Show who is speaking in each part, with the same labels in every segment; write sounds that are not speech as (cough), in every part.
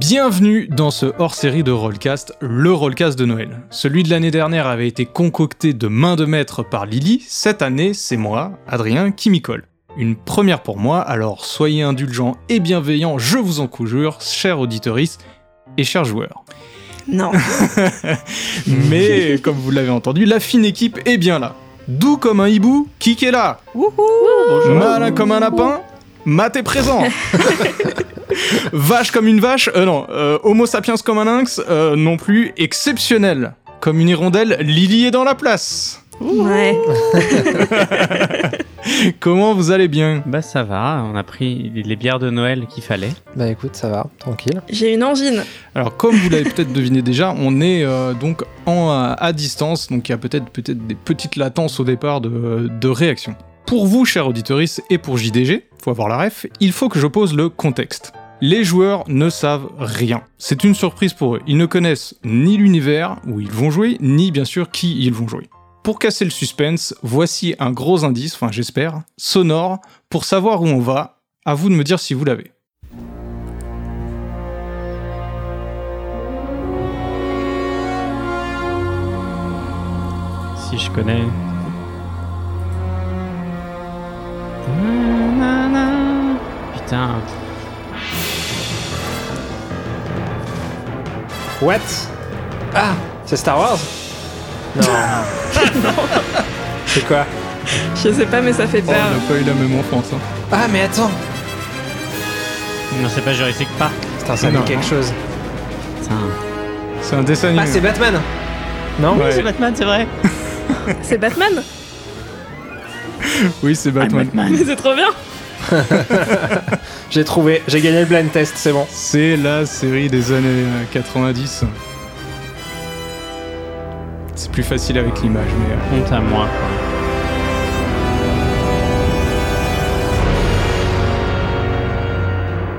Speaker 1: Bienvenue dans ce hors-série de Rollcast, le Rollcast de Noël. Celui de l'année dernière avait été concocté de main de maître par Lily, cette année c'est moi, Adrien, qui m'y colle. Une première pour moi, alors soyez indulgents et bienveillants, je vous en conjure, chers auditeurs et chers joueurs.
Speaker 2: Non.
Speaker 1: Mais comme vous l'avez entendu, la fine équipe est bien là. Doux comme un hibou, qui est là Malin comme un lapin, Matt est présent Vache comme une vache, euh, non, euh, Homo sapiens comme un lynx, euh, non plus, exceptionnel. Comme une hirondelle, Lily est dans la place.
Speaker 2: Ouais.
Speaker 1: Comment vous allez bien
Speaker 3: Bah ça va, on a pris les bières de Noël qu'il fallait.
Speaker 4: Bah écoute, ça va, tranquille.
Speaker 2: J'ai une angine.
Speaker 1: Alors, comme vous l'avez peut-être deviné déjà, on est euh, donc en, euh, à distance, donc il y a peut-être peut des petites latences au départ de, de réaction. Pour vous, chers auditeurs, et pour JDG, faut avoir la ref, il faut que je pose le contexte. Les joueurs ne savent rien. C'est une surprise pour eux. Ils ne connaissent ni l'univers où ils vont jouer, ni bien sûr qui ils vont jouer. Pour casser le suspense, voici un gros indice, enfin j'espère, sonore, pour savoir où on va. À vous de me dire si vous l'avez.
Speaker 3: Si je connais. Putain.
Speaker 4: What Ah C'est Star Wars Non. (laughs) C'est quoi
Speaker 2: Je sais pas, mais ça fait
Speaker 1: Oh, on
Speaker 2: peur.
Speaker 1: n'a pas eu la même enfance. hein.
Speaker 4: Ah mais attends
Speaker 3: Non, c'est pas Jurassic Park.
Speaker 4: Putain, ça
Speaker 1: Non.
Speaker 4: met quelque chose.
Speaker 3: Putain.
Speaker 1: C'est un dessin animé.
Speaker 4: Ah, c'est Batman Non
Speaker 1: Ouais.
Speaker 3: Batman, c'est vrai.
Speaker 2: C'est Batman (laughs)
Speaker 1: Oui, c'est
Speaker 3: Ah,
Speaker 1: Batman.
Speaker 2: Mais c'est trop bien
Speaker 4: J'ai trouvé, j'ai gagné le blind test, c'est bon.
Speaker 1: C'est la série des années euh, 90. C'est plus facile avec l'image, mais. euh,
Speaker 3: Honte à moi.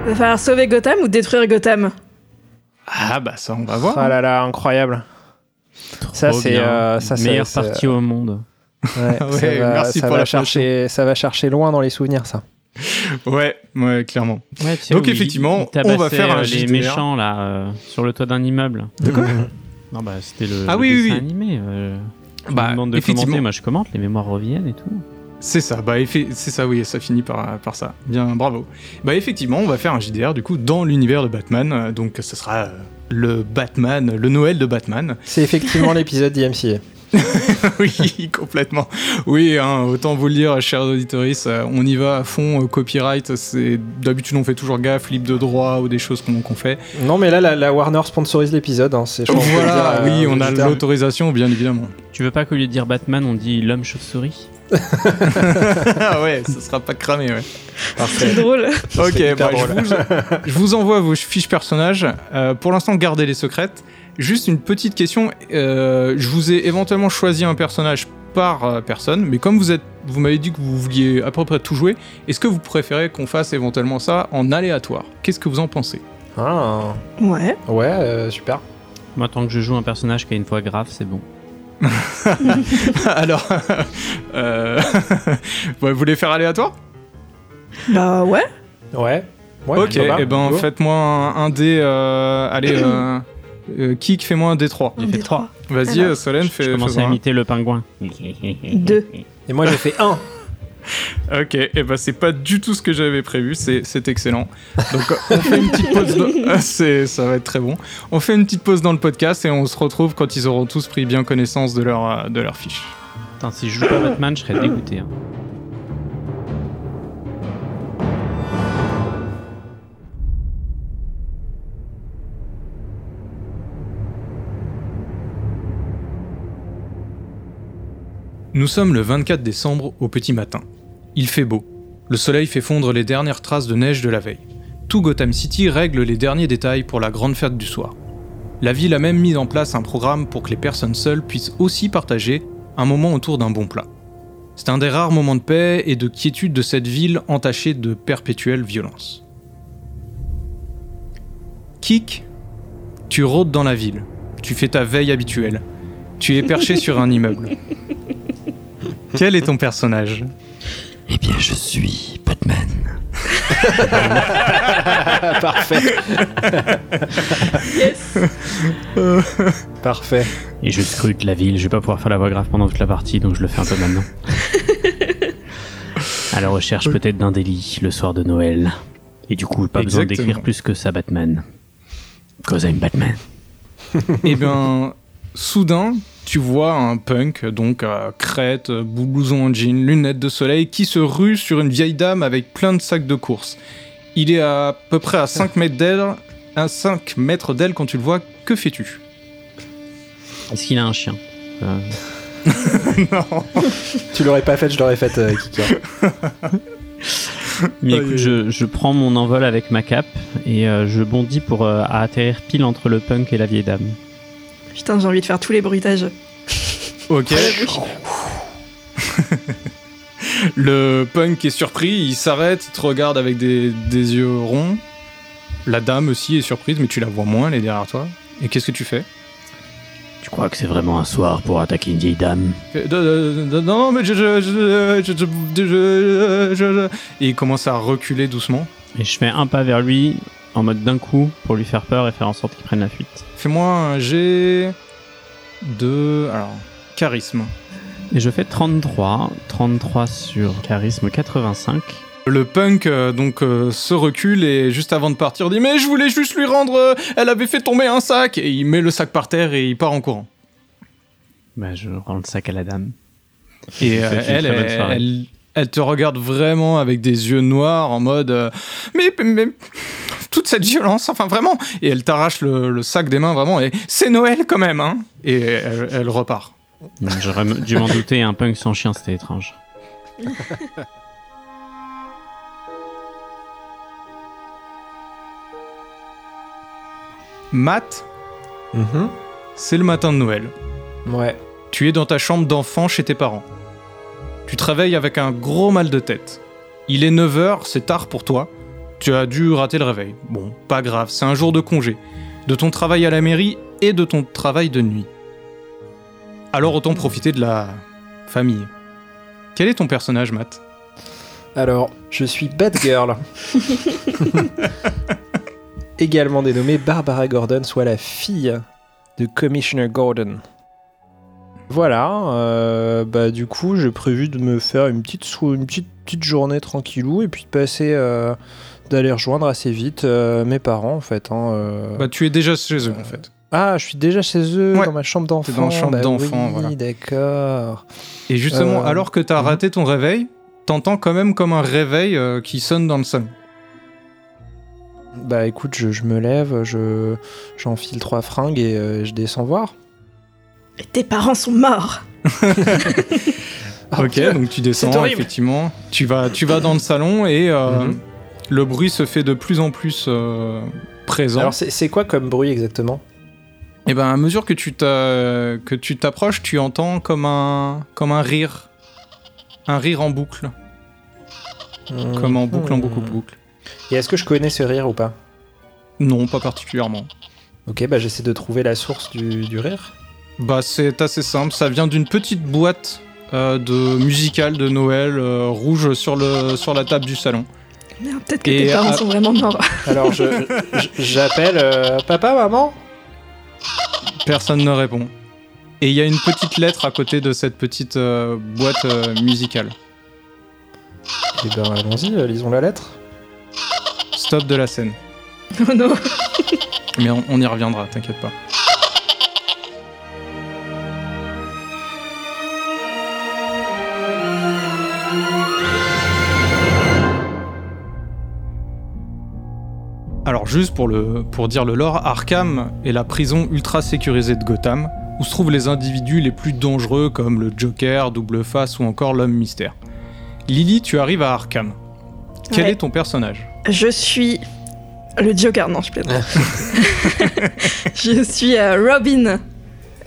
Speaker 2: Va falloir sauver Gotham ou détruire Gotham
Speaker 1: Ah, bah ça, on va voir.
Speaker 4: Ah là là, incroyable. Ça,
Speaker 3: Trop
Speaker 4: c'est,
Speaker 3: bien.
Speaker 4: euh, ça, c'est-
Speaker 3: meilleure
Speaker 4: c'est-
Speaker 3: partie au monde.
Speaker 1: (laughs)
Speaker 4: Ouais,
Speaker 1: Ouais, merci
Speaker 4: ça
Speaker 1: pour
Speaker 4: va
Speaker 1: la
Speaker 4: chercher, Ça va chercher loin dans les souvenirs, ça.
Speaker 1: Ouais, ouais, clairement.
Speaker 3: Ouais, tu sais,
Speaker 1: Donc,
Speaker 3: où il-
Speaker 1: effectivement,
Speaker 3: il tabassait,
Speaker 1: on va faire un
Speaker 3: euh, les
Speaker 1: JDR.
Speaker 3: méchants là euh, sur le toit d'un immeuble.
Speaker 1: De quoi
Speaker 3: Non bah c'était le,
Speaker 1: Ah
Speaker 3: le
Speaker 1: oui, oui,
Speaker 3: dessin
Speaker 1: oui.
Speaker 3: animé. euh, je
Speaker 1: Bah,
Speaker 3: me demande de
Speaker 1: effectivement.
Speaker 3: commenter, moi je commente, les mémoires reviennent et tout.
Speaker 1: C'est ça, bah effe- c'est ça, oui, ça finit par, par ça. Bien, bravo. Bah effectivement, on va faire un JDR du coup dans l'univers de Batman, euh, donc ce sera euh, le Batman, le Noël de Batman. (laughs)
Speaker 4: C'est effectivement l'épisode d'IMC.
Speaker 1: oui, complètement. Oui, hein, autant vous le dire, chers auditeurs, euh, on y va à fond, euh, copyright, c'est d'habitude on fait toujours gaffe, libre de droit ou des choses qu'on qu'on fait.
Speaker 4: Non, mais là, la, la Warner sponsorise l'épisode. Hein, c'est, je pense, faut le
Speaker 1: Voilà,
Speaker 4: dire, euh,
Speaker 1: oui,
Speaker 4: aux
Speaker 1: on a
Speaker 4: auditeurs.
Speaker 1: l'autorisation, bien évidemment.
Speaker 3: Tu veux pas qu'au lieu de dire Batman on dit l'homme chauve-souris
Speaker 1: ah ouais, ça sera pas cramé, ouais.
Speaker 2: C'est drôle.
Speaker 1: Ok,
Speaker 4: hyper
Speaker 1: bah,
Speaker 4: drôle.
Speaker 1: je, vous,
Speaker 4: (laughs)
Speaker 1: je vous envoie vos fiches personnages. Euh, pour l'instant, gardez les secrètes. Juste une petite question. euh, je vous ai éventuellement choisi un personnage par euh, personne, mais comme vous êtes, vous m'avez dit que vous vouliez à peu près tout jouer, est-ce que vous préférez qu'on fasse éventuellement ça en aléatoire Qu'est-ce que vous en pensez (laughs)
Speaker 4: Ah,
Speaker 2: Ouais.
Speaker 4: ouais, euh, super.
Speaker 3: Moi tant que je joue un personnage qui a une voix grave c'est bon.
Speaker 1: Alors, euh, (laughs) ouais, vous voulez faire aléatoire
Speaker 2: Bah ouais.
Speaker 4: Ouais. ouais
Speaker 1: Ok,
Speaker 4: ça va.
Speaker 1: et ben
Speaker 4: Go.
Speaker 1: faites-moi un, un dé. euh, allez, euh, euh, Kik, fais-moi un dé 3.
Speaker 3: J'ai fait trois.
Speaker 1: Vas-y,
Speaker 2: Alors,
Speaker 1: euh, Solène, fais,
Speaker 3: je commence à
Speaker 1: fais-en un.
Speaker 3: imiter le pingouin.
Speaker 2: Deux.
Speaker 4: Et moi, j'ai fait
Speaker 1: (laughs)
Speaker 4: un.
Speaker 1: Ok, et bah c'est pas du tout ce que j'avais prévu, c'est c'est excellent. Donc euh, on fait une petite pause, dans- (laughs) Ah, c'est- ça va être très bon. On fait une petite pause dans le podcast et on se retrouve quand ils auront tous pris bien connaissance de leur, euh, de leur fiche.
Speaker 3: Putain, si je joue pas Batman, je serais dégoûté. hein.
Speaker 1: Nous sommes le 24 décembre au petit matin. Il fait beau. Le soleil fait fondre les dernières traces de neige de la veille. Tout Gotham City règle les derniers détails pour la grande fête du soir. La ville a même mis en place un programme pour que les personnes seules puissent aussi partager un moment autour d'un bon plat. C'est un des rares moments de paix et de quiétude de cette ville entachée de perpétuelle violence. Kik, tu rôdes dans la ville. Tu fais ta veille habituelle. Tu es perché sur un immeuble. Quel est ton personnage
Speaker 5: Eh bien, je suis Batman.
Speaker 4: Parfait.
Speaker 2: Yes.
Speaker 1: Euh,
Speaker 4: Parfait.
Speaker 3: Et je scrute la ville, je vais pas pouvoir faire la voix grave pendant toute la partie, donc je le fais un peu maintenant. à la recherche peut-être d'un délit le soir de Noël. Et du coup, pas besoin
Speaker 1: Exactement.
Speaker 3: d'écrire plus que ça, Batman. Cause I'm Batman.
Speaker 1: Eh bien, soudain, tu vois un punk, donc euh, crête, euh, bou- blouson en jean, lunettes de soleil, qui se rue sur une vieille dame avec plein de sacs de course. Il est à peu près à 5 mètres d'elle. À 5 mètres d'elle quand tu le vois, que fais-tu
Speaker 3: Est-ce qu'il a un chien Euh,
Speaker 1: Non.
Speaker 4: Tu l'aurais pas faite, je l'aurais faite, euh, Kika.
Speaker 3: Mais
Speaker 1: Aïe,
Speaker 3: écoute,
Speaker 1: aïe,
Speaker 3: je, je prends mon envol avec ma cape et euh, je bondis pour euh, atterrir pile entre le punk et la vieille dame.
Speaker 2: Putain, j'ai envie de faire tous les bruitages.
Speaker 1: Ok. (laughs) Le punk est surpris, il s'arrête, il te regarde avec des, des yeux ronds. La dame aussi est surprise, mais tu la vois moins, elle est derrière toi. Et qu'est-ce que tu fais
Speaker 3: Tu crois que c'est vraiment un soir pour attaquer une vieille dame
Speaker 1: Euh, non, Non, non, non, mais je. je, je, je, je- je- je- je- Et il commence à reculer doucement.
Speaker 3: Et je fais un pas vers lui en mode d'un coup pour lui faire peur et faire en sorte qu'il prenne la fuite.
Speaker 1: Fais-moi un G. de. Alors. Charisme.
Speaker 3: Et je fais 33, 33 sur charisme 85.
Speaker 1: Le punk euh, donc euh, se recule et juste avant de partir dit mais je voulais juste lui rendre, euh, elle avait fait tomber un sac et il met le sac par terre et il part en courant.
Speaker 3: Bah, je rends le sac à la dame.
Speaker 1: Et euh,
Speaker 3: Faites une
Speaker 1: elle,
Speaker 3: très bonne
Speaker 1: elle,
Speaker 3: soirée.
Speaker 1: elle- elle te regarde vraiment avec des yeux noirs en mode euh, mais, mais- toute cette violence, enfin vraiment. Et elle t'arrache le, le sac des mains vraiment et c'est Noël quand même hein. Et elle, elle repart.
Speaker 3: Donc, J'aurais m- dû m'en douter, un punk sans chien, c'était étrange.
Speaker 1: Matt, c'est le matin de Noël.
Speaker 4: Mhm. Ouais.
Speaker 1: Tu es dans ta chambre d'enfant chez tes parents. Tu te réveilles avec un gros mal de tête. Il est 9h, c'est tard pour toi. Tu as dû rater le réveil. Bon, pas grave, c'est un jour de congé. De ton travail à la mairie et de ton travail de nuit. Alors autant profiter de la famille. Quel est ton personnage, Matt
Speaker 4: Alors, je suis
Speaker 1: (laughs)
Speaker 4: Batgirl. Également dénommée Barbara Gordon, soit la fille de Commissioner Gordon. Voilà, euh, bah du coup j'ai prévu de me faire une petite, sou- une petite, petite journée tranquillou et puis de passer, euh, d'aller rejoindre assez vite euh, mes parents en fait. hein, euh.
Speaker 1: Bah, tu es déjà chez eux en fait.
Speaker 4: Ah, je suis déjà chez eux
Speaker 1: Ouais,
Speaker 4: dans ma chambre d'enfant.
Speaker 1: t'es dans la chambre
Speaker 4: bah
Speaker 1: d'enfant,
Speaker 4: oui,
Speaker 1: voilà.
Speaker 4: D'accord.
Speaker 1: Et justement,
Speaker 4: Euh,
Speaker 1: alors que t'as
Speaker 4: mhm.
Speaker 1: raté ton réveil, t'entends quand même comme un réveil euh, qui sonne dans le salon.
Speaker 4: Bah écoute, je, je me lève, je j'enfile trois fringues et euh, je descends voir.
Speaker 2: Et tes parents sont morts.
Speaker 4: Ah,
Speaker 1: ok,
Speaker 4: Dieu.
Speaker 1: donc tu descends,
Speaker 4: horrible.
Speaker 1: effectivement. Tu vas, tu vas dans le salon et euh,
Speaker 4: Mhm.
Speaker 1: le bruit se fait de plus en plus euh, présent.
Speaker 4: Alors c'est c'est quoi comme bruit exactement
Speaker 1: et ben, à mesure que tu t'a- que tu t'approches, tu entends comme un, comme un rire. Un rire en boucle. Comme en boucle, en boucle, en boucle.
Speaker 4: Hmm. Et est-ce que je connais ce rire ou pas
Speaker 1: Non, pas particulièrement.
Speaker 4: Ok, bah j'essaie de trouver la source du, du rire.
Speaker 1: Bah, c'est assez simple. Ça vient d'une petite boîte euh, de musicale de Noël euh, rouge sur, le, sur la table du salon.
Speaker 2: Merde, Peut-être que
Speaker 1: Et
Speaker 2: tes parents
Speaker 1: à-
Speaker 2: sont vraiment morts. (laughs)
Speaker 4: Alors je je- j'appelle euh, papa, maman.
Speaker 1: Personne ne répond. Et il y a une petite lettre à côté de cette petite euh, boîte euh, musicale.
Speaker 4: Et ben allons-y, euh, lisons la lettre.
Speaker 1: Stop de la scène.
Speaker 2: Oh non.
Speaker 1: Mais on, on y reviendra, t'inquiète pas. Alors juste pour, le, pour dire le lore, Arkham est la prison ultra sécurisée de Gotham, où se trouvent les individus les plus dangereux comme le Joker, Double Face ou encore l'Homme Mystère. Lily, tu arrives à Arkham. Quel
Speaker 2: Ouais.
Speaker 1: est ton personnage
Speaker 2: Je suis le Joker, non, je plaisante. (laughs) je suis euh, Robin,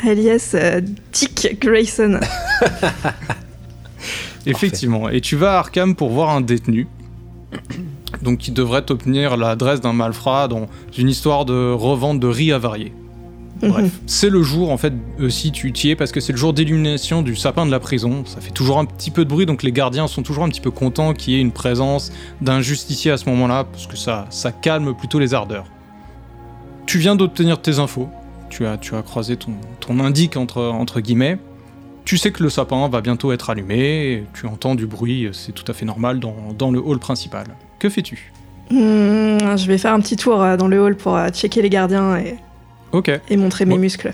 Speaker 2: alias euh, Dick Grayson.
Speaker 1: Effectivement. Et tu vas à Arkham pour voir un détenu. Donc, qui devrait obtenir l'adresse d'un malfrat dans une histoire de revente de riz avarié. Bref, c'est le jour en fait aussi tu t'y es parce que c'est le jour d'illumination du sapin de la prison. Ça fait toujours un petit peu de bruit donc les gardiens sont toujours un petit peu contents qu'il y ait une présence d'un justicier à ce moment-là parce que ça ça calme plutôt les ardeurs. Tu viens d'obtenir tes infos. Tu as tu as croisé ton ton indique entre entre guillemets. Tu sais que le sapin va bientôt être allumé, et tu entends du bruit, c'est tout à fait normal dans, dans le hall principal. Que fais-tu
Speaker 2: Hmm, je vais faire un petit tour euh, dans le hall pour euh, checker les gardiens et,
Speaker 1: Ok.
Speaker 2: et montrer mes
Speaker 1: Ouais.
Speaker 2: muscles.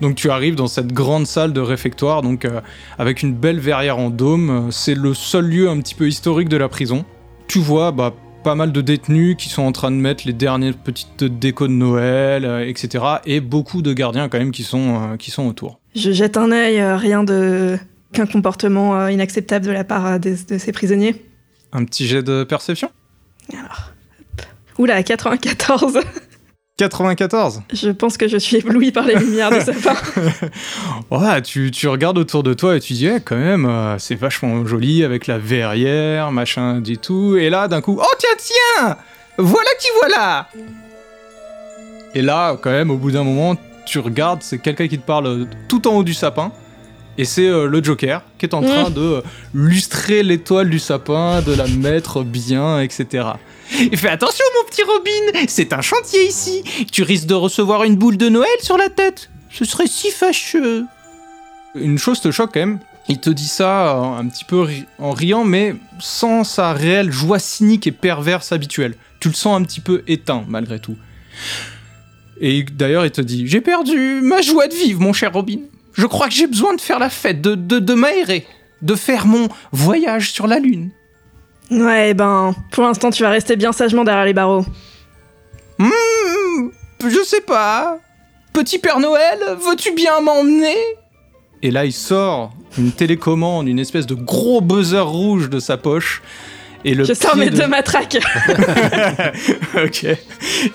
Speaker 1: Donc tu arrives dans cette grande salle de réfectoire, donc euh, avec une belle verrière en dôme. Euh, C'est le seul lieu un petit peu historique de la prison. Tu vois bah, pas mal de détenus qui sont en train de mettre les dernières petites décos de Noël, euh, etc. Et beaucoup de gardiens quand même qui sont, euh, qui sont autour.
Speaker 2: Je jette un œil, euh, rien de qu'un comportement euh, inacceptable de la part euh, des- de ces prisonniers.
Speaker 1: Un petit jet de perception
Speaker 2: Alors, hop. Oula, 94
Speaker 1: 94
Speaker 2: (laughs) Je pense que je suis éblouie par les
Speaker 1: (laughs)
Speaker 2: lumières du sapin.
Speaker 1: Ouais, tu, tu regardes autour de toi et tu dis, Eh, quand même, euh, c'est vachement joli avec la verrière, machin du tout. Et là, d'un coup, oh tiens, tiens Voilà qui voilà Et là, quand même, au bout d'un moment, tu regardes, c'est quelqu'un qui te parle euh, tout en haut du sapin. Et c'est euh, le Joker qui est en
Speaker 2: Mm.
Speaker 1: train de euh, lustrer l'étoile du sapin, de la mettre bien, etc. Et fais attention, mon petit Robin, c'est un chantier ici. Tu risques de recevoir une boule de Noël sur la tête. Ce serait si fâcheux. Une chose te choque quand même. Il te dit ça euh, un petit peu ri- en riant, mais sans sa réelle joie cynique et perverse habituelle. Tu le sens un petit peu éteint malgré tout. Et d'ailleurs, il te dit J'ai perdu ma joie de vivre, mon cher Robin. Je crois que j'ai besoin de faire la fête, de, de, de m'aérer, de faire mon voyage sur la Lune.
Speaker 2: ouais, ben, pour l'instant, tu vas rester bien sagement derrière les barreaux.
Speaker 1: Hmm, je sais pas. Petit Père Noël, veux-tu bien m'emmener Et là, il sort une télécommande, une espèce de gros buzzer rouge de sa poche. Et le
Speaker 2: je sors
Speaker 1: pied
Speaker 2: mes
Speaker 1: de-
Speaker 2: deux
Speaker 1: (laughs)
Speaker 2: matraques.
Speaker 1: Ok.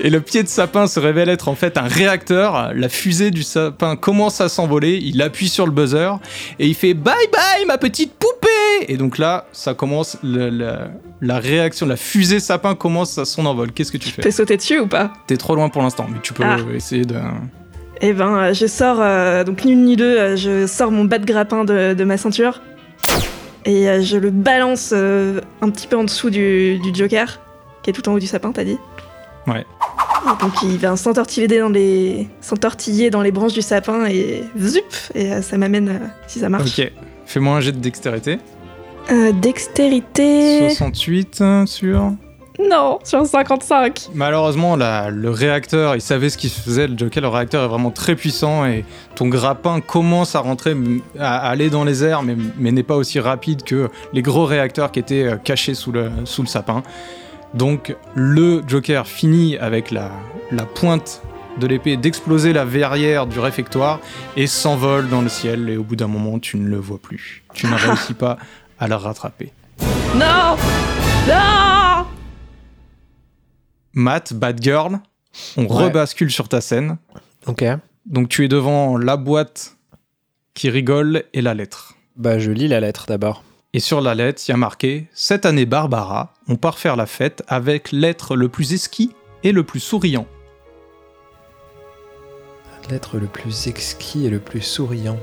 Speaker 1: Et le pied de sapin se révèle être en fait un réacteur. La fusée du sapin commence à s'envoler. Il appuie sur le buzzer et il fait bye bye ma petite poupée. Et donc là, ça commence le- le- la réaction. La fusée sapin commence à son envol. Qu'est-ce que tu
Speaker 2: Tu
Speaker 1: fais
Speaker 2: peux sauter dessus ou pas
Speaker 1: T'es trop loin pour l'instant, mais tu peux
Speaker 2: Ah.
Speaker 1: essayer de.
Speaker 2: Eh ben, euh, je sors, euh, donc ni une ni deux, euh, je sors mon bas de grappin de, de ma ceinture et euh, je le balance euh, un petit peu en dessous du, du Joker, qui est tout en haut du sapin, t'as dit
Speaker 1: Ouais.
Speaker 2: Et donc il va s'entortiller dans les, s'entortiller dans les branches du sapin et zup, et euh, ça m'amène euh, si ça marche.
Speaker 1: Ok. Fais-moi un jet de dextérité.
Speaker 2: Euh, dextérité.
Speaker 1: 68 euh, sur.
Speaker 2: Non, sur 55.
Speaker 1: Malheureusement, la- le réacteur, il savait ce qu'il faisait, le Joker, le réacteur est vraiment très puissant et ton grappin commence à rentrer, à aller dans les airs, mais, mais n'est pas aussi rapide que les gros réacteurs qui étaient euh, cachés sous le, sous le sapin. Donc le Joker finit avec la, la pointe de l'épée d'exploser la verrière du réfectoire et s'envole dans le ciel et au bout d'un moment, tu ne le vois plus. Tu ne réussis pas à le rattraper.
Speaker 2: Non Non
Speaker 1: Matt, Bad Girl, on
Speaker 4: Ouais.
Speaker 1: rebascule sur ta scène.
Speaker 4: Ok.
Speaker 1: Donc tu es devant la boîte qui rigole et la lettre.
Speaker 4: Bah, je lis la lettre d'abord.
Speaker 1: Et sur la lettre, il y a marqué Cette année, Barbara, on part faire la fête avec l'être le plus esquis et le plus souriant.
Speaker 4: L'être le plus exquis et le plus souriant.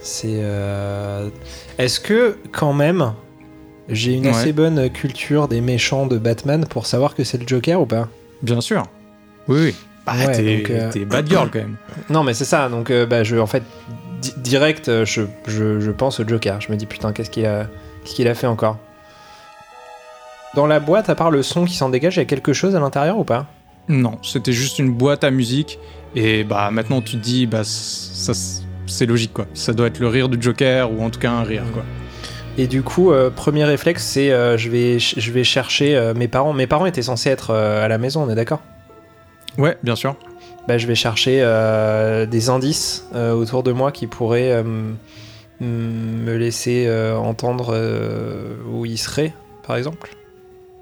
Speaker 4: C'est. euh, Est-ce que, quand même, j'ai une
Speaker 1: Ouais.
Speaker 4: assez bonne culture des méchants de Batman pour savoir que c'est le Joker ou pas
Speaker 1: Bien sûr. Oui, oui. Bah,
Speaker 4: Ouais,
Speaker 1: t'es,
Speaker 4: donc, euh,
Speaker 1: t'es bad girl quand même.
Speaker 4: Non, mais c'est ça. Donc, euh, bah, je, en fait, di- direct, euh, je, je- je pense au Joker. Je me dis, putain, qu'est-ce qu'il a, qu'est-ce qu'il a fait encore Dans la boîte, à part le son qui s'en dégage, il y a quelque chose à l'intérieur ou pas
Speaker 1: Non, c'était juste une boîte à musique. Et bah maintenant, tu te dis bah, c- ça, c'est logique quoi. Ça doit être le rire du Joker ou en tout cas un rire quoi.
Speaker 4: Et du coup, euh, premier réflexe, c'est euh, je, vais, ch- je vais chercher euh, mes parents. Mes parents étaient censés être euh, à la maison, on est d'accord
Speaker 1: Ouais, bien sûr.
Speaker 4: bah, Je vais chercher euh, des indices euh, autour de moi qui pourraient euh, m- me laisser euh, entendre euh, où ils seraient, par exemple.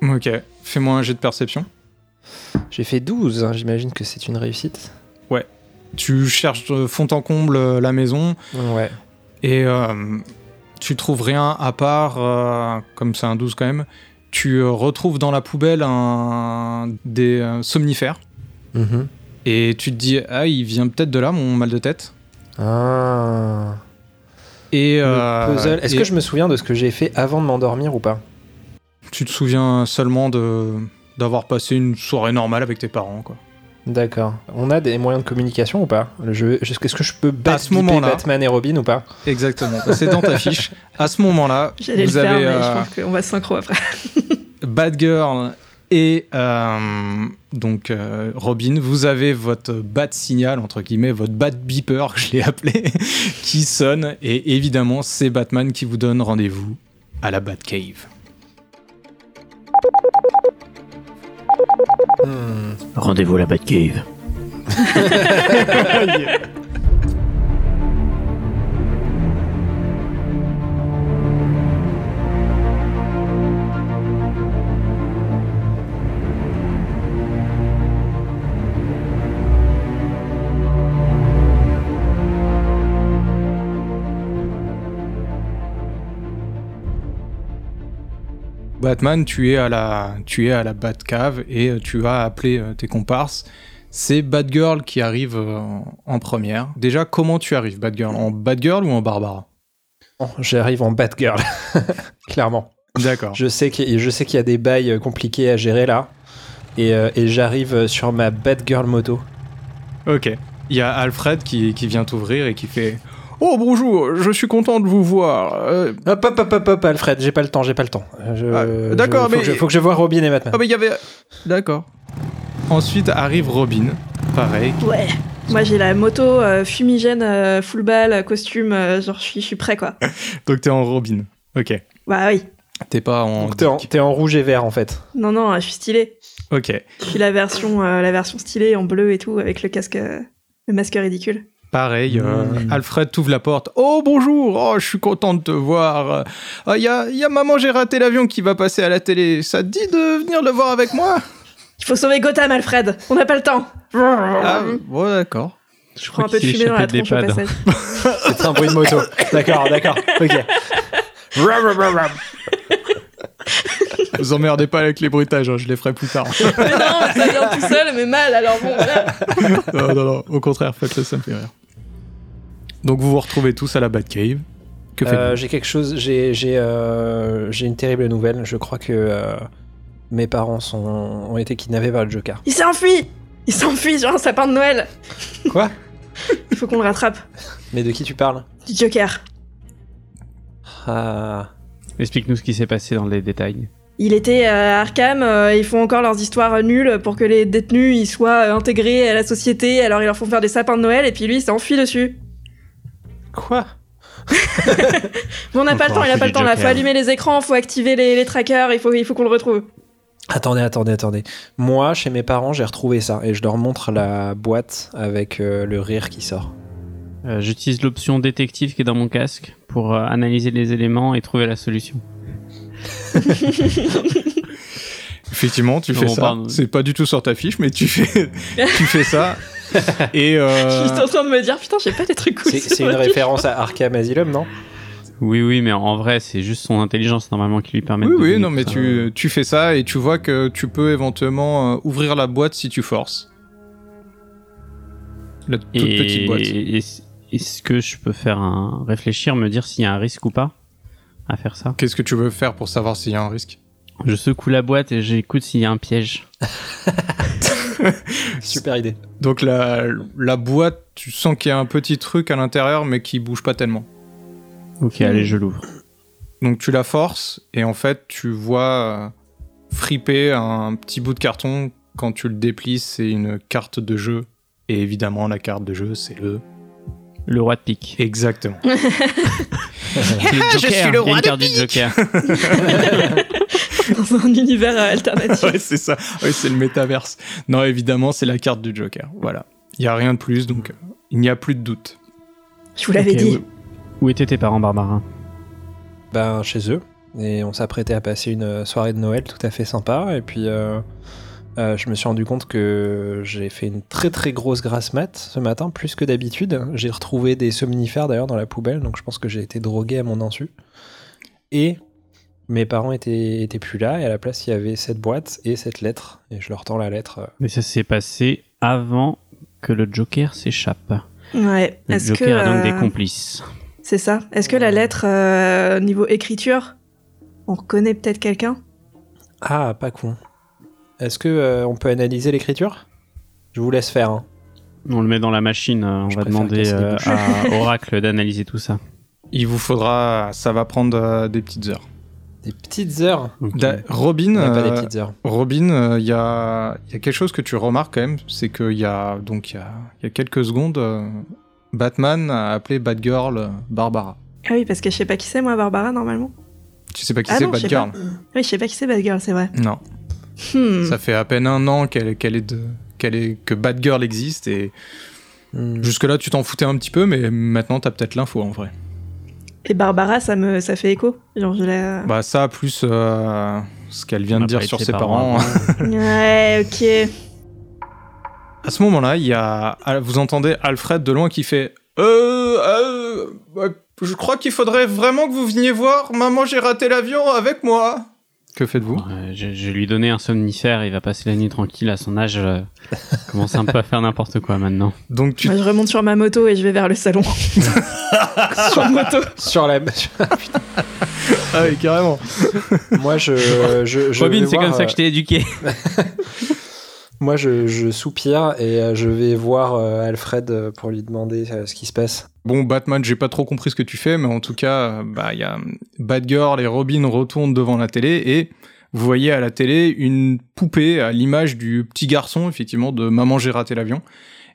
Speaker 1: Ok, fais-moi un jet de perception.
Speaker 4: J'ai fait 12, hein, j'imagine que c'est une réussite.
Speaker 1: Tu cherches euh, fond en comble euh, la maison.
Speaker 4: Ouais.
Speaker 1: Et euh, tu trouves rien à part, euh, comme c'est un 12 quand même,
Speaker 4: Mhm.
Speaker 1: tu euh, retrouves dans la poubelle un, des euh, somnifères. Et tu te dis, ah, il vient peut-être de là, mon mal de tête.
Speaker 4: Ah.
Speaker 1: Et.
Speaker 4: Le
Speaker 1: euh,
Speaker 4: puzzle. Est-ce
Speaker 1: et
Speaker 4: que je me souviens de ce que j'ai fait avant de m'endormir ou pas
Speaker 1: Tu te souviens seulement de d'avoir passé une soirée normale avec tes parents, quoi.
Speaker 4: D'accord. On a des moyens de communication ou pas Le jeu- je- Est-ce que je peux battre
Speaker 1: ce moment-là.
Speaker 4: Batman et Robin ou pas
Speaker 1: Exactement. C'est dans ta fiche. À ce moment-là, vous
Speaker 2: J'allais
Speaker 1: avez
Speaker 2: le faire, mais
Speaker 1: euh,
Speaker 2: je pense qu'on va synchro après.
Speaker 1: Bad Girl et euh, donc euh, Robin, vous avez votre bat signal, entre guillemets, votre bat beeper, (laughs) que je l'ai appelé, qui sonne. Et évidemment, c'est Batman qui vous donne rendez-vous à la Batcave.
Speaker 3: Rendez-vous à la Batcave.
Speaker 1: Batman, tu es à la, tu es à la Batcave et euh, tu as appelé euh, tes comparses. C'est Batgirl qui arrive euh, en- en première. Déjà, comment tu arrives, Batgirl En Batgirl ou en Barbara
Speaker 4: Oh, J'arrive en Batgirl. (laughs) Clairement.
Speaker 1: D'accord.
Speaker 4: Je sais qu'il je sais qu'il y a des bails euh, compliqués à gérer là. Et, euh, et j'arrive euh, sur ma Batgirl moto.
Speaker 1: Ok. Il y a Alfred qui, qui vient t'ouvrir et qui fait Oh bonjour, je suis content de vous voir. Euh,
Speaker 4: Hop, hop, hop, hop, hop, Alfred, j'ai pas le temps, j'ai pas le temps. Euh, je-
Speaker 1: Ah, d'accord,
Speaker 4: je- faut
Speaker 1: mais-
Speaker 4: que je- faut que je voie Robin et Batman.
Speaker 1: ah, mais il y avait. D'accord. Ensuite arrive Robin, pareil.
Speaker 2: Ouais. Moi, j'ai la moto euh, fumigène, euh, full ball, costume, euh, genre, je suis je suis prêt, quoi.
Speaker 1: Donc t'es en Robin. Ok.
Speaker 2: Bah oui.
Speaker 1: T'es pas en.
Speaker 4: Donc t'es en,
Speaker 1: Dick.
Speaker 4: t'es en rouge et vert en fait.
Speaker 2: Non, non, je suis stylée.
Speaker 1: Ok.
Speaker 2: Je suis la version, euh, la version stylée en bleu et tout, avec le casque, euh, le masque ridicule.
Speaker 1: Pareil, euh,
Speaker 4: Mm.
Speaker 1: Alfred t'ouvre la porte. Oh bonjour, oh je suis content de te voir. Euh, Il y, a, y a maman, j'ai raté l'avion qui va passer à la télé. Ça te dit de venir le voir avec moi
Speaker 2: Il faut sauver Gotham, Alfred. On n'a pas le temps.
Speaker 1: Ah, bon, d'accord.
Speaker 2: je prends un peu de fumée dans la tronche au passage. (laughs)
Speaker 4: C'est un bruit
Speaker 1: (laughs)
Speaker 4: de moto. D'accord, d'accord. Ok. Ram, ram, ram, ram.
Speaker 1: Vous emmerdez pas avec les bruitages, hein, je les ferai plus tard.
Speaker 2: mais non, ça vient tout seul, mais mal. Alors bon, voilà.
Speaker 1: (laughs) non, non, non, au contraire, faites-le, ça me fait rire. Donc vous vous retrouvez tous à la Batcave. Que faites-vous
Speaker 4: Euh, j'ai quelque chose, j'ai j'ai, euh, j'ai une terrible nouvelle. Je crois que euh, mes parents sont, ont été kidnappés par le Joker.
Speaker 2: Il s'est enfui. Il s'enfuit sur un sapin de Noël.
Speaker 4: Quoi
Speaker 2: Il faut qu'on le rattrape.
Speaker 4: Mais de qui tu parles
Speaker 2: Du Joker.
Speaker 4: Ah.
Speaker 3: Explique-nous ce qui s'est passé dans les détails.
Speaker 2: Il était à Arkham, euh, ils font encore leurs histoires euh, nulles pour que les détenus ils soient euh, intégrés à la société, alors ils leur font faire des sapins de Noël et puis lui il s'est enfui dessus.
Speaker 4: Quoi
Speaker 2: Mais on n'a pas le temps,
Speaker 3: Encore
Speaker 2: il a
Speaker 3: un coup
Speaker 2: pas
Speaker 3: du
Speaker 2: le temps là, faut
Speaker 3: Joker.
Speaker 2: allumer les écrans, faut activer les, les trackers, il faut, il faut qu'on le retrouve.
Speaker 4: Attendez, attendez, attendez. Moi, chez mes parents, j'ai retrouvé ça et je leur montre la boîte avec euh, le rire qui sort.
Speaker 3: Euh, J'utilise l'option détective qui est dans mon casque pour euh, analyser les éléments et trouver la solution.
Speaker 1: Effectivement, tu
Speaker 3: Non,
Speaker 1: fais
Speaker 3: bon,
Speaker 1: ça.
Speaker 3: pardon.
Speaker 1: C'est pas du tout sur ta fiche, mais tu fais, tu fais ça. Et euh,
Speaker 2: Je suis juste en train de me dire putain, j'ai pas des trucs cool.
Speaker 4: C'est-
Speaker 2: sur
Speaker 4: C'est une
Speaker 2: ma fiche.
Speaker 4: référence à Arkham Asylum, non
Speaker 3: Oui, oui, mais en vrai, c'est juste son intelligence normalement qui lui permet
Speaker 1: oui,
Speaker 3: de.
Speaker 1: oui,
Speaker 3: deviner
Speaker 1: non,
Speaker 3: tout
Speaker 1: mais
Speaker 3: ça.
Speaker 1: tu, tu fais ça et tu vois que tu peux éventuellement euh, ouvrir la boîte si tu forces. La toute
Speaker 3: et,
Speaker 1: petite boîte.
Speaker 3: et- Est-ce que je peux faire un réfléchir, me dire s'il y a un risque ou pas à faire ça
Speaker 1: Qu'est-ce que tu veux faire pour savoir s'il y a un risque
Speaker 3: Je secoue la boîte et j'écoute s'il y a un piège.
Speaker 4: Super idée.
Speaker 1: Donc la, la boîte, tu sens qu'il y a un petit truc à l'intérieur, mais qui bouge pas tellement.
Speaker 3: Ok,
Speaker 1: Hmm.
Speaker 3: allez, je l'ouvre.
Speaker 1: Donc tu la forces et en fait tu vois euh, friper un petit bout de carton. Quand tu le déplies, c'est une carte de jeu. Et évidemment, la carte de jeu, c'est le.
Speaker 3: Le roi de pique.
Speaker 4: (laughs)
Speaker 3: (laughs)
Speaker 1: Exactement.
Speaker 3: Ah, je suis le roi de pique. Joker.
Speaker 2: dans un univers euh,
Speaker 1: (laughs) (laughs)
Speaker 2: alternatif.
Speaker 1: ouais, c'est ça. Ouais, c'est le métaverse. Non, évidemment, c'est la carte du Joker. Voilà. Il n'y a rien de plus, donc euh, il n'y a plus de doute.
Speaker 2: Je vous l'avais
Speaker 3: Ok,
Speaker 2: dit.
Speaker 3: Où, où étaient tes parents, Barbara
Speaker 4: Ben, chez eux. Et on s'apprêtait à passer une euh, soirée de Noël tout à fait sympa. Et puis, euh, euh, je me suis rendu compte que j'ai fait une très très grosse grasse mat ce matin, plus que d'habitude. J'ai retrouvé des somnifères d'ailleurs dans la poubelle, donc je pense que j'ai été drogué à mon insu. Et mes parents étaient, étaient plus là, et à la place, il y avait cette boîte et cette lettre. Et je leur tends la lettre. euh,
Speaker 3: Mais ça s'est passé avant que le Joker s'échappe.
Speaker 2: Ouais.
Speaker 3: Le
Speaker 2: Est-ce que
Speaker 3: Joker a donc
Speaker 2: euh,
Speaker 3: des complices.
Speaker 2: c'est ça Est-ce que la lettre euh, niveau écriture, on reconnaît peut-être quelqu'un
Speaker 4: Ah, pas con. Est-ce que euh, on peut analyser l'écriture Je vous laisse faire. hein.
Speaker 3: On le met dans la machine, euh, on
Speaker 4: Je
Speaker 3: va
Speaker 4: préfère
Speaker 3: demander
Speaker 4: casser des
Speaker 3: euh, à Oracle d'analyser tout ça.
Speaker 1: Il vous faudra, ça va prendre euh, des petites heures.
Speaker 4: Des petites heures.
Speaker 3: Ok.
Speaker 1: Da- Robin,
Speaker 4: On n'a pas
Speaker 1: euh,
Speaker 4: des petites heures.
Speaker 1: Robin, euh, il y, a, il y a quelque chose que tu remarques quand même, c'est qu'il y a donc il y a, il y a quelques secondes, euh, Batman a appelé Batgirl euh, Barbara.
Speaker 2: Ah oui, parce que je sais pas qui c'est moi, Barbara normalement.
Speaker 1: Tu sais pas qui
Speaker 2: Ah
Speaker 1: c'est
Speaker 2: non, je sais
Speaker 1: Batgirl
Speaker 2: Oui, je sais pas qui c'est Batgirl, c'est vrai.
Speaker 1: Non,
Speaker 2: Hmm.
Speaker 1: ça fait à peine un an qu'elle qu'elle est de, qu'elle est que Batgirl existe et
Speaker 4: Hmm.
Speaker 1: jusque là tu t'en foutais un petit peu, mais maintenant t'as peut-être l'info en vrai.
Speaker 2: Et Barbara, ça me, ça fait écho. Genre je la.
Speaker 1: Bah ça plus euh, ce qu'elle vient
Speaker 3: On
Speaker 1: de dire
Speaker 3: a parlé de
Speaker 1: sur ses (laughs) parents.
Speaker 3: avant.
Speaker 2: ouais, ok.
Speaker 1: À ce moment-là, il y a, Al- vous entendez Alfred de loin qui fait euh, euh, euh, je crois qu'il faudrait vraiment que vous veniez voir. Maman, j'ai raté l'avion avec moi. Que faites-vous
Speaker 3: Ouais, euh, je, je vais lui donner un somnifère, il va passer la nuit tranquille à son âge. euh, commence un peu à faire n'importe quoi maintenant.
Speaker 1: Donc tu
Speaker 2: Moi, je remonte sur ma moto et je vais vers le salon. sur moto.
Speaker 4: Sur la.
Speaker 1: (laughs)
Speaker 4: (laughs)
Speaker 1: ah oui, carrément.
Speaker 4: Moi, je. (laughs) je, je
Speaker 3: Robin,
Speaker 4: vais
Speaker 3: c'est
Speaker 4: voir, euh,
Speaker 3: comme ça que je t'ai éduqué.
Speaker 4: Moi, je, je soupire et euh, je vais voir euh, Alfred euh, pour lui demander euh, ce qui se passe.
Speaker 1: Bon Batman, j'ai pas trop compris ce que tu fais, mais en tout cas, euh, bah il y a Batgirl et Robin retournent devant la télé et vous voyez à la télé une poupée à l'image du petit garçon effectivement de Maman, j'ai raté l'avion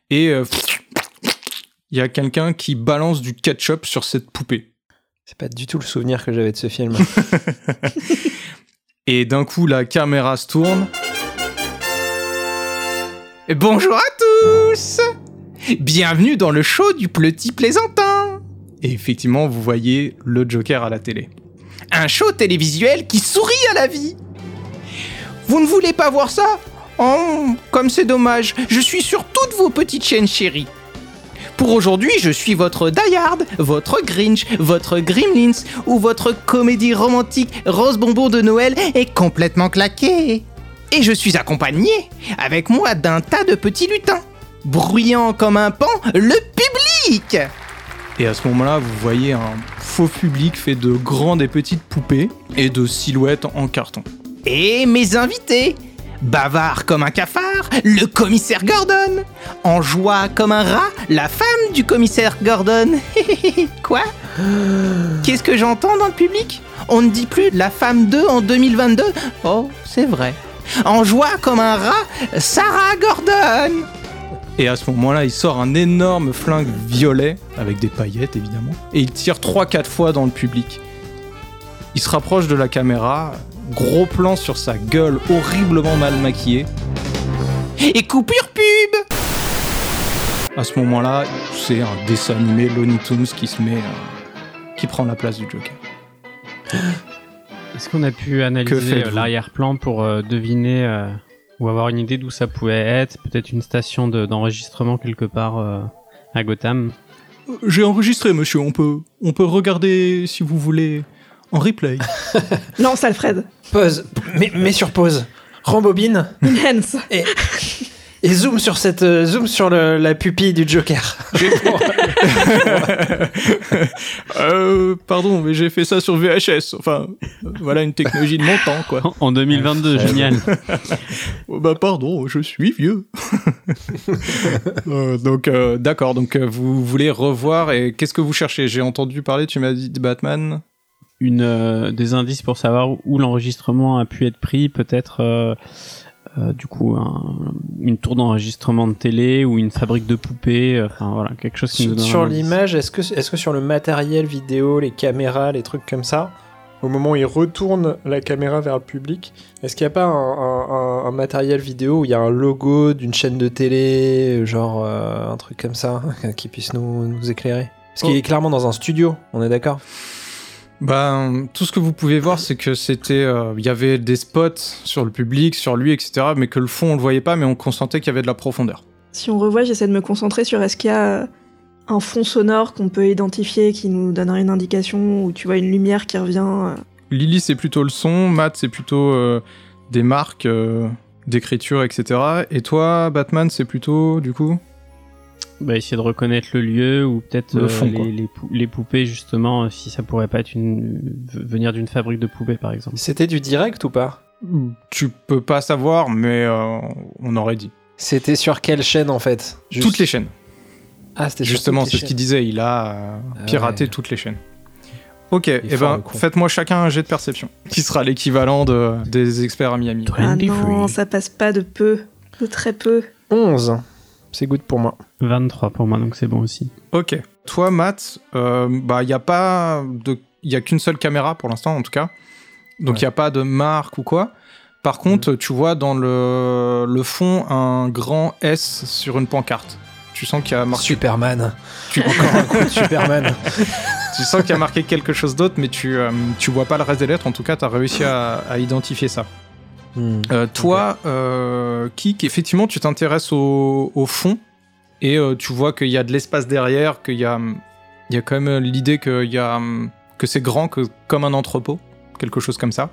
Speaker 1: et euh, il y a quelqu'un qui balance du ketchup sur cette poupée.
Speaker 4: C'est pas du tout le souvenir que j'avais de ce film.
Speaker 1: Et d'un coup, la caméra se tourne. Et bonjour à tous Bienvenue dans le show du petit plaisantin Et effectivement, vous voyez le Joker à la télé. Un show télévisuel qui sourit à la vie Vous ne voulez pas voir ça Oh, comme c'est dommage, je suis sur toutes vos petites chaînes chéries pour aujourd'hui, je suis votre Dayard, votre Grinch, votre Gremlins ou votre comédie romantique Rose Bonbon de Noël est complètement claquée. Et je suis accompagné avec moi d'un tas de petits lutins, bruyant comme un pan le public. Et à ce moment-là, vous voyez un faux public fait de grandes et petites poupées et de silhouettes en carton. Et mes invités Bavard comme un cafard, le commissaire Gordon En joie comme un rat, la femme du commissaire Gordon (laughs) Quoi Qu'est-ce que j'entends dans le public On ne dit plus la femme 2 en 2022 Oh, c'est vrai. En joie comme un rat, Sarah Gordon Et à ce moment-là, il sort un énorme flingue violet, avec des paillettes évidemment, et il tire 3-4 fois dans le public. Il se rapproche de la caméra, gros plan sur sa gueule horriblement mal maquillée. Et coupure pub À ce moment-là, c'est un dessin animé Looney Tunes qui se met, euh, qui prend la place du Joker.
Speaker 3: Est-ce qu'on a pu
Speaker 1: Que
Speaker 3: analyser
Speaker 1: faites-vous
Speaker 3: euh, l'arrière-plan pour euh, deviner euh, ou avoir une idée d'où ça pouvait être Peut-être une station de- d'enregistrement quelque part euh, à Gotham
Speaker 1: Euh, J'ai enregistré, monsieur. On peut, on peut regarder si vous voulez en replay.
Speaker 2: Lance Alfred.
Speaker 4: (laughs) pause. Mais, mais sur pause. Rembobine
Speaker 2: Lance.
Speaker 4: et, et zoom sur cette euh, zoom sur le- la pupille du Joker.
Speaker 1: euh, pardon, mais j'ai fait ça sur VHS. Enfin, euh, voilà une technologie de mon temps, (laughs) quoi.
Speaker 3: En- En 2022,
Speaker 4: Incroyable.
Speaker 3: génial.
Speaker 1: Oh, bah pardon, je suis vieux. (laughs) Euh, donc euh, d'accord, donc euh, vous voulez revoir et qu'est-ce que vous cherchez J'ai entendu parler, tu m'as dit de Batman.
Speaker 3: une euh, des indices pour savoir où l'enregistrement a pu être pris, peut-être euh, euh, du coup un- une tour d'enregistrement de télé ou une fabrique de poupées, euh, enfin voilà quelque chose qui
Speaker 4: sur
Speaker 3: nous donne un
Speaker 4: sur
Speaker 3: indice.
Speaker 4: l'image, est-ce que est-ce que sur le matériel vidéo, les caméras, les trucs comme ça, au moment où il retourne la caméra vers le public, est-ce qu'il n'y a pas un, un- un- un matériel vidéo où il y a un logo d'une chaîne de télé, genre euh, un truc comme ça, (laughs) qui puisse nous, nous éclairer Parce qu'il
Speaker 1: Oh.
Speaker 4: est clairement dans un studio, on est d'accord
Speaker 1: Ben tout ce que vous pouvez voir, c'est que c'était, euh, il y avait des spots sur le public, sur lui, etc. Mais que le fond on le voyait pas, mais on consentait qu'il y avait de la profondeur.
Speaker 2: Si on revoit, j'essaie de me concentrer sur est-ce qu'il y a euh, un fond sonore qu'on peut identifier qui nous donnerait une indication ou tu vois une lumière qui revient. euh.
Speaker 1: Lily c'est plutôt le son, Matt c'est plutôt euh, des marques euh, d'écriture, etc. Et toi, Batman, c'est plutôt du coup
Speaker 3: bah, essayer de reconnaître le lieu ou peut-être euh,
Speaker 1: Le fond, quoi.
Speaker 3: les, les pou- les poupées justement euh, si ça pourrait pas être une v- venir d'une fabrique de poupées par exemple.
Speaker 4: C'était du direct ou pas
Speaker 1: Tu peux pas savoir, mais euh, on aurait dit.
Speaker 4: C'était sur quelle chaîne en fait Juste-
Speaker 1: Toutes les chaînes.
Speaker 4: Ah, c'était sur
Speaker 1: Justement,
Speaker 4: toutes
Speaker 1: c'est
Speaker 4: les
Speaker 1: ce qu'il disait. Il a euh,
Speaker 4: Ah
Speaker 1: piraté
Speaker 4: ouais.
Speaker 1: toutes les chaînes. Ok, et
Speaker 4: est fort,
Speaker 1: ben
Speaker 4: le con.
Speaker 1: faites-moi chacun un jet de perception, qui sera l'équivalent de, des experts à Miami.
Speaker 2: Ah non, ça passe pas de peu, de très peu.
Speaker 4: chaînes. 11. C'est good pour moi.
Speaker 3: 23 pour moi donc c'est bon aussi.
Speaker 1: Ok. Toi, Matt, euh, bah il y a pas de, il y a qu'une seule caméra pour l'instant en tout cas, donc il
Speaker 4: Ouais.
Speaker 1: y a pas de marque ou quoi. Par contre, tu vois dans le, le fond un grand S sur une pancarte. Tu sens qu'il y a marqué,
Speaker 4: Superman.
Speaker 1: tu,
Speaker 4: Encore un coup de Superman.
Speaker 1: tu sens qu'il y a marqué quelque chose d'autre, mais tu euh, tu vois pas le reste des lettres. En tout cas, t'as réussi à, à identifier ça.
Speaker 4: Hmm.
Speaker 1: Euh, toi, euh, Kik, effectivement, tu t'intéresses au, au fond et euh, tu vois qu'il y a de l'espace derrière, qu'il y a, hum, il y a quand même l'idée qu'il y a, hum, que c'est grand que, comme un entrepôt, quelque chose comme ça.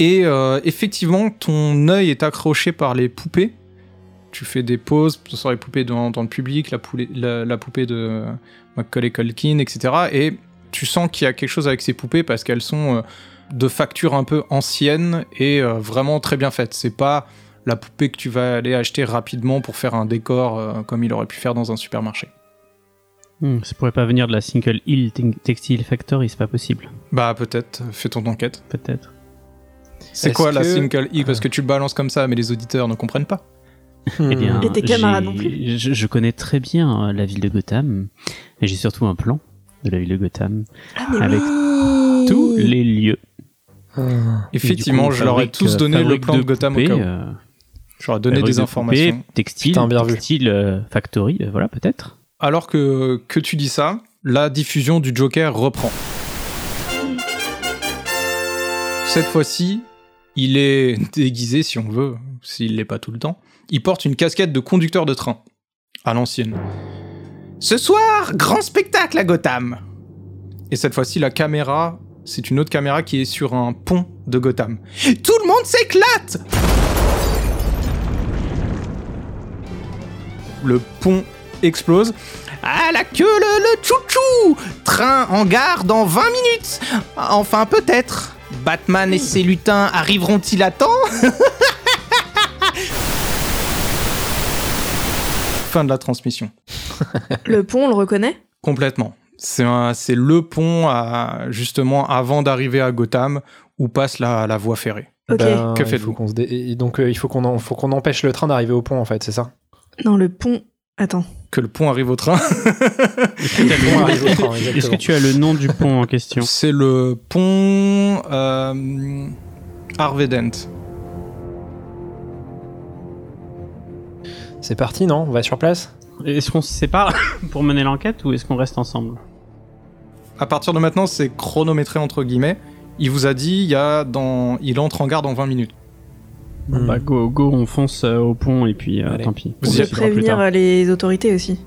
Speaker 1: Et euh, effectivement, ton œil est accroché par les poupées. Tu fais des pauses sur les poupées dans, dans le public, la, poulée- la- la poupée de Macaulay Culkin, etc. Et tu sens qu'il y a quelque chose avec ces poupées parce qu'elles sont euh, de facture un peu ancienne et euh, vraiment très bien faites. C'est pas la poupée que tu vas aller acheter rapidement pour faire un décor euh, comme il aurait pu faire dans un supermarché.
Speaker 3: Hmm, ça pourrait pas venir de la Single Hill Te- Textile Factory, c'est pas possible
Speaker 1: Bah peut-être, fais ton enquête.
Speaker 3: peut-être.
Speaker 1: C'est
Speaker 4: Est-ce
Speaker 1: quoi la
Speaker 4: que-
Speaker 1: single E Parce que tu le balances comme ça, mais les auditeurs ne comprennent pas.
Speaker 3: Eh bien,
Speaker 2: Et tes camarades
Speaker 3: j'ai-
Speaker 2: non plus.
Speaker 3: Je, je connais très bien euh, la ville de Gotham et j'ai surtout un plan de la ville de Gotham.
Speaker 2: Ah, mais
Speaker 3: Avec
Speaker 1: Oh,
Speaker 2: oui.
Speaker 3: Tous les lieux.
Speaker 4: Hmm.
Speaker 1: Effectivement,
Speaker 3: Et du coup,
Speaker 1: je leur ai
Speaker 3: fabrique,
Speaker 1: tous
Speaker 3: euh,
Speaker 1: donné le
Speaker 3: fabrique
Speaker 1: plan de, Gotham
Speaker 3: poupées,
Speaker 1: au cas où.
Speaker 3: euh,
Speaker 1: J'aurais donné
Speaker 3: fabrique
Speaker 1: des
Speaker 3: de
Speaker 1: informations.
Speaker 3: poupées, textile,
Speaker 4: Putain, bien vu.
Speaker 3: textile, euh, factory, euh, voilà peut-être.
Speaker 1: Alors que, que tu dis ça, la diffusion du Joker reprend. Cette fois-ci, il est (laughs) déguisé, si on veut, s'il l'est pas tout le temps. Il porte une casquette de conducteur de train, à l'ancienne. Ce soir, grand spectacle à Gotham Et cette fois-ci, la caméra, c'est une autre caméra qui est sur un pont de Gotham. Tout le monde s'éclate Le pont explose. À la queue le, le chouchou Train en gare dans 20 minutes Enfin peut-être Batman et ses lutins arriveront-ils à temps Fin de la transmission.
Speaker 2: Le pont, on le reconnaît
Speaker 1: Complètement. C'est un- c'est le pont à- justement avant d'arriver à Gotham où passe la, la voie ferrée.
Speaker 2: Ok.
Speaker 4: Ben,
Speaker 1: Que
Speaker 4: il
Speaker 1: faites-vous
Speaker 4: faut qu'on se dé- et Donc euh, il faut qu'on en- faut qu'on empêche le train d'arriver au pont en fait, c'est ça
Speaker 2: Non, le pont. Attends.
Speaker 1: Que le pont arrive au train.
Speaker 4: Le pont arrive au train,
Speaker 3: Est-ce que
Speaker 4: exactement.
Speaker 3: tu as le nom du pont en
Speaker 1: (laughs)
Speaker 3: question
Speaker 1: C'est le pont euh, Harvey Dent.
Speaker 4: C'est parti, non On va sur place
Speaker 3: Est-ce qu'on se sépare (laughs) pour mener l'enquête ou est-ce qu'on reste ensemble
Speaker 1: À partir de maintenant, c'est chronométré entre guillemets. Il vous a dit, il, y a dans... il entre en gare dans 20 minutes.
Speaker 4: Hmm.
Speaker 3: Bah go, go, on fonce euh, au pont et puis euh,
Speaker 4: Allez.
Speaker 3: tant pis.
Speaker 1: Vous
Speaker 2: On
Speaker 1: y
Speaker 2: peut
Speaker 1: êtes
Speaker 3: décidera plus
Speaker 2: prévenir
Speaker 3: tard.
Speaker 2: euh, les autorités aussi.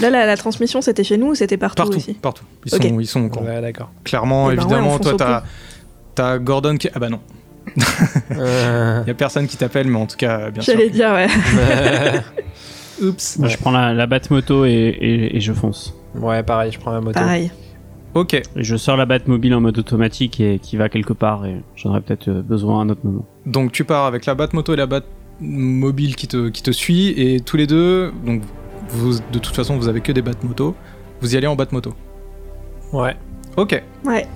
Speaker 2: Là, la, la transmission, c'était chez nous ou c'était partout,
Speaker 1: Partout,
Speaker 2: aussi
Speaker 1: partout. Ils sont,
Speaker 2: Ok.
Speaker 1: ils sont au courant.
Speaker 4: Ouais, d'accord.
Speaker 1: (laughs) Clairement,
Speaker 2: Eh ben ouais,
Speaker 1: évidemment,
Speaker 2: on fonce
Speaker 1: toi,
Speaker 2: au
Speaker 1: t'as, t'as Gordon qui... Ah bah non,
Speaker 4: Euh,
Speaker 1: il y a personne qui t'appelle, mais en tout cas, bien sûr.
Speaker 2: J'allais dire, ouais.
Speaker 4: euh,
Speaker 1: Oups.
Speaker 3: Moi, Je prends la, la moto et, et- et je fonce.
Speaker 4: (laughs) ouais, pareil, je prends ma moto.
Speaker 2: Pareil.
Speaker 1: Ok,
Speaker 3: Et je sors la mobile en mode automatique et qui va quelque part et j'en aurai peut-être euh, besoin à un autre moment.
Speaker 1: donc tu pars avec la Batmoto et la Batmobile qui te, qui te suit, et tous les deux, donc vous, de toute façon, vous avez que des Batmotos, vous y allez en Batmoto.
Speaker 4: Ouais.
Speaker 1: Ok.
Speaker 2: Ouais.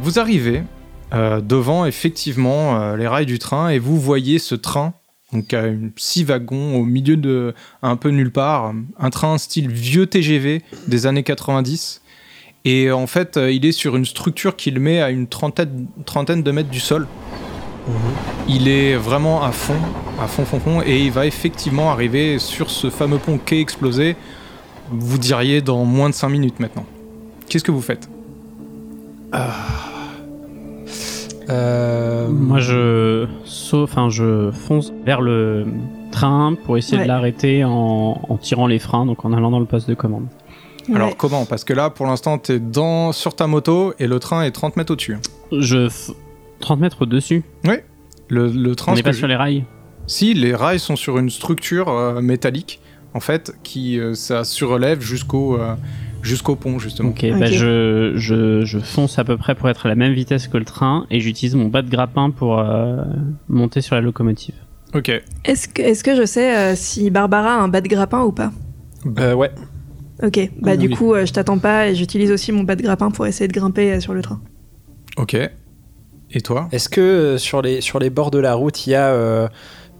Speaker 1: Vous arrivez euh, devant effectivement euh, les rails du train et vous voyez ce train donc à une- six wagons au milieu de un peu nulle part un train style vieux TGV des années 90 et en fait euh, il est sur une structure qu'il met à une trentaine, trentaine de mètres du sol il est vraiment à fond à fond fond fond et il va effectivement arriver sur ce fameux pont quai explosé vous diriez dans moins de 5 minutes maintenant qu'est-ce que vous faites
Speaker 4: Euh,
Speaker 3: Moi, je, sau- enfin, je fonce vers le train pour essayer
Speaker 2: Ouais.
Speaker 3: de l'arrêter en, en tirant les freins, donc en allant dans le poste de commande.
Speaker 1: Alors
Speaker 2: Ouais.
Speaker 1: comment Parce que là, pour l'instant, t'es dans sur ta moto et le train est 30 mètres au-dessus.
Speaker 3: Je f- 30 mètres au-dessus.
Speaker 1: Le, le train.
Speaker 3: On
Speaker 1: ce
Speaker 3: n'est pas
Speaker 1: que je-
Speaker 3: sur les rails.
Speaker 1: Si les rails sont sur une structure euh, métallique, en fait, qui euh, ça surélève jusqu'au euh, jusqu'au pont justement.
Speaker 3: Ok, bah,
Speaker 2: Ok.
Speaker 3: je, je, je fonce à peu près pour être à la même vitesse que le train et j'utilise mon bas de grappin pour euh, monter sur la locomotive.
Speaker 1: Ok.
Speaker 2: Est-ce que, est-ce que je sais euh, si Barbara a un bas de grappin ou pas
Speaker 4: euh, ouais.
Speaker 2: Ok, bah
Speaker 1: Oui,
Speaker 2: du
Speaker 1: oui.
Speaker 2: coup, euh, je t'attends pas et j'utilise aussi mon bas de grappin pour essayer de grimper euh, sur le train.
Speaker 1: Ok. Et toi
Speaker 4: Est-ce que euh, sur les, sur les bords de la route, il y a, euh,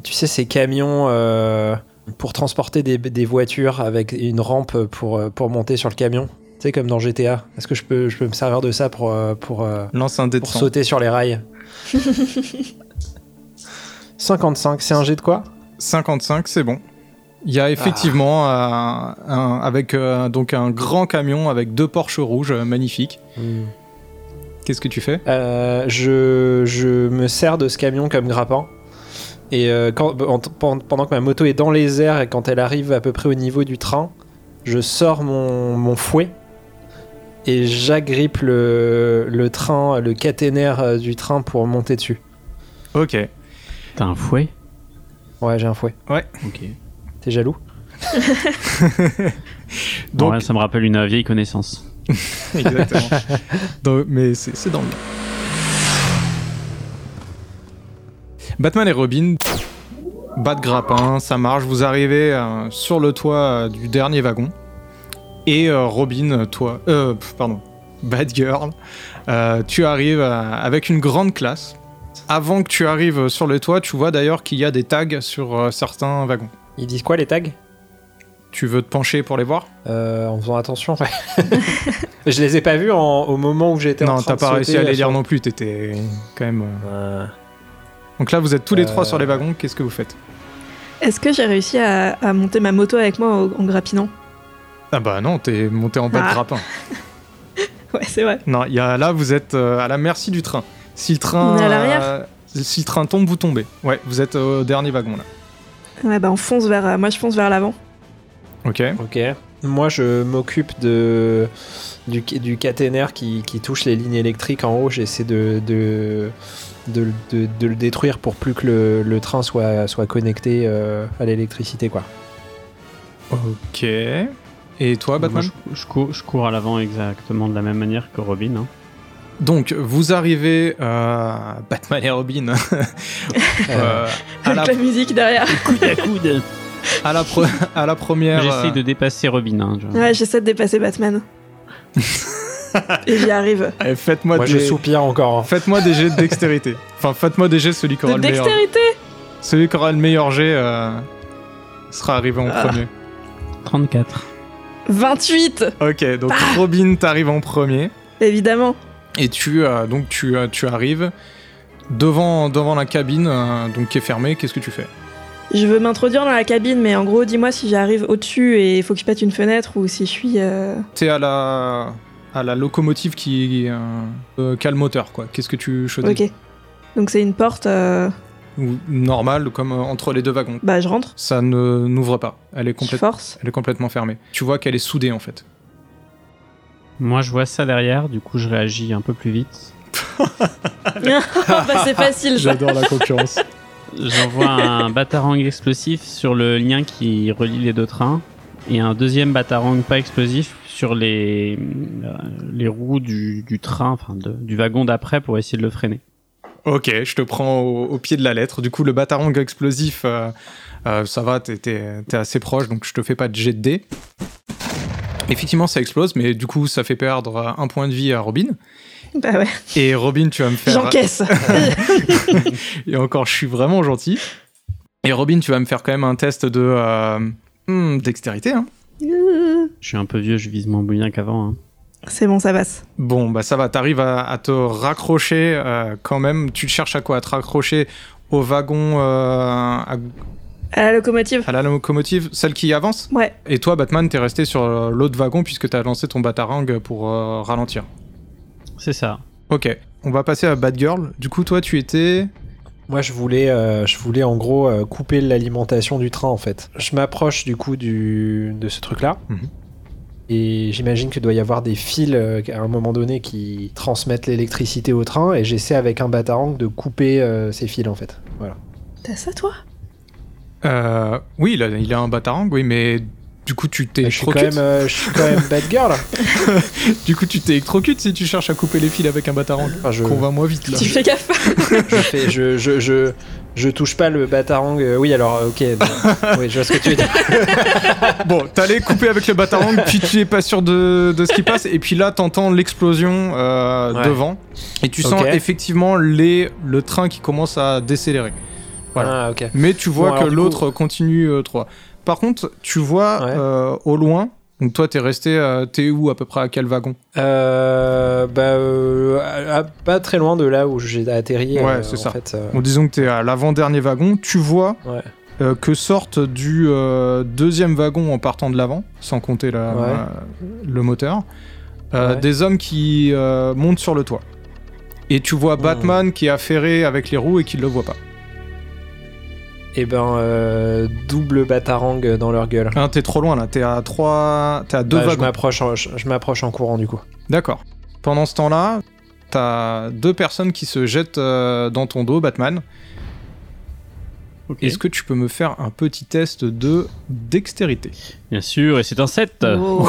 Speaker 4: tu sais, ces camions euh, pour transporter des, des voitures avec une rampe pour, euh, pour monter sur le camion Tu sais, comme dans GTA. Est-ce que je peux, je peux me servir de ça pour, euh, pour, euh,
Speaker 1: Lance un dé de
Speaker 4: pour
Speaker 1: 100.
Speaker 4: sauter sur les (laughs) rails 55, c'est un jet de quoi
Speaker 1: 55, c'est bon. Il y a effectivement
Speaker 4: Ah.
Speaker 1: euh, un, avec euh, donc un grand camion avec deux Porsche rouges euh, magnifiques.
Speaker 4: Hmm.
Speaker 1: Qu'est-ce que tu fais
Speaker 4: Euh, je, je me sers de ce camion comme grappin. Et euh, quand, en- pen- pendant que ma moto est dans les airs et quand elle arrive à peu près au niveau du train, je sors mon, mon fouet et j'agrippe le, le train, le caténaire euh, du train pour monter dessus.
Speaker 1: Ok.
Speaker 3: T'as un fouet
Speaker 4: Ouais, j'ai un fouet.
Speaker 3: Ok.
Speaker 4: T'es jaloux
Speaker 1: Donc-
Speaker 3: Donc... ça me rappelle une euh, vieille connaissance.
Speaker 1: (laughs) Exactement. Dans- mais c'est c'est dans le. Batman et Robin, bas de grappin, ça marche. Vous arrivez euh, sur le toit euh, du dernier wagon. Et euh, Robin, toi. Euh, pff, pardon. Bad Girl, euh, tu arrives euh, avec une grande classe. Avant que tu arrives euh, sur le toit, tu vois d'ailleurs qu'il y a des tags sur euh, certains wagons.
Speaker 4: Ils disent quoi les tags
Speaker 1: Tu veux te pencher pour les voir
Speaker 4: Euh, En faisant attention. (laughs) je les ai pas vus en- au moment où j'étais en
Speaker 1: Non,
Speaker 4: train
Speaker 1: t'as
Speaker 4: de
Speaker 1: pas réussi
Speaker 4: sauter
Speaker 1: à les
Speaker 4: sur-
Speaker 1: lire non plus. T'étais quand même. euh,
Speaker 4: Euh,
Speaker 1: Donc là, vous êtes tous les trois
Speaker 4: Euh.
Speaker 1: sur les wagons, qu'est-ce que vous faites
Speaker 2: Est-ce que j'ai réussi à, à monter ma moto avec moi au- en grappinant
Speaker 1: Ah bah non, t'es monté en bas de
Speaker 2: Ah.
Speaker 1: grappin.
Speaker 2: Ouais, c'est vrai.
Speaker 1: Non, il y a, là, vous êtes euh, à la merci du train. Si le train...
Speaker 2: On est à l'arrière
Speaker 1: euh, si le train tombe, vous tombez. Ouais, vous êtes au dernier wagon, là.
Speaker 2: Ouais, bah on fonce vers. euh, moi, je fonce vers l'avant.
Speaker 1: Ok.
Speaker 4: Ok. Moi, je m'occupe de du, du caténaire qui, qui touche les lignes électriques en haut. J'essaie de de, de, de- de le détruire pour plus que le, le train soit soit connecté euh, à l'électricité, quoi.
Speaker 1: Ok. Et toi,
Speaker 3: Moi,
Speaker 1: Batman
Speaker 3: je, je cours, je cours à l'avant exactement de la même manière que Robin. hein.
Speaker 1: Donc, vous arrivez... euh, (laughs) Batman et Robin.
Speaker 4: Euh,
Speaker 2: (laughs)
Speaker 1: euh, à, la,
Speaker 2: Avec la musique derrière.
Speaker 1: (laughs) à, la pre- à la première...
Speaker 3: J'essaye
Speaker 1: euh,
Speaker 3: de dépasser Robin. hein, je-
Speaker 2: Ouais, j'essaie de
Speaker 1: (laughs)
Speaker 2: dépasser Batman. et j'y arrive.
Speaker 1: eh, Faites-moi
Speaker 4: Moi, je
Speaker 1: des...
Speaker 4: soupire encore. hein.
Speaker 1: Faites-moi des jets de dextérité. Enfin, faites-moi des jets, celui qui aura
Speaker 2: De
Speaker 1: le meilleur...
Speaker 2: dextérité
Speaker 1: Celui qui aura le meilleur jet euh, sera arrivé en
Speaker 2: Ah.
Speaker 1: premier.
Speaker 3: 34.
Speaker 2: 28
Speaker 1: Ok, donc
Speaker 2: Ah.
Speaker 1: Robin t'arrive en premier
Speaker 2: Évidemment.
Speaker 1: et tu euh, donc tu euh, tu arrives devant devant la cabine euh, donc qui est fermée. Qu'est-ce que tu fais
Speaker 2: Je veux m'introduire dans la cabine, mais en gros, dis-moi si j'arrive au-dessus et il faut que je pète une fenêtre ou si je suis. euh,
Speaker 1: T'es à la à la locomotive qui euh, euh, qui a le moteur quoi. Qu'est-ce que tu choisis
Speaker 2: Ok. Donc c'est une porte. euh,
Speaker 1: Ou normal comme euh, entre les deux wagons.
Speaker 2: Bah, je rentre.
Speaker 1: Ça ne n'ouvre pas. Elle est
Speaker 2: Je
Speaker 1: complète-
Speaker 2: (laughs) force.
Speaker 1: Elle est complètement fermée. Tu vois qu'elle est soudée en fait.
Speaker 3: Moi, je vois ça derrière, du coup, je réagis un peu plus vite.
Speaker 2: bah, c'est facile, ça.
Speaker 1: J'adore la concurrence.
Speaker 3: J'envoie un batarang explosif sur le lien qui relie les deux trains et un deuxième batarang pas explosif sur les, euh, les roues du, du train, enfin de- du wagon d'après pour essayer de le freiner.
Speaker 1: Ok, je te prends au, au pied de la lettre. Du coup, le batarang explosif, euh, euh, ça va, t'es, t'es- t'es assez proche, donc je te fais pas de jet de dés. Effectivement, ça explose, mais du coup, ça fait perdre euh, un point de vie à Robin.
Speaker 2: (laughs) Bah ouais,
Speaker 1: Et Robin, tu vas me faire.
Speaker 2: j'encaisse.
Speaker 1: Et encore, je suis vraiment gentil. Et Robin, tu vas me faire quand même un test de euh, hmm, dextérité. hein.
Speaker 3: Je suis un peu vieux, je vise moins bien qu'avant. hein.
Speaker 2: (laughs) C'est bon, ça passe.
Speaker 1: Bon, bah ça va, t'arrives à, à te raccrocher euh, quand même. Tu cherches à quoi À te raccrocher au wagon, euh, à,
Speaker 2: À la locomotive
Speaker 1: à la locomotive, celle qui avance
Speaker 2: Ouais,
Speaker 1: Et toi, Batman, t'es resté sur euh, l'autre wagon puisque t'as lancé ton batarang pour euh, ralentir.
Speaker 3: C'est ça.
Speaker 1: Ok, on va passer à Batgirl. Du coup, toi, tu étais.
Speaker 4: Moi, je voulais, euh, je voulais en gros euh, couper l'alimentation du train en fait. Je m'approche du coup du, de ce truc-là.
Speaker 1: Mhm.
Speaker 4: Et j'imagine que doit y avoir des fils euh, à un moment donné qui transmettent l'électricité au train. Et j'essaie avec un batarang de couper euh, ces fils en fait. Voilà.
Speaker 2: t'as ça toi
Speaker 1: Euh, oui, il a, il a un batarang, oui, mais du coup, tu
Speaker 4: je, suis quand
Speaker 1: t'électrocutes.
Speaker 4: même, euh, je suis quand même bad girl.
Speaker 1: (laughs) Du coup, tu t'électrocutes si tu cherches à couper les fils avec un batarang.
Speaker 4: Enfin, je,
Speaker 1: Convainc-moi vite là.
Speaker 2: (laughs) Tu fais gaffe
Speaker 4: (laughs) je, fais- je, je, je, je touche pas le batarang. euh, oui, alors, ok.
Speaker 1: (laughs)
Speaker 4: bon. oui, je vois ce que tu veux dire.
Speaker 1: Bon, t'allais couper avec le batarang, puis tu es pas sûr de, de ce qui passe, et puis là, t'entends l'explosion euh,
Speaker 4: Ouais.
Speaker 1: devant, et tu sens
Speaker 4: Ok.
Speaker 1: effectivement les, le train qui commence à décélérer. Voilà.
Speaker 4: Ah, ok.
Speaker 1: Mais tu
Speaker 4: Bon,
Speaker 1: vois
Speaker 4: alors,
Speaker 1: que
Speaker 4: du coup-
Speaker 1: l'autre continue euh, trois. Par contre, tu vois
Speaker 4: Ouais.
Speaker 1: euh, au loin, donc toi, t'es resté, euh, t'es où à peu près à quel wagon
Speaker 4: Euh, bah, euh, à- à- pas très loin de là où j'ai atterri.
Speaker 1: Ouais,
Speaker 4: euh,
Speaker 1: c'est
Speaker 4: en
Speaker 1: ça.
Speaker 4: fait, euh,
Speaker 1: Bon, disons que t'es à l'avant-dernier wagon, tu vois
Speaker 4: Ouais.
Speaker 1: euh, que sortent du euh, deuxième wagon en partant de l'avant, sans compter la-
Speaker 4: Ouais.
Speaker 1: euh, le moteur, euh,
Speaker 4: Ouais.
Speaker 1: des hommes qui euh, montent sur le toit. Et tu
Speaker 4: Hmm.
Speaker 1: vois Batman qui est affairé avec les roues et qui ne le voit pas.
Speaker 4: Et ben, euh, double batarang dans leur gueule.
Speaker 1: Hein, t'es trop loin là, t'es à trois, t'es à deux
Speaker 4: Bah, je
Speaker 1: wagons.
Speaker 4: m'approche, en, je, je m'approche en courant du coup.
Speaker 1: D'accord. Pendant ce temps-là, t'as deux personnes qui se jettent euh, dans ton dos, Batman.
Speaker 3: Ok.
Speaker 1: Est-ce que tu peux me faire un petit test de dextérité
Speaker 3: Bien sûr, et c'est un 7.
Speaker 2: Oh.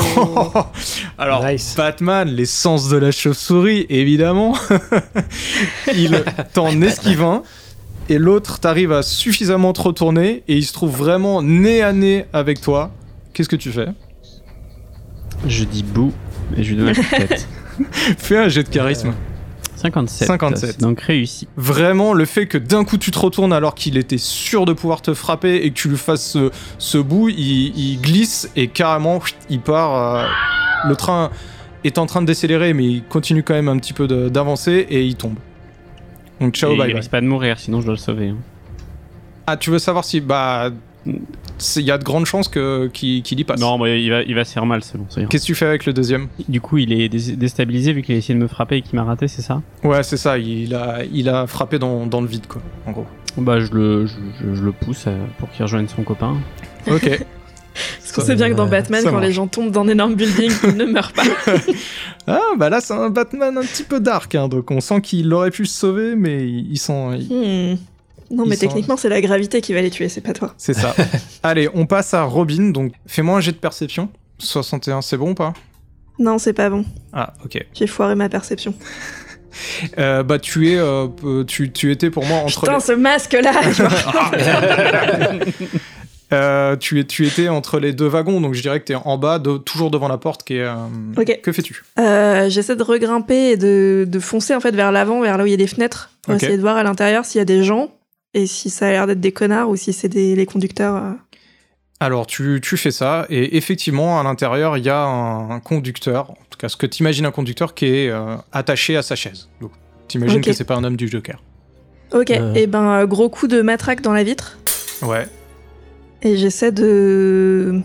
Speaker 1: Alors,
Speaker 4: Nice.
Speaker 1: Batman, les sens de la chauve-souris, évidemment. (laughs) il t'en esquive un. Et l'autre t'arrive à suffisamment te retourner et il se trouve vraiment nez à nez avec toi. Qu'est-ce que tu fais
Speaker 3: Je dis bou et je lui donne la petite tête.
Speaker 1: Fais un jet de charisme.
Speaker 3: 57.
Speaker 1: 57.
Speaker 3: C'est Donc réussi.
Speaker 1: Vraiment, le fait que d'un coup tu te retournes alors qu'il était sûr de pouvoir te frapper et que tu lui fasses ce, ce bout, il, il glisse et carrément, chut, il part. euh, le train est en train de décélérer, mais il continue quand même un petit peu de- d'avancer et il tombe. Donc, ciao,
Speaker 3: et
Speaker 1: bye
Speaker 3: il
Speaker 1: bye.
Speaker 3: risque pas de mourir, sinon je dois le sauver. hein.
Speaker 1: Ah, tu veux savoir si. Bah. c'est- Il y a de grandes chances que- qu'il qu'il y passe.
Speaker 3: Non, bah, il va, il va se faire mal, c'est bon. ça ira.
Speaker 1: Qu'est-ce que tu fais avec le deuxième
Speaker 3: Du coup, il est dés- déstabilisé vu qu'il a essayé de me frapper et qu'il m'a raté, c'est ça
Speaker 1: Ouais, c'est ça, il a, il a frappé dans, dans le vide, quoi, en gros.
Speaker 3: Bah, je le, je, je- je le pousse euh, pour qu'il rejoigne son copain.
Speaker 1: Ok.
Speaker 2: Parce qu'on sait bien que dans
Speaker 4: Euh,
Speaker 2: Batman,
Speaker 1: ça
Speaker 2: quand les gens tombent d'un énorme building, ils ne
Speaker 1: (laughs)
Speaker 2: meurent pas.
Speaker 1: ah, bah là, c'est un Batman un petit peu dark, hein, donc on sent qu'il aurait pu se sauver, mais il, il s'en.
Speaker 2: (laughs)
Speaker 1: il-
Speaker 2: Hmm. Non, mais
Speaker 1: Ils sont-
Speaker 2: techniquement, c'est la gravité qui va les tuer, c'est pas toi.
Speaker 1: C'est ça. Allez, on passe à Robin, donc fais-moi un jet de perception. 61, c'est bon ou pas
Speaker 2: Non, c'est pas bon.
Speaker 1: Ah, ok.
Speaker 2: J'ai foiré ma perception.
Speaker 1: Euh, bah, tu es. euh, peu- tu, tu étais pour moi entre.
Speaker 2: Putain,
Speaker 1: les-
Speaker 2: ce masque-là (laughs) je me
Speaker 1: Euh, tu, es- tu étais entre les deux wagons, donc je dirais que t'es en bas, de- toujours devant la porte qui est. euh,
Speaker 2: Ok.
Speaker 1: Que fais-tu
Speaker 2: Euh, J'essaie de regrimper et de, de foncer en fait vers l'avant, vers là où il y a des fenêtres, pour
Speaker 1: Ok.
Speaker 2: essayer de voir à l'intérieur s'il y a des gens et si ça a l'air d'être des connards ou si c'est des- les conducteurs. euh.
Speaker 1: Alors, tu, tu fais ça, et effectivement, à l'intérieur, il y a un, un conducteur, en tout cas ce que t'imagines un conducteur qui est euh, attaché à sa chaise. Donc, t'imagines
Speaker 2: Ok.
Speaker 1: que c'est pas un homme du Joker.
Speaker 2: Ok,
Speaker 4: Euh.
Speaker 2: et ben euh, gros coup de matraque dans la vitre
Speaker 1: Ouais.
Speaker 2: et j'essaie de.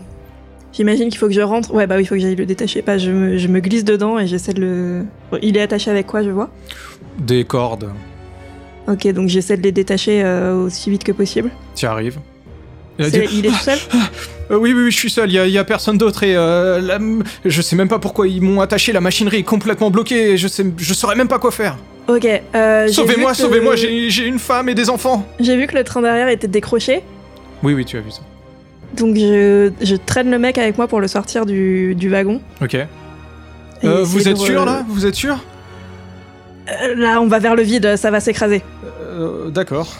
Speaker 2: J'imagine qu'il faut que je rentre. Ouais, bah oui, il faut que j'aille le détacher. Pas, je me, je me glisse dedans et j'essaie de le. Bon, Il est attaché avec quoi, je vois
Speaker 1: Des cordes,
Speaker 2: Ok, donc j'essaie de les détacher euh, aussi vite que possible.
Speaker 1: t'y arrives. Il a dit,
Speaker 2: C'est- Il est
Speaker 1: (laughs)
Speaker 2: tout seul
Speaker 1: Euh, oui, oui, oui, je suis seul, il y a, il y a personne d'autre, et euh, la- je sais même pas pourquoi ils m'ont attaché, la machinerie est complètement bloquée, et je, sais, je saurais même pas quoi faire.
Speaker 2: Ok. euh, j'ai
Speaker 1: Sauvez-moi,
Speaker 2: vu que-
Speaker 1: sauvez-moi, j'ai j'ai une femme et des enfants.
Speaker 2: J'ai vu que le train derrière était décroché.
Speaker 1: Oui, oui, tu as vu ça.
Speaker 2: Donc je, je traîne le mec avec moi pour le sortir du, du wagon.
Speaker 1: Ok.
Speaker 2: Et
Speaker 1: Euh,
Speaker 2: essayer
Speaker 1: vous
Speaker 2: de
Speaker 1: êtes
Speaker 2: re-
Speaker 1: sûr là Vous êtes sûr
Speaker 2: Euh, Là, on va vers le vide, ça va s'écraser.
Speaker 1: Euh, D'accord.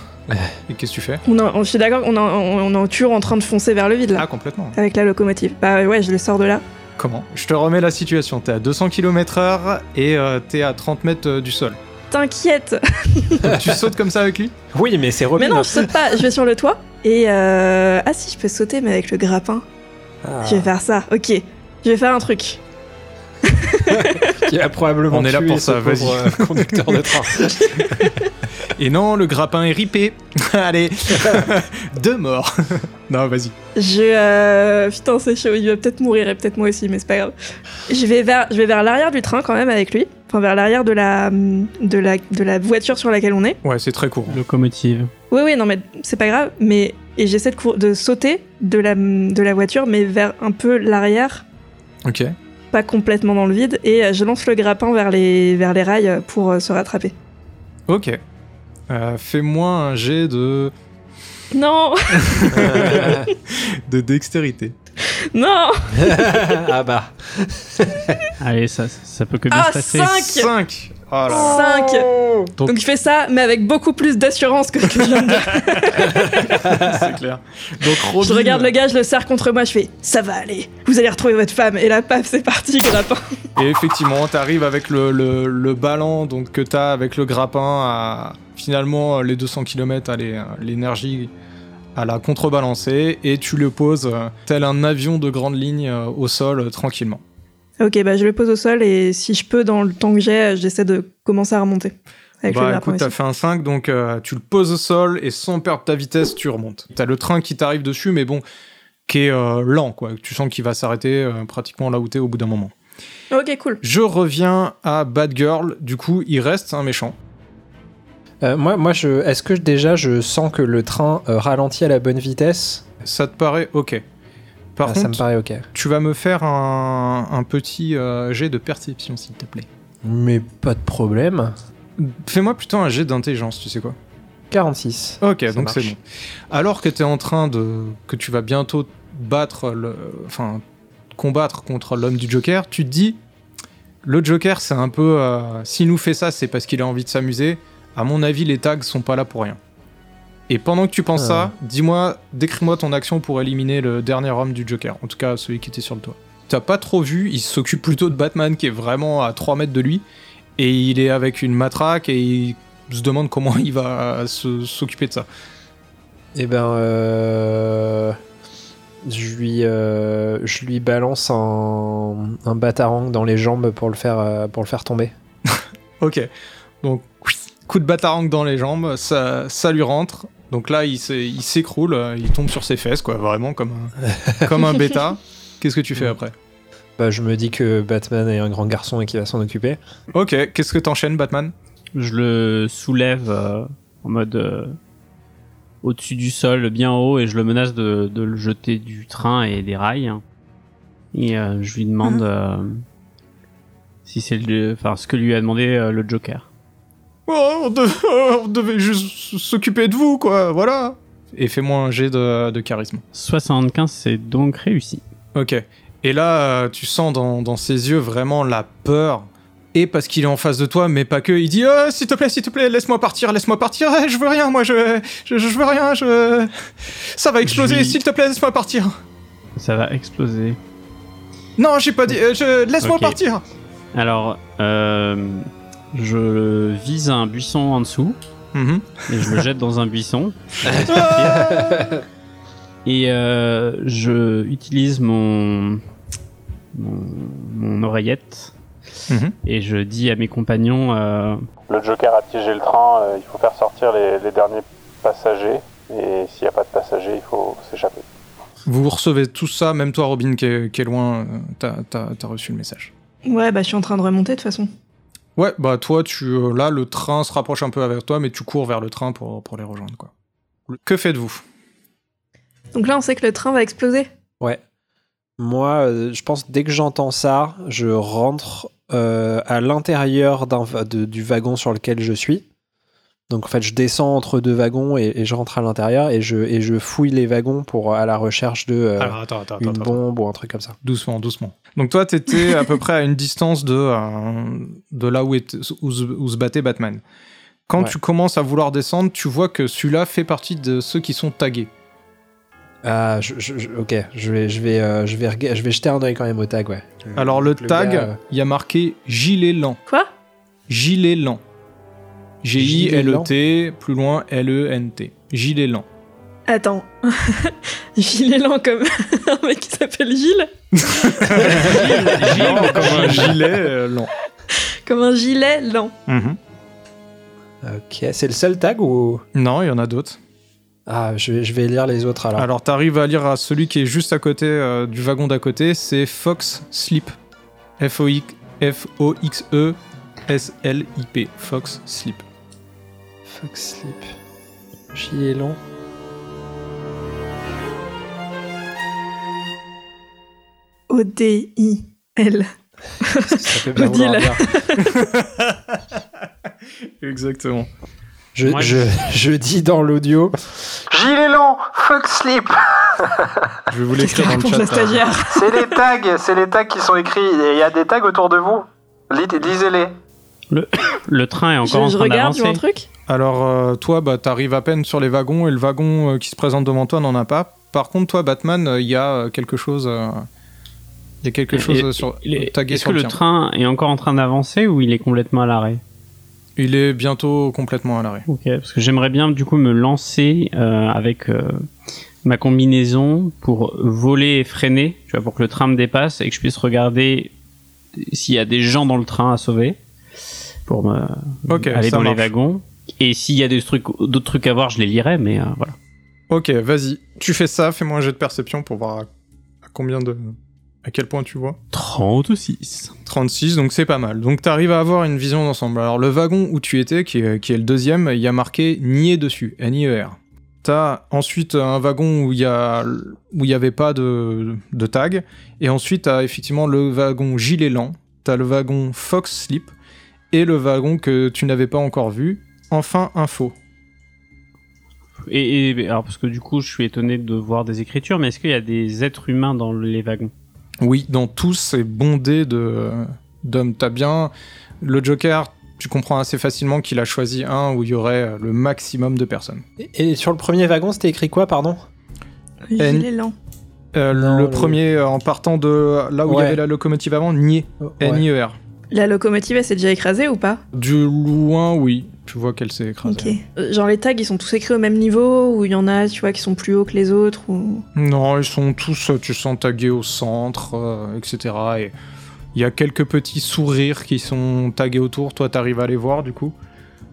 Speaker 1: Et qu'est-ce que tu fais
Speaker 2: On en- on- je suis d'accord, on, en- on, on est toujours en train de foncer vers le vide là,
Speaker 1: Ah, complètement.
Speaker 2: avec la locomotive. Bah ouais, je le sors de là.
Speaker 1: Comment Je te remets la situation. T'es à 200 km/h et euh, t'es à 30 mètres euh, du sol.
Speaker 2: (laughs) T'inquiète
Speaker 1: Donc, tu sautes comme ça avec lui
Speaker 4: Oui, mais c'est Robin.
Speaker 2: Mais non, je saute pas, je vais sur le toit. Et euh... Ah si, je peux sauter, mais avec le grappin.
Speaker 4: Ah,
Speaker 2: Je vais faire ça, ok. Je vais faire un truc.
Speaker 4: qui a probablement
Speaker 1: On est là
Speaker 4: tué
Speaker 1: pour
Speaker 4: ce
Speaker 1: ça,
Speaker 4: pauvre,
Speaker 1: vas-y.
Speaker 4: euh, conducteur de train.
Speaker 1: Et non, le grappin est ripé. (laughs) Allez, deux morts. (laughs) non, vas-y.
Speaker 2: Je... euh, Putain, c'est chaud, il va peut-être mourir, et peut-être moi aussi, mais c'est pas grave. Je vais vers, je vais vers l'arrière du train quand même avec lui. Enfin, vers l'arrière de la... De, la... de la voiture sur laquelle on est.
Speaker 1: Ouais, c'est très court.
Speaker 3: Locomotive.
Speaker 2: Oui, oui, non, mais c'est pas grave. Mais et j'essaie de, cour- de sauter de la, de la voiture, mais vers un peu l'arrière,
Speaker 1: Ok.
Speaker 2: pas complètement dans le vide, et euh, je lance le grappin vers les, vers les rails euh, pour euh, se rattraper.
Speaker 1: Ok. Euh, Fais-moi un jet de,
Speaker 2: Non, (laughs)
Speaker 1: (laughs) de dextérité.
Speaker 2: non,
Speaker 4: ah bah.
Speaker 3: Allez, ça, ça peut que bien
Speaker 2: Ah,
Speaker 3: se passer.
Speaker 2: Cinq
Speaker 1: Cinq. Oh là là.
Speaker 2: 5
Speaker 1: Donc-
Speaker 2: Donc... je fais ça, mais avec beaucoup plus d'assurance que ce que je viens de dire.
Speaker 1: c'est clair. Donc Robin,
Speaker 2: Oh. Je regarde le gars, je le serre contre moi, je fais ça va aller, vous allez retrouver votre femme, et là, paf, c'est parti, grappin.
Speaker 1: Et effectivement, t'arrives avec le, le, le ballon donc, que t'as avec le grappin à finalement les 200 km à les- l'énergie à la contrebalancer et tu le poses euh, tel un avion de grande ligne euh, au sol euh, tranquillement.
Speaker 2: Ok, bah je le pose au sol, et si je peux, dans le temps que j'ai, euh, j'essaie de commencer à remonter. Avec le
Speaker 1: bah
Speaker 2: grappin
Speaker 1: écoute, t'as
Speaker 2: aussi.
Speaker 1: fait un 5, donc euh, tu le poses au sol et sans perdre ta vitesse, tu remontes. T'as le train qui t'arrive dessus, mais bon, qui est euh, lent, quoi. Tu sens qu'il va s'arrêter euh, pratiquement là où t'es au bout d'un moment.
Speaker 2: Ok, cool.
Speaker 1: Je reviens à Bad Girl, du coup, il reste un méchant.
Speaker 4: Euh, moi, moi je, est-ce que je- déjà je sens que le train euh, ralentit à la bonne vitesse
Speaker 1: Ça te paraît ok. Par
Speaker 4: Ah,
Speaker 1: contre,
Speaker 4: Ça me paraît ok.
Speaker 1: tu vas me faire un, un petit euh, jet de perception, s'il te plaît.
Speaker 4: Mais pas de problème.
Speaker 1: Fais-moi plutôt un jet d'intelligence, tu sais quoi.
Speaker 4: 46.
Speaker 1: Ok,
Speaker 4: Ça
Speaker 1: donc c'est
Speaker 4: marche.
Speaker 1: bon. Alors que tu es en train de. que tu vas bientôt battre le. enfin, combattre contre l'homme du Joker, tu te dis. Le Joker, c'est un peu. euh, S'il nous fait ça, c'est parce qu'il a envie de s'amuser. À mon avis, les tags sont pas là pour rien. Et pendant que tu penses
Speaker 4: Ah.
Speaker 1: ça, dis-moi, décris-moi ton action pour éliminer le dernier homme du Joker, en tout cas celui qui était sur le toit. T'as pas trop vu, il s'occupe plutôt de Batman qui est vraiment à 3 mètres de lui, et il est avec une matraque et il se demande comment il va se- s'occuper de ça.
Speaker 4: Eh ben, euh, je lui, euh, je lui balance un, un batarang dans les jambes pour le faire, euh, pour le faire tomber.
Speaker 1: Ok. Donc, coup de batarang dans les jambes, ça, ça lui rentre. Donc là, il s'é- il s'écroule, euh, il tombe sur ses fesses, quoi, vraiment comme un, comme un bêta. Qu'est-ce que tu fais après
Speaker 4: Bah, je me dis que Batman est un grand garçon et qu'il va s'en occuper.
Speaker 1: Ok, qu'est-ce que t'enchaînes, Batman
Speaker 3: Je le soulève euh, en mode euh, au-dessus du sol, bien haut, et je le menace de, de le jeter du train et des rails. Et euh, je lui demande euh, si c'est le, enfin ce que lui a demandé euh, le Joker.
Speaker 1: Oh, on, de- on devait (laughs) juste s'occuper de vous, quoi, voilà Et fais-moi un jet de, de charisme.
Speaker 3: 75, c'est donc réussi.
Speaker 1: Ok. Et là, euh, tu sens dans, dans ses yeux vraiment la peur. Et parce qu'il est en face de toi, mais pas que, il dit Ah, S'il te plaît, s'il te plaît, laisse-moi partir, laisse-moi partir, Eh, je veux rien, moi, je, je, je veux rien, je. Ça va exploser,
Speaker 3: Je lui-
Speaker 1: s'il te plaît, laisse-moi partir.
Speaker 3: Ça va exploser.
Speaker 1: Non, j'ai pas dit, euh, je... laisse-moi
Speaker 3: Ok.
Speaker 1: partir.
Speaker 3: Alors, euh, je vise un buisson en dessous
Speaker 1: Mhm.
Speaker 3: et je le jette dans un buisson.
Speaker 1: Ah
Speaker 3: Et euh, je utilise mon, mon, mon oreillette
Speaker 1: Mhm.
Speaker 3: et je dis à mes compagnons euh,
Speaker 5: Le Joker a piégé le train, euh, il faut faire sortir les, les derniers passagers. Et s'il n'y a pas de passagers, il faut s'échapper.
Speaker 1: Vous recevez tout ça, même toi, Robin, qui est, qui est loin, euh, t'as- t'as t'as reçu le message.
Speaker 2: Ouais, bah je suis en train de remonter de toute façon.
Speaker 1: Ouais, bah toi, tu euh, là, le train se rapproche un peu avec toi, mais tu cours vers le train pour, pour les rejoindre, quoi. Que faites-vous
Speaker 2: Donc là, on sait que le train va exploser.
Speaker 4: Ouais. Moi, euh, je pense dès que j'entends ça, je rentre euh, à l'intérieur d'un va- de- du wagon sur lequel je suis. Donc en fait, je descends entre deux wagons et, et je rentre à l'intérieur et je, et je fouille les wagons pour euh, à la recherche de euh,
Speaker 1: attends, attends,
Speaker 4: une bombe ou un truc comme ça.
Speaker 1: Doucement, doucement. Donc toi, t'étais à peu près à une distance de, euh, de là où, est- où se- où se battait Batman. Quand
Speaker 4: Ouais.
Speaker 1: tu commences à vouloir descendre, tu vois que celui-là fait partie de ceux qui sont tagués.
Speaker 4: Ah, je, je- je- ok, je vais, je, vais, euh, je, vais rega- je vais jeter un oeil quand même au tag, ouais.
Speaker 1: Alors le,
Speaker 4: le
Speaker 1: tag, il
Speaker 4: gars, euh,
Speaker 1: y a marqué gilet lent.
Speaker 2: Quoi
Speaker 1: Gilet lent.
Speaker 4: Gilet lent.
Speaker 1: G-I-L-E-T, plus loin L-E-N-T. Gilet lent.
Speaker 2: Attends. (laughs) Gilles est lent comme (laughs) un mec qui s'appelle Gilles.
Speaker 1: Lent comme un gilet euh, lent. Mhm.
Speaker 2: Comme un gilet lent.
Speaker 4: Ok, c'est le seul tag ou.
Speaker 1: Non, il y en a d'autres.
Speaker 4: Ah, je vais, je vais lire les
Speaker 3: Ah.
Speaker 4: autres alors.
Speaker 1: Alors, t'arrives à lire à celui qui est juste à côté euh, du wagon d'à côté, c'est Fox Sleep. F-O-X- F-O-X-E S-L-I-P. Fox Sleep.
Speaker 4: Fox Sleep. Gilet long.
Speaker 2: O-D-I-L.
Speaker 4: Ça (laughs) peut bien
Speaker 2: Odile.
Speaker 4: vouloir dire.
Speaker 1: Exactement.
Speaker 4: Je,
Speaker 3: Ouais.
Speaker 4: je, je dis dans l'audio.
Speaker 6: Gilet long, fuck slip.
Speaker 1: Je vais vous
Speaker 2: Qu'est-ce qu'il
Speaker 1: l'écrire dans le
Speaker 2: raconte
Speaker 1: chat.
Speaker 2: la
Speaker 1: euh,
Speaker 2: stagiaire
Speaker 6: C'est les tags, c'est les tags qui sont écrits. Il y a des tags autour de vous. Lis- Lisez-les.
Speaker 3: Le train est
Speaker 2: Je,
Speaker 3: encore en
Speaker 2: je
Speaker 3: train
Speaker 2: regarde, je vois
Speaker 3: d'avancer.
Speaker 2: un truc
Speaker 1: Alors euh, toi, bah, t'arrives à peine sur les wagons et le wagon euh, qui se présente devant toi n'en a pas. Par contre, toi, Batman, euh, il y a euh, quelque chose, euh, il y a quelque
Speaker 3: Et-
Speaker 1: chose euh, sur
Speaker 3: Il est-
Speaker 1: tagué
Speaker 3: Est-ce que
Speaker 1: sur le
Speaker 3: le
Speaker 1: tien.
Speaker 3: train est encore en train d'avancer ou il est complètement à l'arrêt
Speaker 1: Il est bientôt complètement à l'arrêt.
Speaker 3: Ok, parce que j'aimerais bien du coup me lancer euh, avec euh, ma combinaison pour voler et freiner, tu vois, pour que le train me dépasse et que je puisse regarder s'il y a des gens dans le train à sauver pour me-
Speaker 1: Ok,
Speaker 3: aller
Speaker 1: ça
Speaker 3: dans
Speaker 1: marche.
Speaker 3: les wagons. Et s'il y a des trucs, d'autres trucs à voir, je les lirai, mais euh, voilà.
Speaker 1: Ok, vas-y, tu fais ça, fais-moi un jet de perception pour voir à, à combien de, à quel point tu vois.
Speaker 3: 36.
Speaker 1: 36, donc c'est pas mal. Donc t'arrives à avoir une vision d'ensemble. Alors le wagon où tu étais, qui est, qui est le deuxième, il y a marqué nier dessus, N-I-E-R. T'as ensuite un wagon où il y a où il y avait pas de, de tag, et ensuite t'as effectivement le wagon gilet lent, t'as le wagon fox slip et le wagon que tu n'avais pas encore vu. Enfin info.
Speaker 3: Et, et- alors, parce que du coup, je suis étonné de voir des écritures, mais est-ce qu'il y a des êtres humains dans les wagons
Speaker 1: Oui, dans tous, c'est bondé de d'hommes. T'as bien le Joker. Tu comprends assez facilement qu'il a choisi un où il y aurait le maximum de personnes.
Speaker 4: Et, et sur le premier wagon, c'était écrit quoi, pardon
Speaker 1: N-
Speaker 2: Gilet lent.
Speaker 1: Euh,
Speaker 4: Non,
Speaker 1: le
Speaker 4: le-
Speaker 1: premier euh, en partant de là où il
Speaker 4: Ouais.
Speaker 1: y avait la locomotive avant, Nier, E
Speaker 4: Ouais.
Speaker 1: N-I-E-R.
Speaker 2: La locomotive, elle s'est déjà écrasée ou pas
Speaker 1: Du loin, oui, tu vois qu'elle s'est écrasée.
Speaker 2: Ok. Euh, Genre les tags, ils sont tous écrits au même niveau ou il y en a, tu vois, qui sont plus hauts que les autres ou...
Speaker 1: Non, ils sont tous, euh, tu sens, tagués au centre, euh, etc. Et il y a quelques petits sourires qui sont tagués autour. Toi, t'arrives à les voir, du coup.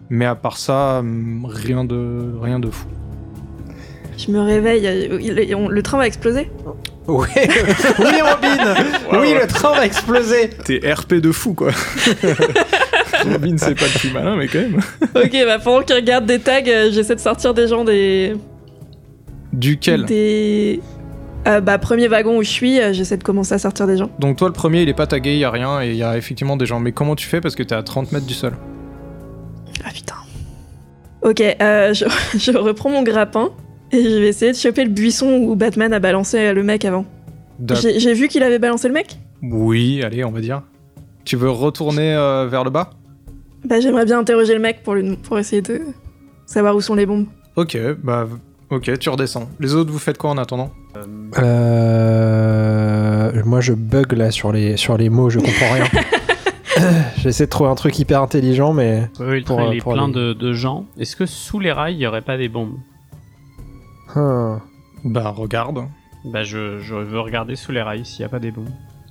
Speaker 1: Mais à part ça, hum, rien de, rien de fou.
Speaker 2: Je me réveille, euh, il- on- le train va exploser
Speaker 4: Oui, (laughs) oui, Robin Oui, le train va exploser
Speaker 1: T'es RP de fou, quoi. (laughs) Robin, c'est pas le plus malin, mais quand même.
Speaker 2: (laughs) Ok, bah pendant qu'il regarde des tags, euh, j'essaie de sortir des gens des...
Speaker 1: Duquel
Speaker 2: Des... Euh, bah premier wagon où je suis, euh, j'essaie de commencer à sortir des gens.
Speaker 1: Donc toi, le premier, il est pas tagué, il y a rien, et il y a effectivement des gens. Mais comment tu fais Parce que t'es à 30 mètres du sol.
Speaker 2: Ah putain. Ok, euh, je, (laughs) je reprends mon grappin et je vais essayer de choper le buisson où Batman a balancé euh, le mec avant.
Speaker 1: D'accord.
Speaker 2: J'ai j'ai vu qu'il avait balancé le mec
Speaker 1: Oui, allez, on va dire. Tu veux retourner euh, vers le bas
Speaker 2: Bah j'aimerais bien interroger le mec pour, lui, pour essayer de savoir où sont les bombes.
Speaker 1: Ok, bah, v- ok, tu redescends. Les autres, vous faites quoi en attendant
Speaker 4: Euh, moi, je bug là sur les, sur les mots, je comprends (laughs) rien. J'essaie de trouver un truc hyper intelligent, mais.
Speaker 3: Oui, le
Speaker 4: Pour,
Speaker 3: train
Speaker 4: euh,
Speaker 3: il est
Speaker 4: pour
Speaker 3: plein
Speaker 4: aller-
Speaker 3: de, de gens. Est-ce que sous les rails, il n'y aurait pas des bombes
Speaker 4: Hmm.
Speaker 1: Bah, regarde.
Speaker 3: Bah, je, je veux regarder sous les rails s'il n'y a pas des bombes.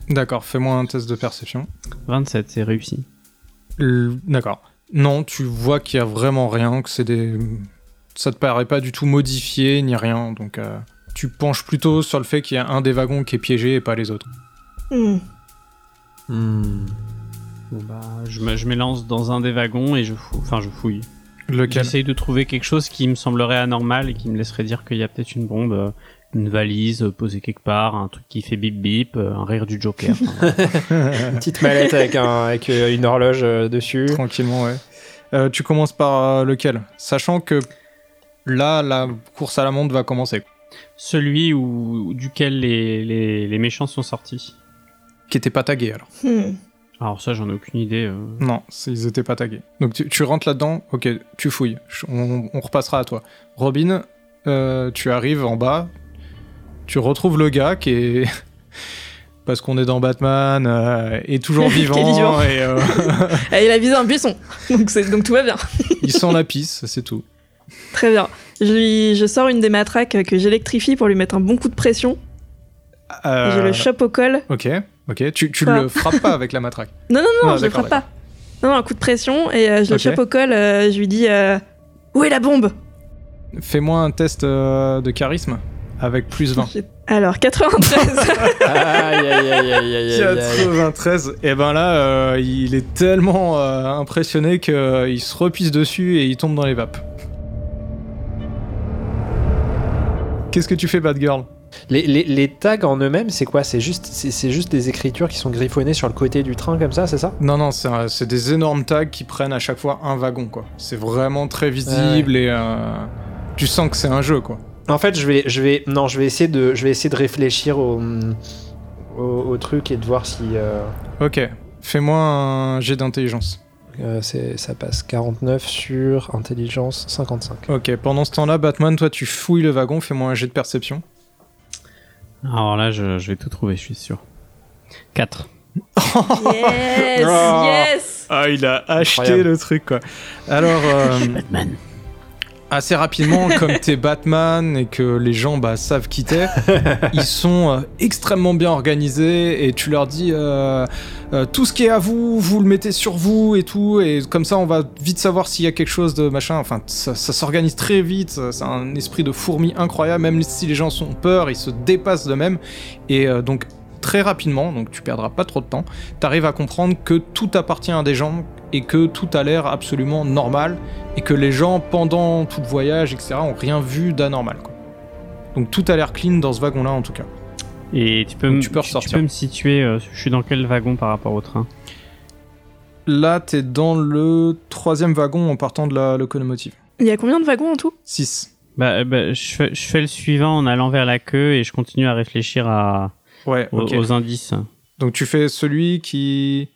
Speaker 1: D'accord, fais-moi un test de perception.
Speaker 3: 27, c'est réussi.
Speaker 1: L- D'accord. Non, tu vois qu'il y a vraiment rien, que c'est des. Ça te paraît pas du tout modifié, ni rien, donc. euh, Tu penches plutôt sur le fait qu'il y a un des wagons qui est piégé et pas les autres.
Speaker 2: Hmm.
Speaker 4: Hmm.
Speaker 3: Bon, bah, je me, je m'élance dans un des wagons et je fou- enfin, je fouille.
Speaker 1: Lequel
Speaker 3: J'essaye de trouver quelque chose qui me semblerait anormal et qui me laisserait dire qu'il y a peut-être une bombe, euh, une valise euh, posée quelque part, un truc qui fait bip bip, euh, un rire
Speaker 1: (laughs)
Speaker 3: du Joker. Enfin, voilà.
Speaker 4: Une petite (laughs) mallette avec, un, avec euh, une horloge euh, dessus.
Speaker 1: Tranquillement, ouais. Euh, tu commences par euh, lequel Sachant que là, la course à la montre va commencer.
Speaker 3: Celui où, duquel les, les, les méchants sont sortis.
Speaker 1: Qui était pas tagué alors.
Speaker 2: Hmm.
Speaker 3: Alors ça, j'en ai aucune idée. euh.
Speaker 1: Non, c'est- ils étaient pas tagués. Donc tu, tu rentres là-dedans, ok, tu fouilles. Je- On, on repassera à toi. Robin, euh, tu arrives en bas. tu retrouves le gars qui est. (laughs) Parce qu'on est dans Batman, euh, est toujours vivant,
Speaker 2: (laughs) Qui est vivant.
Speaker 1: et euh, (laughs)
Speaker 2: Et il a visé un buisson, (laughs) donc, c'est- donc tout va bien.
Speaker 1: il sent la pisse, c'est tout.
Speaker 2: Très bien. Je, lui- je sors une des matraques que j'électrifie pour lui mettre un bon coup de pression. Et Je
Speaker 1: Euh,
Speaker 2: le chope au col.
Speaker 1: ok, ok. Tu, tu
Speaker 2: Ah.
Speaker 1: le frappes pas avec la matraque.
Speaker 2: Non, non, non,
Speaker 1: Ah,
Speaker 2: je le
Speaker 1: d'accord,
Speaker 2: frappe pas. Non, non, un coup de pression et euh, je le
Speaker 1: Ok.
Speaker 2: chope au col. euh, je lui dis euh, Où est la bombe
Speaker 1: Fais-moi un test euh, de charisme avec plus 20.
Speaker 2: J'ai-
Speaker 1: (laughs)
Speaker 2: Alors, (laughs) 93.
Speaker 4: Aïe, aïe, aïe, aïe, aïe, aïe, aïe.
Speaker 1: 93. Et ben là, euh, il est tellement euh, impressionné qu'il se repisse dessus et il tombe dans les vapes. Qu'est-ce que tu fais, Bad Girl
Speaker 4: Les, les- les tags en eux-mêmes, c'est quoi C'est juste, c'est c'est juste des écritures qui sont griffonnées sur le côté du train comme ça, c'est ça
Speaker 1: Non, non, c'est un- c'est des énormes tags qui prennent à chaque fois un wagon, quoi. C'est vraiment très visible et euh, tu sens que c'est un jeu, quoi.
Speaker 4: En fait, je vais, je vais, non, je vais essayer de, je vais essayer de réfléchir au, au, au truc et de voir si euh,
Speaker 1: Ok, fais-moi un jet d'intelligence.
Speaker 4: euh, c'est- ça passe. 49 sur intelligence 55.
Speaker 1: Ok, pendant ce temps-là, Batman, toi, tu fouilles le wagon, fais-moi un jet de perception.
Speaker 3: Alors là, je, je vais tout trouver, je suis sûr. 4.
Speaker 2: yes,
Speaker 1: Oh.
Speaker 2: yes.
Speaker 1: Ah, il a acheté
Speaker 4: Incroyable.
Speaker 1: le truc, quoi. Alors, euh,
Speaker 3: Batman.
Speaker 1: assez rapidement, comme t'es Batman et que les gens bah, savent qui t'es, ils sont euh, extrêmement bien organisés et tu leur dis euh, euh, tout ce qui est à vous, vous le mettez sur vous et tout, et comme ça on va vite savoir s'il y a quelque chose de machin. Enfin, ça, ça s'organise très vite, ça- c'est un esprit de fourmi incroyable, même si les gens sont peur, ils se dépassent d'eux-mêmes, et euh, donc très rapidement, donc tu perdras pas trop de temps, t'arrives à comprendre que tout appartient à des gens et que tout a l'air absolument normal et que les gens, pendant tout le voyage, etc., ont rien vu d'anormal. quoi. Donc tout a l'air clean dans ce wagon-là, en tout cas.
Speaker 3: Et tu peux,
Speaker 1: Donc
Speaker 3: me-
Speaker 1: tu peux
Speaker 3: tu,
Speaker 1: ressortir.
Speaker 3: peux me situer, euh, je suis dans quel wagon par rapport au train
Speaker 1: Là, t'es dans le troisième wagon en partant de la locomotive.
Speaker 2: Il y a combien de wagons en tout
Speaker 1: 6.
Speaker 3: bah, euh, bah, je, fais, je fais le suivant en allant vers la queue et je continue à réfléchir à,
Speaker 1: Ouais,
Speaker 3: aux,
Speaker 1: ok.
Speaker 3: aux indices.
Speaker 1: Donc tu fais celui qui...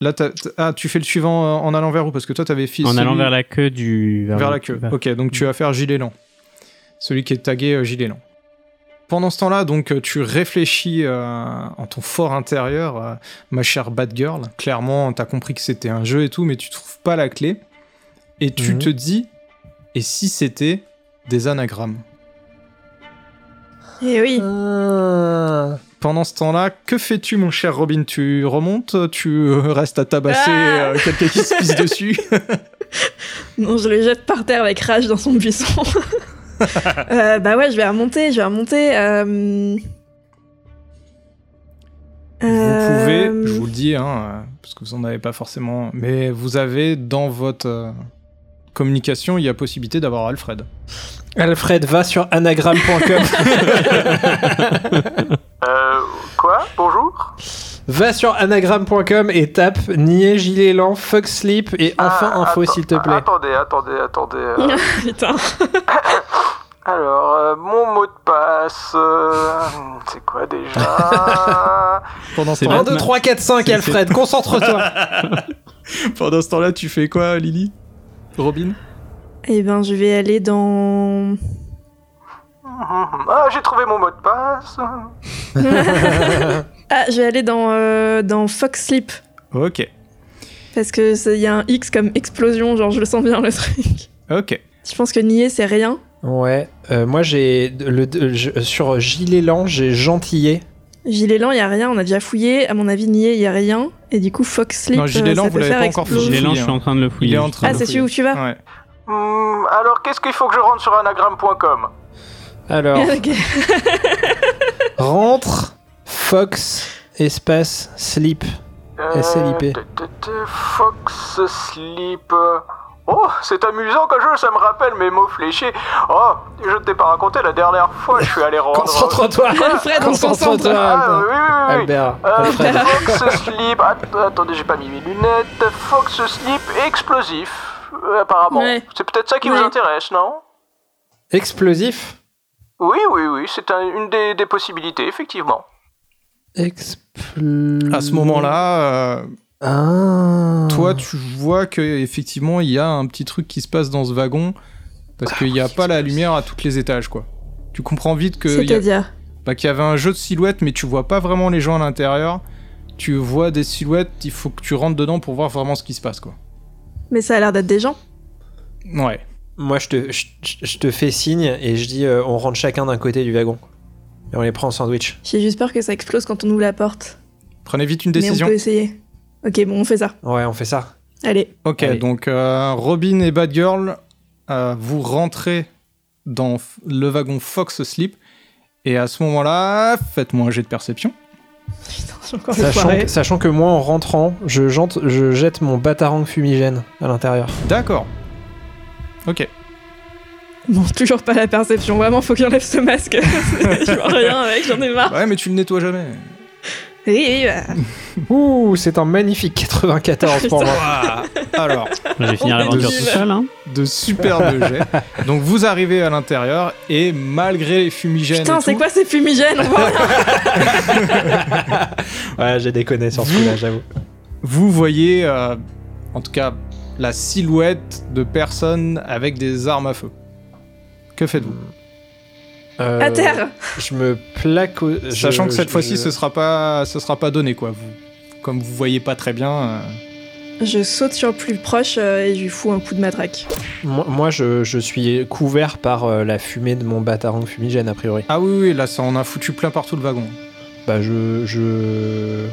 Speaker 1: Là, t'as- t'as- ah, tu fais le suivant euh, en allant vers où Parce que toi, t'avais fait
Speaker 3: En
Speaker 1: celui-
Speaker 3: allant vers la queue du...
Speaker 1: vers la queue. Ok, donc tu vas faire gilet lent. Celui qui est tagué euh, gilet lent. Pendant ce temps-là, donc euh, tu réfléchis euh, en ton fort intérieur, euh, ma chère Bad Girl. Clairement, t'as compris que c'était un jeu et tout, mais tu trouves pas la clé. Et tu
Speaker 4: Mhm.
Speaker 1: te dis, et si c'était des anagrammes
Speaker 2: Eh oui.
Speaker 1: Pendant ce temps-là, que fais-tu, mon cher Robin Tu remontes Tu euh, restes à tabasser
Speaker 2: Ah
Speaker 1: euh, quelqu'un qui se pisse dessus
Speaker 2: Non, je le jette par terre avec rage dans son buisson. (laughs) Euh, bah ouais, je vais remonter, je vais remonter. euh,
Speaker 1: Vous pouvez,
Speaker 2: euh,
Speaker 1: je vous le dis, hein, euh, parce que vous en avez pas forcément, mais vous avez dans votre euh, communication, il y a possibilité d'avoir Alfred.
Speaker 4: Alfred, va sur anagramme.com.
Speaker 6: Euh, quoi Bonjour
Speaker 4: va sur anagramme.com et tape nier gilet lent, fuck sleep et enfin
Speaker 6: Ah,
Speaker 4: info
Speaker 6: atten-
Speaker 4: s'il te plaît.
Speaker 6: Attendez, attendez, attendez. euh,
Speaker 2: Putain.
Speaker 6: Alors, euh, mon mot de passe, euh, c'est
Speaker 4: (laughs)
Speaker 6: quoi déjà
Speaker 1: Pendant ce
Speaker 3: C'est
Speaker 1: temps-là,
Speaker 4: 1, 2, 3, 4, 5,
Speaker 1: C'est-
Speaker 4: Alfred, concentre-toi.
Speaker 1: (laughs) pendant ce temps-là, tu fais quoi, Lily Robin
Speaker 2: Eh ben, je vais aller dans.
Speaker 6: Ah, j'ai trouvé mon mot de passe.
Speaker 2: Ah, je vais aller dans, euh, dans Fox Sleep.
Speaker 1: Ok,
Speaker 2: Parce que c'est- il y a un X comme explosion, genre je le sens bien le truc.
Speaker 1: ok.
Speaker 2: Je pense que nier c'est rien.
Speaker 4: Ouais, euh, moi j'ai le, le- je- euh, sur gilet lent, j'ai gentillé.
Speaker 2: Gilet lent, il y a rien, on a déjà fouillé. À mon avis, nier, il y a rien. Et du coup, Fox Sleep.
Speaker 1: Non, gilet
Speaker 2: euh,
Speaker 1: lent,
Speaker 2: ça
Speaker 1: vous
Speaker 2: peut
Speaker 1: l'avez
Speaker 2: faire
Speaker 1: pas encore
Speaker 2: exploser.
Speaker 1: fouillé.
Speaker 3: Gilet lent, je suis en train de le fouiller.
Speaker 1: Il est en
Speaker 3: justement.
Speaker 1: train de
Speaker 2: Ah, c'est celui où tu vas
Speaker 1: Ouais.
Speaker 6: Hmm, alors, qu'est-ce qu'il faut que je rentre sur anagramme.com (laughs)
Speaker 4: Alors,
Speaker 2: (laughs) Ok.
Speaker 4: rentre, fox, espace, sleep.
Speaker 6: Euh,
Speaker 4: SLIP.
Speaker 6: t- t- t- Fox Sleep. Oh, c'est amusant quand jeu, ça me rappelle mes mots fléchés. Oh, je ne t'ai pas raconté la dernière fois, je suis allé rendre.
Speaker 4: Concentre-toi.
Speaker 2: Alfred, on se concentre.
Speaker 6: Ah,
Speaker 4: Concentre-toi,
Speaker 6: oui, oui, oui, oui.
Speaker 4: Albert.
Speaker 6: Euh,
Speaker 4: Alfred.
Speaker 6: Fox Sleep. Att- attendez, j'ai pas mis mes lunettes. Fox Sleep explosif, euh, apparemment.
Speaker 2: Ouais.
Speaker 6: C'est peut-être ça qui
Speaker 2: Ouais.
Speaker 6: vous intéresse, non
Speaker 4: Explosif.
Speaker 6: Oui, oui, oui, c'est un- une des, des possibilités, effectivement.
Speaker 4: Expl-
Speaker 1: À ce moment-là, euh,
Speaker 4: Ah.
Speaker 2: Oh.
Speaker 1: toi, tu vois que effectivement, il y a un petit truc qui se passe dans ce Ah, wagon parce qu'il n'y a pas la lumière à tous les étages, quoi. Tu comprends vite que il y a-
Speaker 2: C'est-à-dire.
Speaker 1: bah, qu'il y avait un jeu de silhouettes, mais tu vois pas vraiment les gens à l'intérieur. Tu vois des silhouettes, il faut que tu rentres dedans pour voir vraiment ce qui se passe, quoi.
Speaker 2: Mais ça a l'air d'être des gens.
Speaker 1: Ouais.
Speaker 4: Moi, je te, je, je- je te fais signe et je dis euh, on rentre chacun d'un côté du wagon. Et on les prend en sandwich.
Speaker 2: J'ai juste peur que ça explose quand on ouvre la porte.
Speaker 1: Prenez vite une
Speaker 2: Mais
Speaker 1: décision.
Speaker 2: on peut essayer. Ok, bon, on fait ça.
Speaker 4: Ouais, on fait ça.
Speaker 2: Allez.
Speaker 1: Ok,
Speaker 4: Allez.
Speaker 1: donc euh, Robin et Bad Girl, euh, vous rentrez dans f- le wagon Fox Sleep. Et à ce moment-là, faites-moi un jet de perception.
Speaker 2: Putain, j'ai encore le
Speaker 4: Sachant,
Speaker 2: foiré.
Speaker 4: que- sachant que moi, en rentrant, je, jante- je jette mon batarang fumigène à l'intérieur.
Speaker 1: D'accord. Ok.
Speaker 2: Bon, (laughs) toujours pas la perception. Vraiment, faut que j'enlève ce masque. (laughs) Je vois rien avec, j'en ai marre.
Speaker 1: Ouais, mais tu le nettoies jamais.
Speaker 2: Oui, oui, bah,
Speaker 4: Ouh, c'est un (laughs) magnifique 94 pour
Speaker 2: Putain.
Speaker 4: moi.
Speaker 1: Alors,
Speaker 3: J'ai fini
Speaker 2: Oh,
Speaker 3: l'aventure
Speaker 1: débile.
Speaker 3: tout seul, hein.
Speaker 1: de superbes jets. Donc vous arrivez à l'intérieur et malgré les fumigènes, et
Speaker 2: Putain, c'est
Speaker 1: tout,
Speaker 2: quoi ces fumigènes
Speaker 1: (laughs)
Speaker 2: on voit rien.
Speaker 4: Ouais, j'ai déconné sur
Speaker 1: ce coup-là,
Speaker 4: j'avoue.
Speaker 1: vous voyez, euh, en tout cas, la silhouette de personnes avec des armes à feu. Que faites-vous Euh.
Speaker 2: À terre
Speaker 4: Euh, Je me plaque. au- je-
Speaker 1: Sachant que cette
Speaker 4: je-
Speaker 1: fois-ci,
Speaker 4: je-
Speaker 1: ce sera pas, ce sera pas donné quoi. Vous, comme vous voyez pas très bien. euh,
Speaker 2: Je saute sur le plus proche euh, et je lui fous un coup de matraque.
Speaker 4: Moi, moi, je, je suis couvert par euh, la fumée de mon batarang fumigène, a priori.
Speaker 1: Ah oui, oui, là, ça en a foutu plein partout le wagon.
Speaker 4: Bah, je. Je,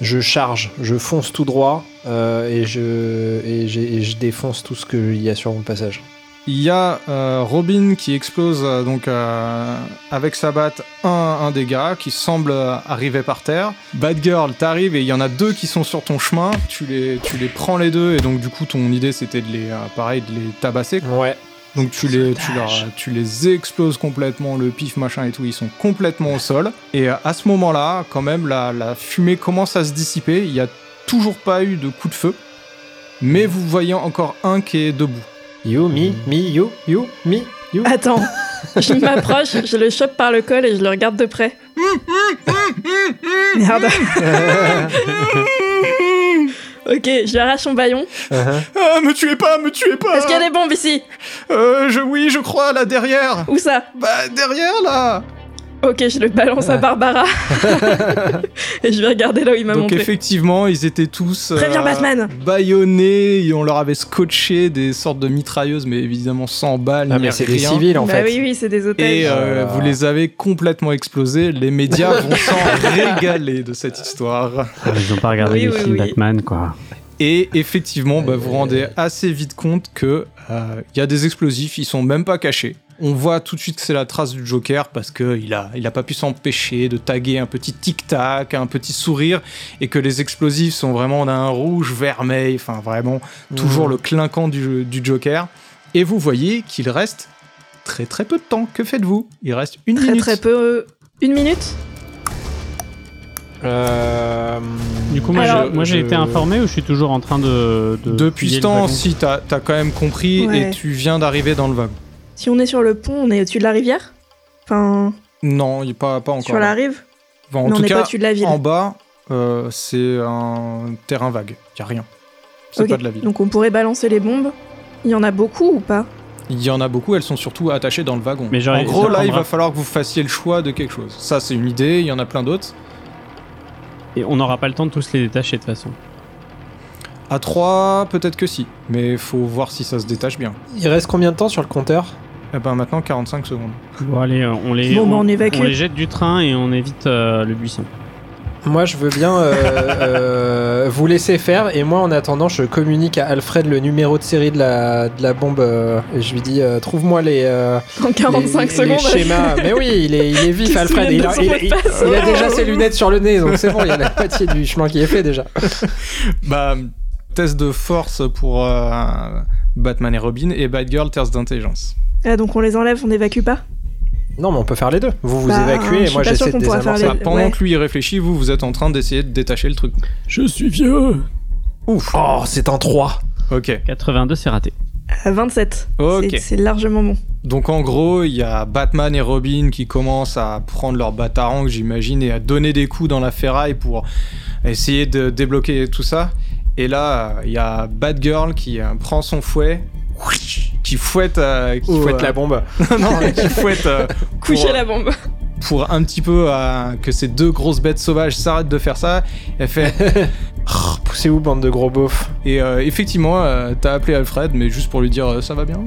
Speaker 4: je charge, je fonce tout droit euh, et, je, et, j'ai- et je défonce tout ce qu'il y a sur mon passage.
Speaker 1: Il y a euh, Robin qui explose euh, donc euh, avec sa batte un, un des gars qui semble euh, arriver par terre. Bad Girl, t'arrives et il y en a deux qui sont sur ton chemin. Tu les, tu les prends les deux et donc du coup ton idée c'était de les, euh, pareil, de les tabasser.
Speaker 4: Ouais.
Speaker 1: Donc tu les, tu, leur- tu les exploses complètement, le pif machin et tout, ils sont complètement au sol. Et euh, à ce moment-là, quand même, la, la fumée commence à se dissiper. Il n'y a toujours pas eu de coup de feu, mais vous voyez encore un qui est debout.
Speaker 4: You, me, me, you, you, me, you.
Speaker 2: Attends, (laughs) je m'approche, je le chope par le col et je le regarde de près. (laughs) Merde. (laughs) ok, je lui arrache son baillon.
Speaker 4: Uh-huh.
Speaker 1: Ah, me tuez pas, me tuez pas
Speaker 2: Est-ce qu'il y a des bombes ici
Speaker 1: Euh, je, Oui, je crois, là, derrière
Speaker 2: Où ça
Speaker 1: Bah, derrière, là
Speaker 2: Ok, je le balance
Speaker 1: (laughs)
Speaker 2: à Barbara. et je vais regarder là où il m'a
Speaker 1: Donc,
Speaker 2: montré.
Speaker 1: effectivement, ils étaient tous...
Speaker 2: Préviens Batman
Speaker 1: Baillonnés, et on leur avait scotché des sortes de mitrailleuses, mais évidemment sans balles,
Speaker 4: Ah,
Speaker 1: ni
Speaker 4: mais c'est des
Speaker 1: rien.
Speaker 4: civils en
Speaker 2: Bah
Speaker 4: fait.
Speaker 2: oui, oui, c'est des otages.
Speaker 1: Et euh,
Speaker 4: Voilà.
Speaker 1: vous les avez complètement explosés. Les médias vont s'en régaler de cette histoire.
Speaker 3: Ah, Ils ont pas regardé
Speaker 2: Oui,
Speaker 3: les
Speaker 2: oui,
Speaker 3: films
Speaker 2: oui.
Speaker 3: Batman, quoi.
Speaker 1: Et effectivement, bah, vous rendez assez vite compte que euh, il y a des explosifs, ils sont même pas cachés. On voit tout de suite que c'est la trace du Joker parce que il a, il a pas pu s'empêcher de taguer un petit tic tac, un petit sourire, et que les explosifs sont vraiment d'un rouge vermeil, enfin vraiment toujours le clinquant du, du Joker. Et vous voyez qu'il reste très très peu de temps. Que faites-vous Il reste une
Speaker 2: Très
Speaker 1: minute.
Speaker 2: très peu. euh, Une minute
Speaker 4: Euh,
Speaker 3: Du coup, moi,
Speaker 2: Alors-
Speaker 3: je- moi, j'ai
Speaker 4: je-
Speaker 3: été informé ou je suis toujours en train de. de
Speaker 1: Depuis ce
Speaker 3: fouiller le
Speaker 1: temps,
Speaker 3: wagon
Speaker 1: si, t'as as quand même compris
Speaker 2: Ouais.
Speaker 1: et tu viens d'arriver dans le wagon.
Speaker 2: Si on est sur le pont, on est au-dessus de la rivière Enfin,
Speaker 1: Non, il est pas, pas encore.
Speaker 2: sur la rive
Speaker 1: Bon, en
Speaker 2: Mais on
Speaker 1: tout
Speaker 2: n'est pas
Speaker 1: cas,
Speaker 2: au-dessus de la ville.
Speaker 1: en bas, euh, c'est un terrain vague. Il a rien. C'est
Speaker 2: Ok.
Speaker 1: pas de la ville.
Speaker 2: Donc on pourrait balancer les bombes. Il y en a beaucoup ou pas
Speaker 1: Il y en a beaucoup, elles sont surtout attachées dans le wagon.
Speaker 3: Mais j'aurais-
Speaker 1: en gros,
Speaker 3: ça
Speaker 1: là, il
Speaker 3: prendra-
Speaker 1: va falloir que vous fassiez le choix de quelque chose. Ça, c'est une idée, il y en a plein d'autres.
Speaker 3: Et on n'aura pas le temps de tous les détacher de toute façon.
Speaker 1: À 3, peut-être que si. Mais faut voir si ça se détache bien.
Speaker 4: Il reste combien de temps sur le compteur
Speaker 1: Eh ben maintenant, 45 secondes.
Speaker 3: Bon, allez, euh, on les.
Speaker 2: Bon, bah,
Speaker 3: on,
Speaker 2: on évacue.
Speaker 3: on les jette du train et on évite euh, le buisson.
Speaker 4: Moi, je veux bien euh, euh, vous laisser faire. Et moi, en attendant, je communique à Alfred le numéro de série de la, de la bombe. euh, et je lui dis euh, Trouve-moi les, euh,
Speaker 2: En
Speaker 4: les-
Speaker 2: 45
Speaker 4: les,
Speaker 2: secondes (laughs)
Speaker 4: schémas. Mais oui, il est, il est
Speaker 2: Qui
Speaker 4: vif,
Speaker 2: se
Speaker 4: Alfred. Il a,
Speaker 2: souvient de son Oh.
Speaker 4: il-
Speaker 2: mot de
Speaker 4: il-
Speaker 2: passe.
Speaker 4: il a déjà ses lunettes sur le nez, donc c'est bon, il y a la moitié du chemin qui est fait déjà.
Speaker 1: Bah, test de force pour euh, Batman et Robin, et Bad Girl, test d'intelligence.
Speaker 2: Ah, donc on les enlève, on évacue pas
Speaker 4: Non, mais on peut faire les deux. Vous vous
Speaker 2: Bah,
Speaker 4: évacuez
Speaker 2: je
Speaker 4: et
Speaker 2: suis
Speaker 4: moi,
Speaker 2: pas
Speaker 4: j'essaie
Speaker 2: sûre
Speaker 4: de
Speaker 2: qu'on pourra
Speaker 4: désamorcer.
Speaker 2: faire
Speaker 1: Ah,
Speaker 2: les-
Speaker 1: pendant
Speaker 2: ouais.
Speaker 1: que lui il réfléchit, vous, vous êtes en train d'essayer de détacher le truc.
Speaker 3: Je suis vieux
Speaker 4: Ouf Oh, c'est un 3
Speaker 1: Ok.
Speaker 3: 82, c'est raté.
Speaker 2: À 27.
Speaker 1: Ok.
Speaker 2: C'est- C'est largement bon.
Speaker 1: Donc en gros, il y a Batman et Robin qui commencent à prendre leur batarang, j'imagine, et à donner des coups dans la ferraille pour essayer de débloquer tout ça. Et là, il y a Batgirl qui euh, prend son fouet, qui fouette, euh, qui
Speaker 4: Il faut
Speaker 1: fouette
Speaker 2: Oh, (laughs)
Speaker 4: être la bombe.
Speaker 1: la non, qui fouette euh, pour-
Speaker 2: Coucher la bombe.
Speaker 1: pour un petit peu euh, que ces deux grosses bêtes sauvages s'arrêtent de faire ça. Elle fait
Speaker 4: Oh, (laughs) Poussez-vous, bande de gros beaufs.
Speaker 1: et euh, effectivement, euh, t'as appelé Alfred, mais juste pour lui dire euh, ça va bien.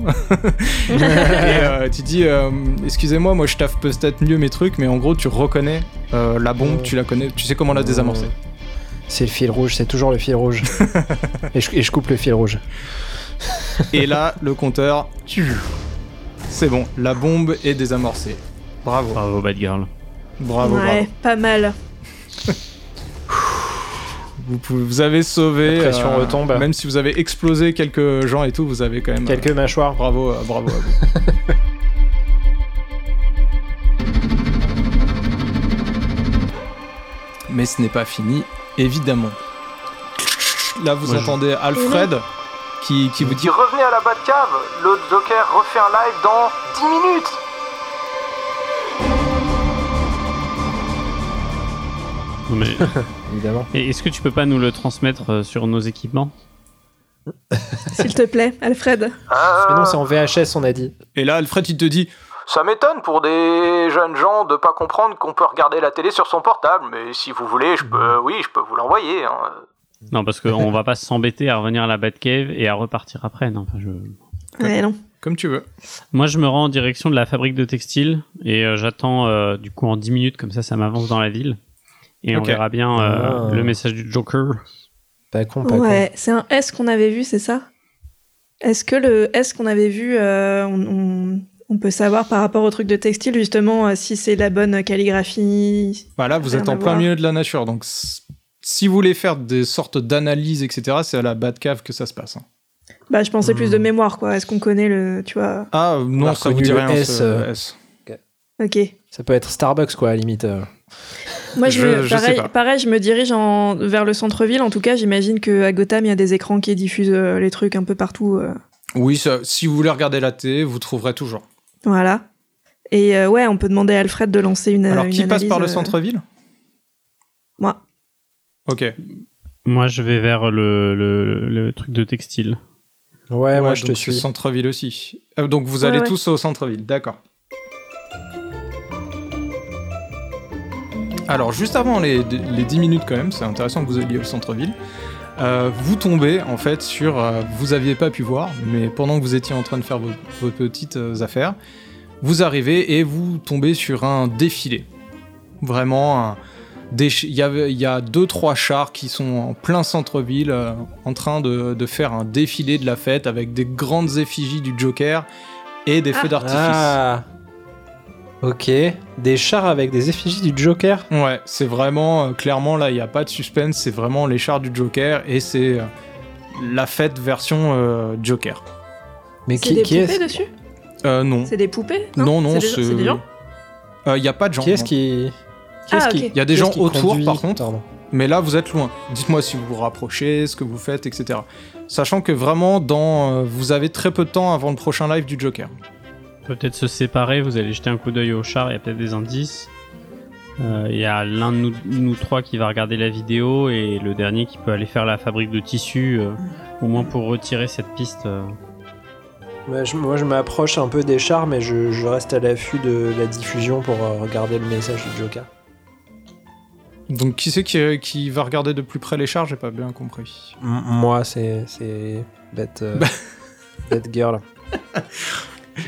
Speaker 1: et euh, tu dis euh, excusez-moi, moi je taffe peut-être mieux mes trucs, mais en gros tu reconnais euh, la bombe, tu la connais, tu sais comment la désamorcer.
Speaker 4: Euh, C'est le fil rouge, c'est toujours le
Speaker 1: (laughs)
Speaker 4: fil rouge. et, je, et je coupe le fil rouge.
Speaker 1: Et là, le compteur, tchou. c'est bon, la bombe est désamorcée. Bravo,
Speaker 3: Bravo, Bad Girl.
Speaker 1: bravo, bravo.
Speaker 2: ouais, pas mal.
Speaker 1: Vous, pouvez- vous avez sauvé. euh,
Speaker 4: La pression retombe.
Speaker 1: Même si vous avez explosé quelques gens et tout, vous avez quand même. euh,
Speaker 4: Quelques mâchoires.
Speaker 1: Bravo, euh, bravo à vous. Mais ce n'est pas fini, évidemment. Là, vous
Speaker 3: Moi, je-
Speaker 1: entendez Alfred qui, qui vous dit
Speaker 6: Dis revenez à la Batcave, le Joker refait un live dans
Speaker 1: (laughs)
Speaker 3: Non,
Speaker 6: 10 minutes
Speaker 3: mais-
Speaker 4: Évidemment.
Speaker 3: Et Est-ce que tu peux pas nous le transmettre euh, sur nos équipements
Speaker 2: S'il te plaît, Alfred.
Speaker 4: Mais non,
Speaker 6: Euh,
Speaker 4: c'est en VHS, on a dit.
Speaker 1: Et là, Alfred, il te dit
Speaker 6: Ça m'étonne pour des jeunes gens de pas comprendre qu'on peut regarder la télé sur son portable, mais si vous voulez, je peux,
Speaker 4: Hmm.
Speaker 6: oui, je peux vous l'envoyer. hein.
Speaker 3: Non, parce qu'on va pas s'embêter à revenir à la Batcave et à repartir après. Non, enfin, je...
Speaker 2: Ouais, non.
Speaker 1: comme tu veux.
Speaker 3: Moi, je me rends en direction de la fabrique de textiles et euh, j'attends euh, du coup en 10 minutes, comme ça, ça m'avance dans la ville. Et on
Speaker 1: Ok.
Speaker 3: verra bien euh,
Speaker 4: Ah.
Speaker 3: le message du Joker.
Speaker 4: Pas con, pas con.
Speaker 2: Ouais, c'est un S qu'on avait vu, c'est ça Est-ce que le S qu'on avait vu, euh, on, on- on peut savoir par rapport au truc de textile, justement, euh, si c'est la bonne calligraphie
Speaker 1: Bah là, vous
Speaker 2: Rien
Speaker 1: êtes en
Speaker 2: à
Speaker 1: plein
Speaker 2: voir.
Speaker 1: milieu de la nature, donc s- si vous voulez faire des sortes d'analyses, etc., c'est à la Batcave que ça se passe. hein.
Speaker 2: Bah, je pensais plus
Speaker 4: Hmm.
Speaker 2: de mémoire, quoi. Est-ce qu'on connaît le. Tu vois
Speaker 1: Ah euh, non,
Speaker 4: a
Speaker 1: ça vous
Speaker 4: reconnu
Speaker 1: dit
Speaker 4: le
Speaker 1: rien.
Speaker 4: S,
Speaker 1: ce
Speaker 4: euh,
Speaker 1: S.
Speaker 2: Ok.
Speaker 4: Ça peut être Starbucks, quoi, à la limite. euh.
Speaker 2: Moi, je,
Speaker 1: Je-
Speaker 2: me-
Speaker 1: je sais
Speaker 2: pareil,
Speaker 1: pas.
Speaker 2: pareil, je me dirige en- vers le centre-ville. En tout cas, j'imagine qu'à Gotham, il y a des écrans qui diffusent euh, les trucs un peu partout. euh,
Speaker 1: Oui, ça- si vous voulez regarder la télé, vous trouverez toujours.
Speaker 2: voilà. Et euh, ouais, on peut demander à Alfred de lancer une.
Speaker 1: Alors,
Speaker 2: une
Speaker 1: qui passe
Speaker 2: analyse,
Speaker 1: par le
Speaker 2: euh,
Speaker 1: centre-ville
Speaker 2: Moi.
Speaker 1: Ok.
Speaker 3: Moi, je vais vers le, le, le truc de textile.
Speaker 4: Ouais, moi, je te
Speaker 1: donc,
Speaker 4: suis.
Speaker 1: c'est Centre-ville aussi. Euh, donc vous
Speaker 2: Ouais,
Speaker 1: allez
Speaker 2: ouais.
Speaker 1: tous au centre-ville, d'accord. Alors juste avant les, les 10 minutes quand même, c'est intéressant que vous alliez au centre-ville. euh, vous tombez en fait sur, euh, vous aviez pas pu voir, mais pendant que vous étiez en train de faire vos, vos petites euh, affaires, vous arrivez et vous tombez sur un défilé. Vraiment, un déch- il y, avait- il y a deux trois chars qui sont en plein centre-ville, euh, en train de, de faire un défilé de la fête avec des grandes effigies du Joker et des
Speaker 2: Ah.
Speaker 1: feux d'artifice.
Speaker 4: Ah Ok. Des chars avec des effigies du Joker
Speaker 1: Ouais, c'est vraiment, euh, clairement, là, il n'y a pas de suspense, c'est vraiment les chars du Joker et c'est euh, la fête version euh, Joker.
Speaker 4: Mais
Speaker 2: C'est
Speaker 4: qui,
Speaker 2: des
Speaker 4: qui
Speaker 2: poupées
Speaker 4: est-ce
Speaker 2: dessus
Speaker 1: Euh, non.
Speaker 2: C'est des poupées
Speaker 1: Non, non,
Speaker 2: c'est. des- c'est des gens
Speaker 1: Il n'y a pas de gens.
Speaker 4: qui est-ce
Speaker 1: non.
Speaker 4: qui... qui
Speaker 2: Ah,
Speaker 4: est-ce qui-
Speaker 2: ok.
Speaker 1: Il y a
Speaker 4: qui
Speaker 1: des
Speaker 4: est-ce
Speaker 1: gens
Speaker 4: qui
Speaker 1: autour,
Speaker 4: conduit
Speaker 1: par contre,
Speaker 4: Pardon.
Speaker 1: mais là, vous êtes loin. Dites-moi si vous vous rapprochez, ce que vous faites, etc. Sachant que vraiment, dans, euh, vous avez très peu de temps avant le prochain live du Joker.
Speaker 3: Peut-être se séparer, vous allez jeter un coup d'œil au char, il y a peut-être des indices. Euh, Il y a l'un de nous, nous trois qui va regarder la vidéo et le dernier qui peut aller faire la fabrique de tissus, euh, au moins pour retirer cette piste. euh.
Speaker 4: Moi, je, moi, je m'approche un peu des chars, mais je, je reste à l'affût de la diffusion pour euh, regarder le message du Joker.
Speaker 1: Donc, qui c'est qui, qui va regarder de plus près les chars J'ai pas bien compris.
Speaker 4: M- moi, c'est... c'est... Bête... (laughs) euh, bête girl.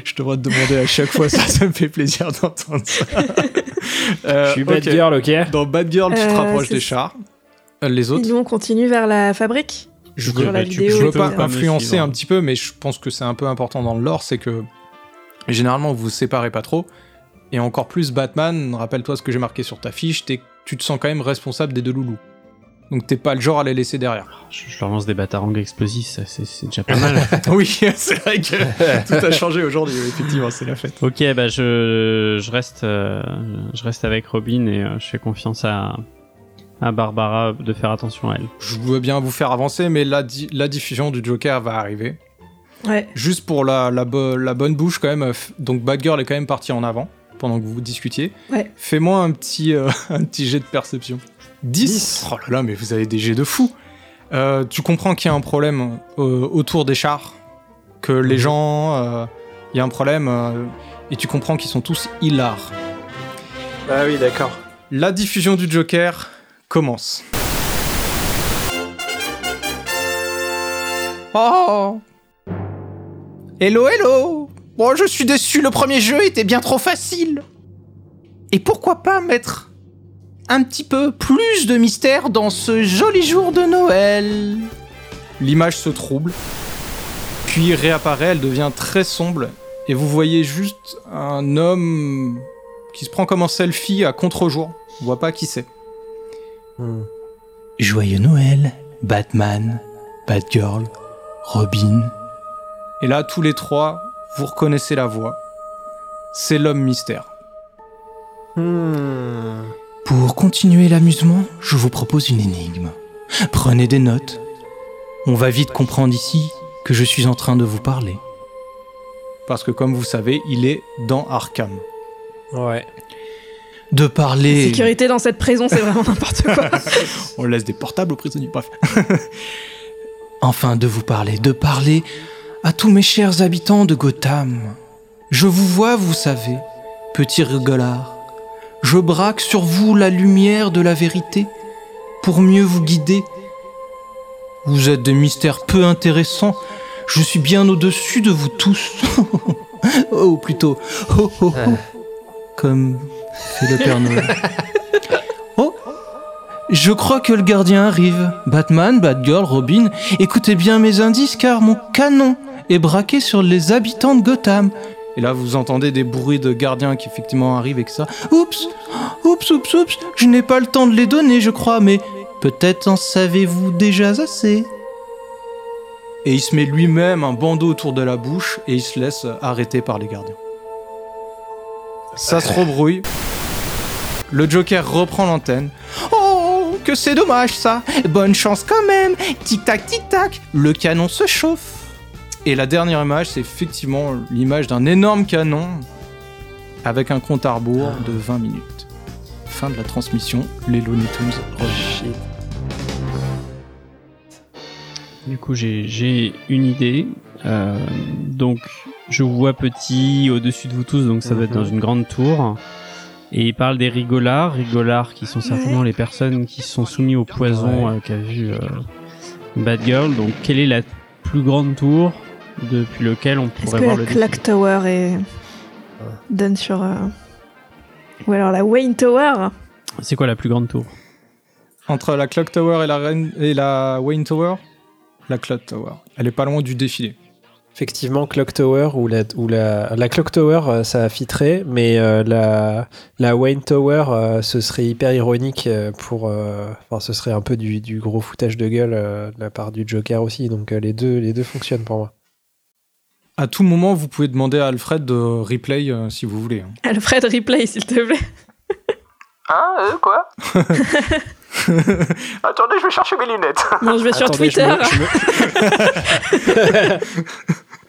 Speaker 1: Je devrais te demander à chaque fois, ça, ça me fait plaisir d'entendre ça. Euh,
Speaker 4: je suis bête
Speaker 1: ok.
Speaker 4: girl, ok
Speaker 1: Dans Bad Girl, tu te
Speaker 2: Euh,
Speaker 1: rapproches
Speaker 2: c'est-
Speaker 1: des chars. Euh, Les
Speaker 2: Et
Speaker 1: autres,
Speaker 2: nous, on continue vers la fabrique.
Speaker 1: je
Speaker 2: Sur
Speaker 1: veux,
Speaker 2: la
Speaker 3: tu-
Speaker 2: vidéo,
Speaker 1: je
Speaker 2: et
Speaker 1: veux
Speaker 2: tout
Speaker 1: pas
Speaker 2: ça.
Speaker 3: me
Speaker 1: influencer
Speaker 3: suivre.
Speaker 1: un petit peu, mais je pense que c'est un peu important dans le lore, c'est que généralement vous vous séparez pas trop. Et encore plus, Batman, rappelle-toi ce que j'ai marqué sur ta fiche, t'es- tu te sens quand même responsable des deux loulous. Donc t'es pas le genre à les laisser (laughs) derrière.
Speaker 3: Je, je leur lance des batarangs explosifs, ça, c'est c'est
Speaker 1: (laughs)
Speaker 3: déjà pas mal.
Speaker 1: oui, c'est vrai que (laughs) tout a changé aujourd'hui, oui, effectivement, c'est la fête.
Speaker 3: Ok, bah je, je reste, euh, je reste avec Robin et euh, je fais confiance à, à Barbara de faire attention à elle.
Speaker 1: Je veux bien vous faire avancer, mais la, di- la diffusion du Joker va arriver.
Speaker 2: Ouais.
Speaker 1: Juste pour la, la, bo- la bonne bouche, quand même, euh, f- donc Batgirl est quand même partie en avant pendant que vous discutiez.
Speaker 2: Ouais.
Speaker 1: Fais-moi un, petit euh, (laughs) un petit jet de perception. 10. Oh là là, mais vous avez des jets de fou Euh, Tu comprends qu'il y a un problème euh, autour des chars, que les gens. euh, Il y a un problème, euh, et tu comprends qu'ils sont tous hilars.
Speaker 4: Ah oui, d'accord.
Speaker 1: La diffusion du Joker commence. Oh Hello, hello Bon, je suis déçu, le premier jeu était bien trop facile Et pourquoi pas mettre un petit peu plus de mystère dans ce joli jour de Noël L'image se trouble, puis réapparaît, elle devient très sombre, et vous voyez juste un homme qui se prend comme un selfie à contre-jour. On voit pas qui c'est.
Speaker 4: Hmm.
Speaker 7: Joyeux Noël, Batman, Batgirl, Robin.
Speaker 1: Et là, tous les trois, vous reconnaissez la voix. C'est l'homme mystère.
Speaker 4: Hmm.
Speaker 7: Pour continuer l'amusement, je vous propose une énigme. Prenez des notes. On va vite comprendre ici que je suis en train de vous parler.
Speaker 1: Parce que, comme vous savez, il est dans Arkham.
Speaker 4: Ouais.
Speaker 7: De parler.
Speaker 2: Sécurité dans cette prison, c'est vraiment (laughs) n'importe quoi.
Speaker 1: On laisse des portables aux prisonniers. Bref.
Speaker 7: enfin de vous parler, de parler à tous mes chers habitants de Gotham. Je vous vois, vous savez, petit rigolard. Je braque sur vous la lumière de la vérité pour mieux vous guider. Vous êtes des mystères peu intéressants. Je suis bien au-dessus de vous tous. (laughs) oh, plutôt. Oh, oh, oh. Comme fait le Père Noël. oh, je crois que le gardien arrive. Batman, Batgirl, Robin, écoutez bien mes indices car mon canon est braqué sur les habitants de Gotham.
Speaker 1: Et là, vous entendez des bruits de gardiens qui effectivement arrivent et que ça.
Speaker 7: Oups, oups, oups, oups, je n'ai pas le temps de les donner, je crois, mais peut-être en savez-vous déjà assez.
Speaker 1: Et il se met lui-même un bandeau autour de la bouche et il se laisse arrêter par les gardiens. Ça se rebrouille. Le Joker reprend l'antenne.
Speaker 7: Oh, que c'est dommage ça. Bonne chance quand même. Tic tac, tic tac, le canon se chauffe.
Speaker 1: Et la dernière image, c'est effectivement l'image d'un énorme canon avec un compte à rebours de 20 minutes. Fin de la transmission, les Looney Tunes reviennent.
Speaker 3: Du coup, j'ai- j'ai une idée. Euh, donc, je vous vois petit au-dessus de vous tous, donc ça doit être
Speaker 4: Mhm.
Speaker 3: dans une grande tour. Et il parle des rigolards, rigolards qui sont certainement les personnes qui sont soumises au poison euh, qu'a vu euh, Bad Girl. Donc, quelle est la plus grande tour depuis laquelle on
Speaker 2: Est-ce
Speaker 3: pourrait
Speaker 2: que
Speaker 3: voir
Speaker 2: la
Speaker 3: le
Speaker 2: Clock Tower est.
Speaker 1: Ah.
Speaker 2: donne sur. euh, Ou alors la Wayne Tower
Speaker 3: défi C'est quoi la plus grande tour
Speaker 1: Entre la Clock Tower et la, Reine- et la Wayne Tower La Clock Tower. Elle est pas loin du défilé.
Speaker 4: Effectivement, Clock Tower ou la, ou la, la Clock Tower, euh, ça a filtré, mais euh, la, la Wayne Tower, euh, ce serait hyper ironique euh, pour. euh, Enfin, ce serait un peu du, du gros foutage de gueule euh, de la part du Joker aussi, donc euh, les, deux, les deux fonctionnent pour moi.
Speaker 1: À tout moment, vous pouvez demander à Alfred de replay euh, si vous voulez. hein.
Speaker 2: Alfred, replay, s'il te plaît.
Speaker 6: Hein euh,
Speaker 2: (laughs)
Speaker 6: Quoi Attendez, je vais chercher mes lunettes.
Speaker 2: Non, je vais sur
Speaker 4: Ah, Attendez, je
Speaker 2: Twitter.
Speaker 4: me- je me-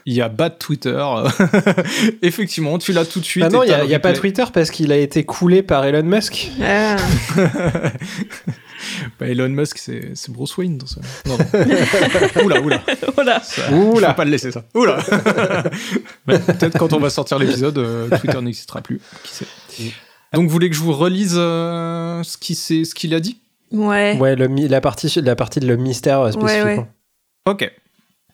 Speaker 1: Il y a Bad Twitter. (laughs) effectivement, tu l'as tout de suite.
Speaker 4: Ah non,
Speaker 1: et
Speaker 4: il n'y
Speaker 1: t'as
Speaker 4: a,
Speaker 1: le
Speaker 4: y a pas
Speaker 1: replay.
Speaker 4: Twitter parce qu'il a été coulé par Elon Musk.
Speaker 2: Ah.
Speaker 1: (laughs) Bah, Elon Musk, c'est c'est Bruce Wayne dans ça. Non, non. (laughs) oula, oula.
Speaker 2: (laughs) Voilà.
Speaker 1: Ça-
Speaker 4: Oula.
Speaker 1: Je peux pas le laisser ça. Oula. (laughs) Bah, Peut-être quand on va sortir l'épisode, euh, Twitter n'existera plus. Qui sait. Donc, vous voulez que je vous relise euh, ce qu'il ce qu'il a dit
Speaker 2: Ouais.
Speaker 4: Ouais, le, mi- la, partie, la partie de le mystère euh, spécifiquement.
Speaker 2: ouais.
Speaker 1: Ok.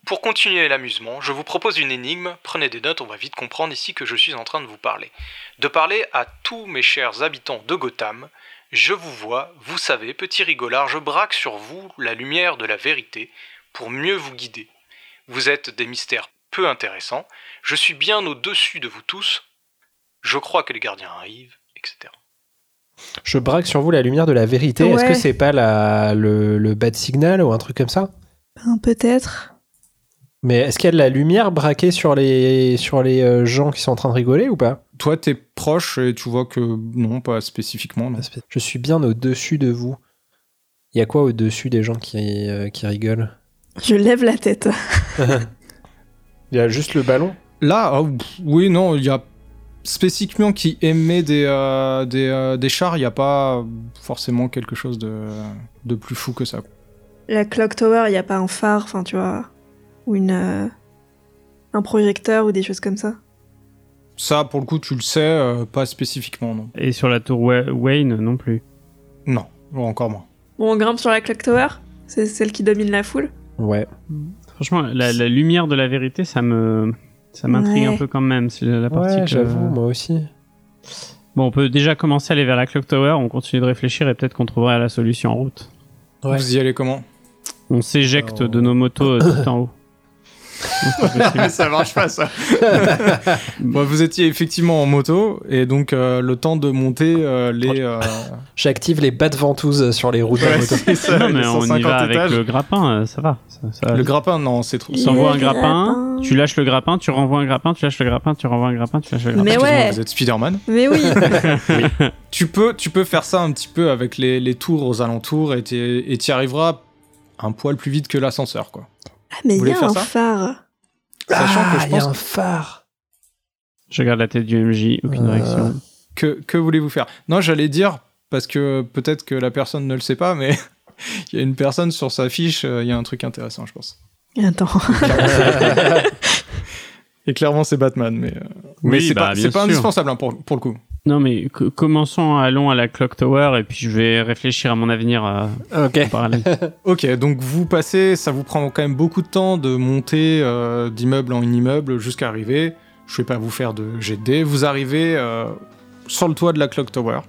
Speaker 1: Pour continuer l'amusement, je vous propose une énigme. Prenez des notes, on va vite comprendre ici que je suis en train de vous parler. De parler à tous mes chers habitants de Gotham. Je vous vois, vous savez, petit rigolard, je braque sur vous la lumière de la vérité pour mieux vous guider. Vous êtes des mystères peu intéressants. Je suis bien au-dessus de vous tous. Je crois que les gardiens arrivent, etc.
Speaker 4: Je braque sur vous la lumière de la vérité. Est-ce
Speaker 2: Ouais.
Speaker 4: que c'est pas la, le, le bad signal ou un truc comme ça
Speaker 2: Ben, Peut-être.
Speaker 4: Mais est-ce qu'il y a de la lumière braquée sur les, sur les euh, gens qui sont en train de rigoler ou pas
Speaker 1: Toi, t'es proche et tu vois que non, pas spécifiquement.
Speaker 4: Je suis bien au-dessus de vous. Il y a quoi au-dessus des gens qui, euh, qui rigolent
Speaker 2: Je lève la tête.
Speaker 4: Il y a juste le ballon.
Speaker 1: Là, ah, pff, oui, non, il y a spécifiquement qui aimait des, euh, des, euh, des chars, il n'y a pas forcément quelque chose de, de plus fou que ça.
Speaker 2: La Clock Tower, il n'y a pas un phare, enfin, tu vois. Ou une. euh, un projecteur ou des choses comme ça.
Speaker 1: Ça, pour le coup, tu le sais, euh, pas spécifiquement, non.
Speaker 3: Et sur la tour Wa- Wayne non plus.
Speaker 1: Non, ou encore moins.
Speaker 2: Bon, on grimpe sur la Clock Tower, c'est celle qui domine la foule.
Speaker 4: Ouais.
Speaker 3: Franchement, la, la lumière de la vérité, ça me ça m'intrigue
Speaker 2: Ouais.
Speaker 3: un peu quand même. C'est la partie
Speaker 4: Ouais,
Speaker 3: que-
Speaker 4: j'avoue, moi aussi.
Speaker 3: Bon, on peut déjà commencer à aller vers la Clock Tower, on continue de réfléchir et peut-être qu'on trouvera la solution en route.
Speaker 7: Ouais.
Speaker 1: Vous y allez (laughs) comment
Speaker 3: On s'éjecte
Speaker 4: Oh.
Speaker 3: de nos motos euh, tout (laughs) en haut.
Speaker 1: Ça marche pas, (laughs) ça. vous étiez effectivement en moto, et donc euh, le temps de monter euh, les. (laughs) euh,
Speaker 4: J'active les bas de ventouse sur les routes à (laughs) moto.
Speaker 1: c'est ça,
Speaker 3: non,
Speaker 1: les
Speaker 3: mais on y
Speaker 1: 150
Speaker 3: va avec
Speaker 1: étages.
Speaker 3: le grappin, euh, ça va. Ça, ça-
Speaker 1: Le grappin, non, c'est trop.
Speaker 3: Tu t'envoies un
Speaker 2: Le
Speaker 3: grappin,
Speaker 2: grappin.
Speaker 3: tu lâches le grappin, tu renvoies un grappin, tu lâches le grappin, tu renvoies un grappin, tu lâches le grappin.
Speaker 2: Mais
Speaker 1: Excuse-moi,
Speaker 2: ouais.
Speaker 1: Vous êtes Spider-Man.
Speaker 2: Mais oui
Speaker 1: Tu peux, tu peux faire ça un petit peu avec les, les tours aux alentours et t'y et t'y arriveras un poil plus vite que l'ascenseur, quoi.
Speaker 2: Ah, mais
Speaker 1: Vous voulez
Speaker 2: il y a
Speaker 1: faire
Speaker 2: un
Speaker 1: ça
Speaker 2: phare
Speaker 1: Sachant que
Speaker 4: Ah,
Speaker 1: je
Speaker 4: il y a
Speaker 1: pense
Speaker 4: un phare.
Speaker 3: Je regarde la tête du MJ, aucune
Speaker 4: Euh.
Speaker 3: réaction.
Speaker 1: que, que voulez-vous faire Non, j'allais dire, parce que peut-être que la personne ne le sait pas, mais (laughs) il y a une personne sur sa fiche, euh, il y a un truc intéressant, je pense.
Speaker 2: Attends.
Speaker 1: Et clairement, c'est Batman, mais, euh,
Speaker 3: Oui,
Speaker 1: mais c'est
Speaker 3: bah,
Speaker 1: pas,
Speaker 3: bien
Speaker 1: c'est pas
Speaker 3: sûr.
Speaker 1: indispensable hein, pour, pour le coup.
Speaker 3: Non, mais co- commençons, allons à la Clock Tower et puis je vais réfléchir à mon avenir euh,
Speaker 4: Ok.
Speaker 3: en parallèle.
Speaker 1: Ok, donc vous passez, ça vous prend quand même beaucoup de temps de monter euh, d'immeuble en immeuble jusqu'à arriver. Je vais pas vous faire de jet de dés. Vous arrivez euh, sur le toit de la Clock Tower.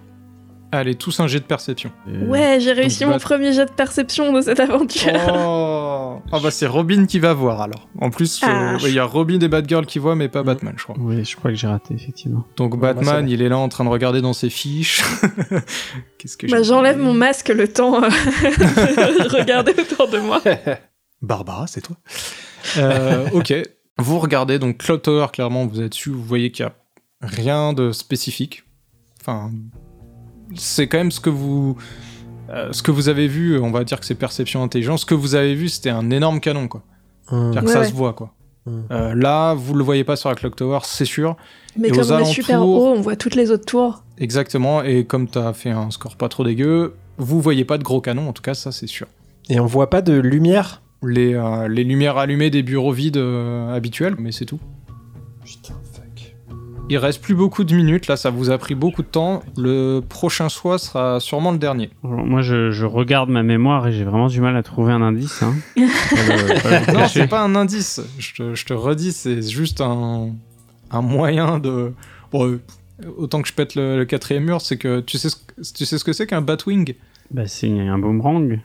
Speaker 1: Allez, tous un jet de perception.
Speaker 2: Ouais, j'ai réussi
Speaker 1: donc,
Speaker 2: mon
Speaker 1: bah-
Speaker 2: premier jet de perception de cette aventure.
Speaker 1: Oh, Ah bah c'est Robin qui va voir alors. En plus, euh,
Speaker 2: Ah.
Speaker 1: ouais, il y a Robin et Batgirl qui voient, mais pas Batman, je crois.
Speaker 3: (laughs) Oui, je crois que j'ai raté, effectivement.
Speaker 1: Mm. Donc
Speaker 4: bah, ça
Speaker 1: Batman,
Speaker 4: va.
Speaker 1: il est là en train de regarder dans ses fiches. (laughs) Qu'est-ce que Oh,
Speaker 2: Bah,
Speaker 1: j'ai
Speaker 2: J'enlève
Speaker 1: dit
Speaker 2: mon masque le temps euh, (laughs) de regarder autour de moi.
Speaker 1: Barbara, c'est toi. Euh, ok. (laughs) Vous regardez, donc Cloud Tower, clairement, vous êtes dessus, vous voyez qu'il n'y a rien de spécifique. Enfin, c'est quand même ce que vous. euh, ce que vous avez vu, on va dire que c'est perception intelligente. Ce que vous avez vu, c'était un énorme canon, quoi.
Speaker 4: Hum.
Speaker 1: C'est-à-dire que
Speaker 2: Ouais,
Speaker 1: ça
Speaker 2: ouais.
Speaker 1: se voit, quoi.
Speaker 4: Mm.
Speaker 1: Euh, là, vous le voyez pas sur la Clock Tower, c'est sûr.
Speaker 2: Mais
Speaker 1: Et
Speaker 2: comme
Speaker 1: aux
Speaker 2: on est super
Speaker 1: alentours-
Speaker 2: haut, on voit toutes les autres tours.
Speaker 1: Exactement. Et comme t'as fait un score pas trop dégueu, vous voyez pas de gros canons, en tout cas, ça, c'est sûr.
Speaker 4: Et on voit pas de lumière
Speaker 1: Les, euh, les lumières allumées des bureaux vides euh, habituels, mais c'est tout.
Speaker 4: Putain, fuck.
Speaker 1: Il reste plus beaucoup de minutes, là ça vous a pris beaucoup de temps. Le prochain choix sera sûrement le dernier.
Speaker 3: Alors, Moi, je, je regarde ma mémoire et j'ai vraiment du mal à trouver un indice. hein.
Speaker 1: Ah
Speaker 3: Faut
Speaker 1: bah
Speaker 3: le- faut le
Speaker 1: Non,
Speaker 3: cacher.
Speaker 1: c'est pas un indice, je te, je te redis, c'est juste un, un moyen de. Bon, euh, autant que je pète le, le quatrième mur, c'est que tu sais ce, que- tu sais ce que c'est qu'un Batwing
Speaker 3: Bah, c'est un boomerang.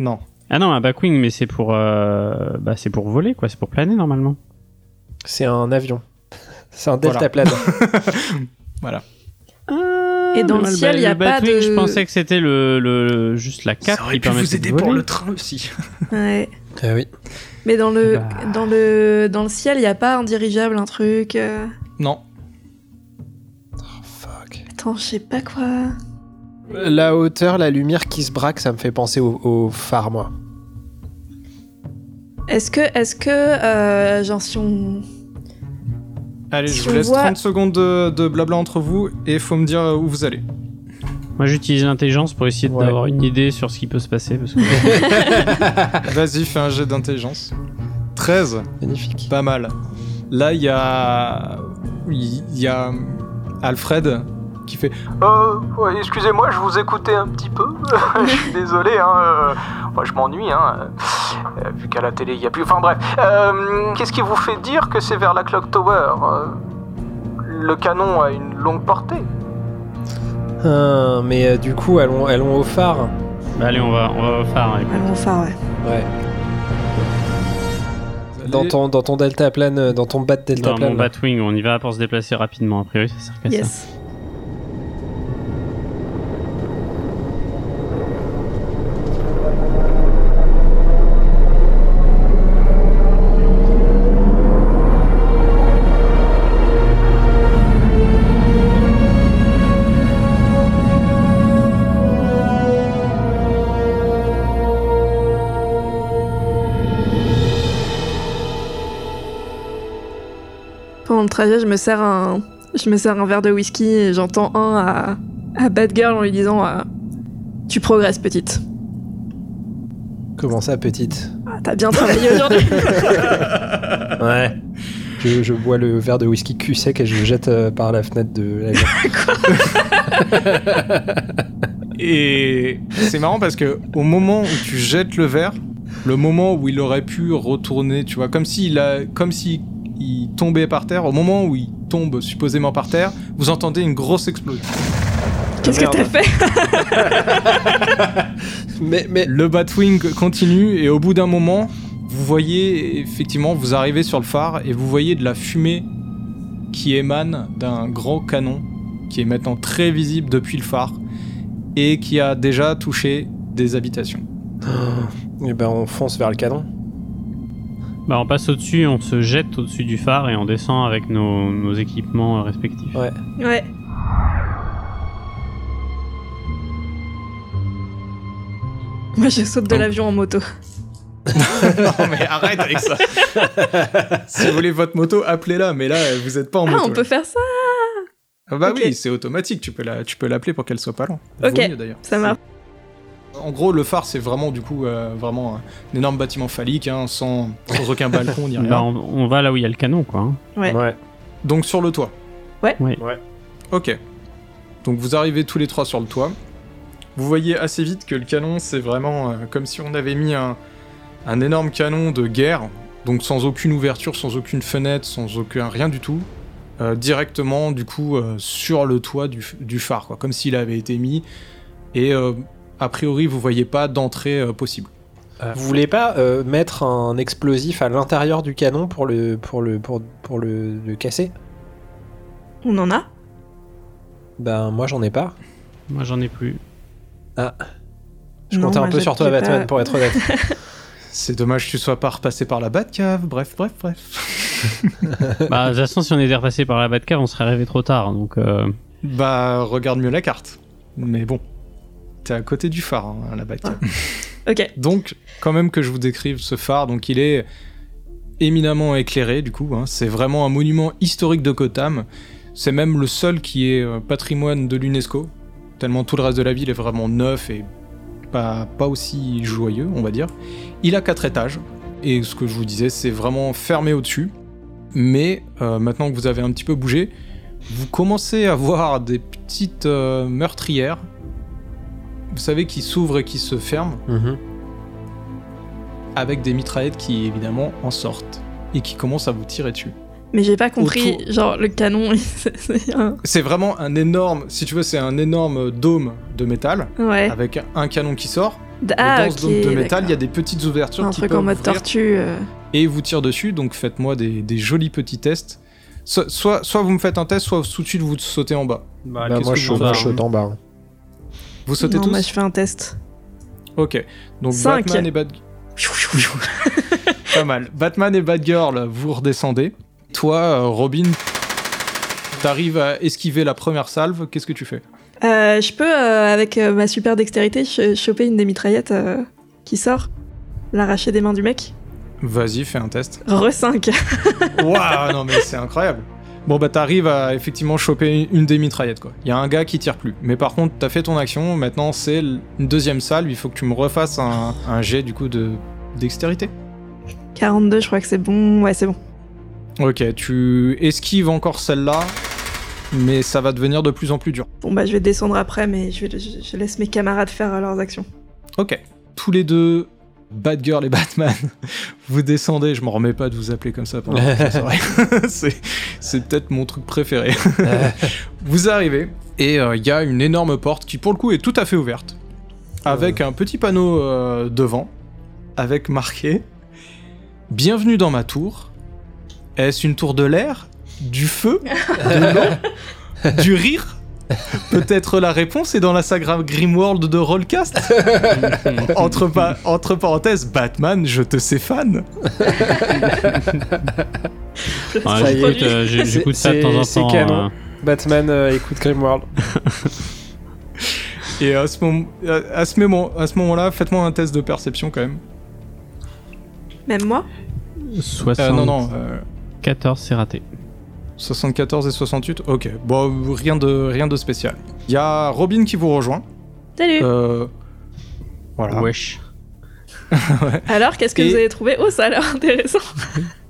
Speaker 1: Non.
Speaker 3: Ah non, un backwing, mais c'est pour, euh, bah, c'est pour voler, quoi. C'est pour planer normalement.
Speaker 4: C'est un avion. (laughs) C'est un
Speaker 1: Voilà.
Speaker 4: (laughs) deltaplane.
Speaker 2: Et dans
Speaker 3: Ah,
Speaker 2: le
Speaker 3: bah,
Speaker 2: ciel,
Speaker 3: bah,
Speaker 2: il y a
Speaker 3: le
Speaker 2: pas
Speaker 3: Batwing,
Speaker 2: de-
Speaker 3: Je pensais que c'était le, le- juste la cape qui permettait de voler.
Speaker 1: train aussi.
Speaker 2: Ouais.
Speaker 4: Ah oui.
Speaker 2: Mais dans le,
Speaker 3: Bah.
Speaker 2: dans le, dans le ciel, il n'y a pas un dirigeable, un truc. euh,
Speaker 1: Non.
Speaker 4: Fuck.
Speaker 2: Attends, je sais pas quoi.
Speaker 4: La hauteur, la lumière qui se braque, ça me fait penser au, au phare, moi.
Speaker 2: Est-ce que, est-ce que, euh, genre, si on.
Speaker 1: Allez,
Speaker 2: Si
Speaker 1: je vous
Speaker 2: on
Speaker 1: laisse
Speaker 2: voit-
Speaker 1: 30 secondes de, de blabla entre vous et faut me dire euh, où vous allez.
Speaker 3: Moi, j'utilise l'intelligence pour essayer
Speaker 4: Ouais.
Speaker 3: d'avoir une idée sur ce qui peut se passer. Parce que... (laughs)
Speaker 1: Vas-y, fais un jet d'intelligence. 13.
Speaker 4: Magnifique.
Speaker 1: Pas mal. Là, il y a. Il y a. Alfred qui fait.
Speaker 6: Euh, ouais, excusez-moi, je vous écoutais un petit peu. (laughs) je suis désolé, hein. euh, moi, je m'ennuie, hein. euh, vu qu'à la télé, il n'y a plus. Enfin, bref. Euh, Qu'est-ce qui vous fait dire que c'est vers la Clock Tower euh, Le canon a une longue portée.
Speaker 4: Hein, mais euh, du coup, allons, allons au phare.
Speaker 3: Bah, allez, on va, on va au phare. écoute.
Speaker 2: Allons au phare, ouais.
Speaker 4: Ouais.
Speaker 1: vous allez-
Speaker 4: Dans ton, dans ton deltaplane, euh, dans ton bat
Speaker 3: Dans mon
Speaker 4: deltaplane. là.
Speaker 3: Batwing, on y va pour se déplacer rapidement. A priori, ça sert qu'à ça.
Speaker 2: Yes. Pendant le trajet, je me sers un, je me sers un verre de whisky et j'entends un à, à Bad Girl en lui disant euh, Tu progresses, petite.
Speaker 4: Comment ça, petite
Speaker 1: (laughs)
Speaker 2: Ah, T'as bien travaillé aujourd'hui.
Speaker 4: Ouais. Je, je bois le verre de whisky cul sec et je le jette euh, par la fenêtre de la
Speaker 1: Et c'est marrant parce que au moment où tu jettes le verre, le moment où il aurait pu retourner, tu vois, comme s'il a, comme si il tombait par terre, au moment où il tombe supposément par terre, vous entendez une grosse explosion.
Speaker 2: Qu'est-ce
Speaker 4: merde.
Speaker 2: que t'as fait
Speaker 4: (laughs) Mais, mais
Speaker 1: Le Batwing continue et au bout d'un moment, vous voyez effectivement, vous arrivez sur le phare et vous voyez de la fumée qui émane d'un grand canon qui est maintenant très visible depuis le phare et qui a déjà touché des (laughs) habitations.
Speaker 4: Eh ben, on fonce vers le canon.
Speaker 3: Bah, on passe au-dessus, on se jette au-dessus du phare et on descend avec nos, nos équipements euh, respectifs.
Speaker 4: Ouais.
Speaker 2: Ouais. Moi, je saute de l'avion en moto.
Speaker 1: Non Oh, mais arrête avec ça. (laughs) si vous voulez votre moto, appelez-la. Mais là, vous êtes pas en
Speaker 2: Ah,
Speaker 1: moto.
Speaker 2: on peut faire ça
Speaker 1: Ah bah
Speaker 2: ok.
Speaker 1: oui, c'est automatique. Tu peux la, tu peux l'appeler pour qu'elle soit pas loin. Vaut
Speaker 2: Ok.
Speaker 1: mieux, d'ailleurs.
Speaker 2: Ça marche.
Speaker 1: En gros, le phare, c'est vraiment du coup, euh, vraiment un énorme bâtiment phallique, hein, sans, sans aucun balcon
Speaker 3: (laughs)
Speaker 1: ni rien.
Speaker 3: Bah, on, on va là où il y a le canon, quoi. hein.
Speaker 2: Ouais.
Speaker 1: Donc sur le toit.
Speaker 2: Ouais.
Speaker 3: Ouais.
Speaker 4: Ouais.
Speaker 1: Ok. Donc vous arrivez tous les trois sur le toit. Vous voyez assez vite que le canon, c'est vraiment euh, comme si on avait mis un, un énorme canon de guerre, donc sans aucune ouverture, sans aucune fenêtre, sans aucun rien du tout, euh, directement du coup euh, sur le toit du, du phare, quoi, comme s'il avait été mis. Et euh, a priori, vous voyez pas d'entrée euh, possible.
Speaker 4: Vous voulez pas euh, mettre un explosif à l'intérieur du canon pour le pour le pour, pour le, le casser
Speaker 2: On en a
Speaker 4: Ben moi j'en ai pas.
Speaker 3: Moi, j'en
Speaker 4: (laughs)
Speaker 3: ai plus.
Speaker 4: Je
Speaker 2: Non,
Speaker 4: comptais un
Speaker 2: moi,
Speaker 4: peu
Speaker 2: j'ai-
Speaker 4: sur toi
Speaker 2: j'ai
Speaker 4: Batman
Speaker 2: pas-
Speaker 4: pour être honnête.
Speaker 1: C'est dommage que tu sois pas repassé par la Batcave. Bref, bref, bref.
Speaker 3: bah, de toute façon, si on était repassé par la Batcar, on serait arrivé trop tard. Donc, euh,
Speaker 1: Bah, regarde mieux la carte. Mais bon, t'es à côté du phare, hein, à la Batcave.
Speaker 2: Ok.
Speaker 1: Donc, quand même que je vous décrive ce phare, donc il est éminemment éclairé, du coup. hein. C'est vraiment un monument historique de Gotham. C'est même le seul qui est euh, patrimoine de l'UNESCO. Tellement tout le reste de la ville est vraiment neuf et pas, pas aussi joyeux, on va dire. Il a quatre étages. Et ce que je vous disais, c'est vraiment fermé au-dessus. Mais euh, maintenant que vous avez un petit peu bougé, vous commencez à voir des petites euh, meurtrières. Vous savez, qui s'ouvrent et qui se ferment avec des mitraillettes qui évidemment en sortent et qui commencent à vous tirer dessus.
Speaker 2: Mais j'ai pas compris,
Speaker 1: Autour.
Speaker 2: genre le canon, il- c'est (laughs) c'est un...
Speaker 1: C'est vraiment un énorme, si tu veux, c'est un énorme dôme de métal
Speaker 2: Ouais.
Speaker 1: avec un canon qui sort.
Speaker 2: D-
Speaker 1: Et
Speaker 2: Eh. Ah,
Speaker 1: Ah, dans
Speaker 2: ok.
Speaker 1: ce dôme de métal, il y a
Speaker 2: d'accord.
Speaker 1: des petites ouvertures
Speaker 2: un
Speaker 1: qui
Speaker 2: truc
Speaker 1: peuvent
Speaker 2: en mode
Speaker 1: ouvrir
Speaker 2: tortue. euh.
Speaker 1: et vous tirent dessus. Donc faites-moi des, des jolis petits tests. So- soit, soit vous me faites un test, soit tout de suite vous sautez en bas.
Speaker 3: bah,
Speaker 4: Ben,
Speaker 1: qu'est-ce
Speaker 4: moi
Speaker 1: que
Speaker 4: je
Speaker 1: vous
Speaker 4: saute
Speaker 1: en
Speaker 4: moi, je
Speaker 1: faites
Speaker 4: saute en bas. hein.
Speaker 1: Vous sautez
Speaker 2: non,
Speaker 1: tous
Speaker 2: moi je fais un test.
Speaker 1: Ok. Donc
Speaker 2: Cinq.
Speaker 1: Batman et Bad... Pas mal. Batman et Batgirl, vous redescendez. Toi, euh, Robin, t'arrives à esquiver la première salve. Qu'est-ce que tu fais
Speaker 2: Euh, je peux, euh, avec euh, ma super dextérité, ch- choper une des mitraillettes euh, qui sort, l'arracher des mains du mec.
Speaker 1: Vas-y, fais un test.
Speaker 2: (laughs) Re-5.
Speaker 1: (laughs) Waouh, non mais c'est incroyable. Bon bah t'arrives à effectivement choper une des mitraillettes quoi. Il y a un gars qui tire plus. Mais par contre t'as fait ton action. Maintenant c'est l- une deuxième salve. Il faut que tu me refasses un, un jet du coup de dextérité.
Speaker 2: 42, je crois que c'est bon. Ouais, c'est bon.
Speaker 1: Ok, tu esquives encore celle-là, mais ça va devenir de plus en plus dur.
Speaker 2: Bon, bah je vais descendre après, mais je, vais- je- je laisse mes camarades faire euh, leurs actions.
Speaker 1: Ok. Tous les deux, Batgirl et Batman, (laughs) vous descendez. Je m'en remets pas de vous appeler comme ça
Speaker 4: (laughs)
Speaker 1: pendant toute la soirée. (laughs) C'est- C'est peut-être mon truc préféré. (laughs) vous arrivez et euh, il y a une énorme porte qui, pour le coup, est tout à fait ouverte. Avec un petit panneau euh, devant, avec marqué Bienvenue dans ma tour. Est-ce une tour de l'air Du feu De l'eau Du rire Peut-être la réponse est dans la saga Grimworld de Rollcast
Speaker 3: (laughs)
Speaker 1: entre, pa- entre parenthèses, Batman, je te sais fan.
Speaker 3: ouais,
Speaker 4: Ça y est.
Speaker 3: j'écoute, euh, j'ai-
Speaker 4: C'est-
Speaker 3: j'écoute ça de temps en temps.
Speaker 4: c'est canon.
Speaker 3: euh,
Speaker 4: Batman euh, écoute Grimworld.
Speaker 1: Et à ce, moment, à, à ce moment, à ce moment-là, faites-moi un test de perception quand même.
Speaker 2: Même moi
Speaker 3: 60...
Speaker 1: Euh, non, non, euh,
Speaker 3: 14, c'est raté.
Speaker 1: 74 et 68, ok. Bon, rien de, rien de spécial. Il y a Robin qui vous rejoint.
Speaker 2: Salut
Speaker 1: Euh, voilà.
Speaker 3: Wesh.
Speaker 2: Alors, qu'est-ce que
Speaker 1: et-
Speaker 2: vous avez trouvé Oh, ça a l'air (laughs) intéressant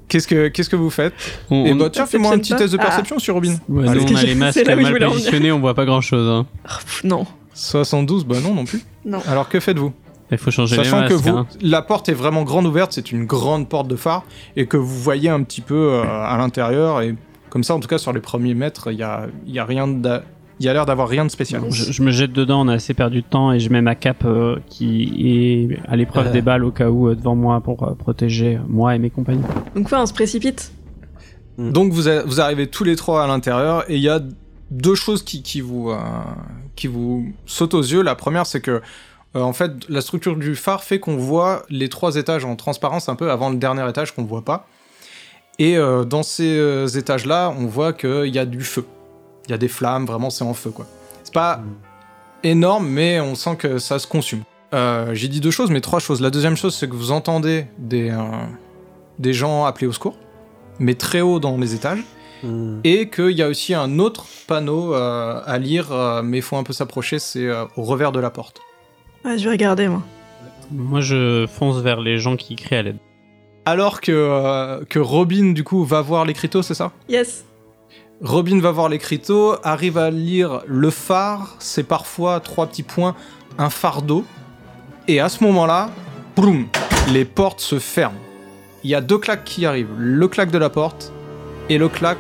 Speaker 1: Qu'est-ce que, qu'est-ce que vous faites
Speaker 3: On,
Speaker 1: Et
Speaker 3: on- Ah.
Speaker 1: bah tiens, fais-moi un petit
Speaker 2: Perception
Speaker 1: test de
Speaker 2: pas.
Speaker 1: perception sur Robin.
Speaker 3: Ouais, nous,
Speaker 1: Allez.
Speaker 3: on
Speaker 2: Parce
Speaker 3: a
Speaker 2: que
Speaker 3: les
Speaker 2: je-
Speaker 3: masques
Speaker 2: c'est là où je
Speaker 3: mal
Speaker 2: voulais en venir.
Speaker 3: positionnés, on voit pas hein. grand
Speaker 2: Oh,
Speaker 3: chose.
Speaker 2: pff, non.
Speaker 1: 72, bah non non plus.
Speaker 2: Non.
Speaker 1: Alors que faites-vous
Speaker 3: Il faut changer les
Speaker 1: Sachant
Speaker 3: masques.
Speaker 1: que vous,
Speaker 3: hein.
Speaker 1: la porte est vraiment grande ouverte, c'est une grande porte de phare, et que vous voyez un petit peu euh, à l'intérieur, et comme ça, en tout cas, sur les premiers mètres, il y a, il y a rien d'a- il y a l'air d'avoir rien de spécial.
Speaker 3: Je, je me jette dedans, on a assez perdu de temps et je mets ma cape euh, qui est à l'épreuve
Speaker 4: Euh.
Speaker 3: des balles au cas où euh, devant moi pour euh, protéger euh, moi et mes compagnons.
Speaker 2: Donc quoi, on se précipite
Speaker 1: Donc vous, a- vous arrivez tous les trois à l'intérieur et il y a deux choses qui, qui vous euh, qui vous sautent aux yeux. La première, c'est que euh, en fait la structure du phare fait qu'on voit les trois étages en transparence un peu avant le dernier étage qu'on voit pas. Et euh, dans ces euh, étages-là, on voit qu'il y a du feu, il y a des flammes, vraiment c'est en feu quoi. C'est pas énorme, mais on sent que ça se consume. Euh, J'ai dit deux choses, mais trois choses. La deuxième chose, c'est que vous entendez des euh, des gens appeler au secours, mais très haut dans les étages
Speaker 4: Hmm.
Speaker 1: et qu'il y a aussi un autre panneau euh, à lire, euh, mais il faut un peu s'approcher, c'est euh, au revers de la porte.
Speaker 2: Ouais, je vais regarder, moi.
Speaker 3: Moi, je fonce vers les gens qui crient à l'aide.
Speaker 1: Alors que, euh, que Robin, du coup, va voir l'écriteau, c'est ça
Speaker 2: Yes.
Speaker 1: Robin va voir l'écriteau, arrive à lire le phare, c'est parfois trois petits points, un fardeau, et à ce moment-là, boum, les portes se ferment. Il y a deux claques qui arrivent, le claque de la porte et le claque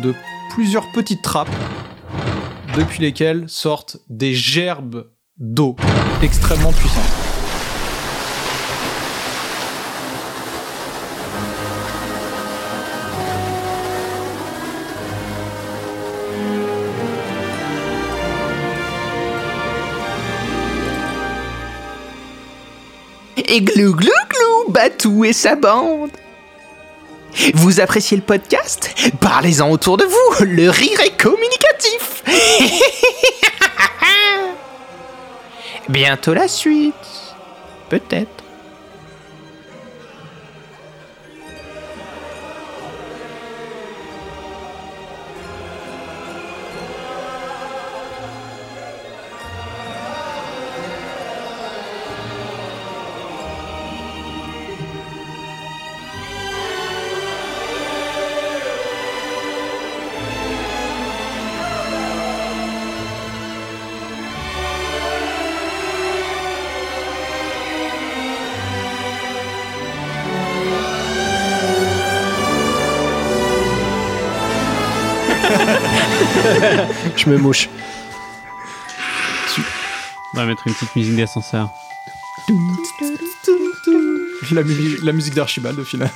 Speaker 1: de plusieurs petites trappes, depuis lesquelles sortent des gerbes d'eau extrêmement puissantes.
Speaker 8: Et glou glou glou, Batou et sa bande. Vous appréciez le podcast Parlez-en autour de vous, le rire est communicatif. (laughs) Bientôt la suite. Peut-être.
Speaker 4: Je me mouche.
Speaker 3: On va mettre une petite musique d'ascenseur.
Speaker 1: La, mu- la musique d'Archibald, au final.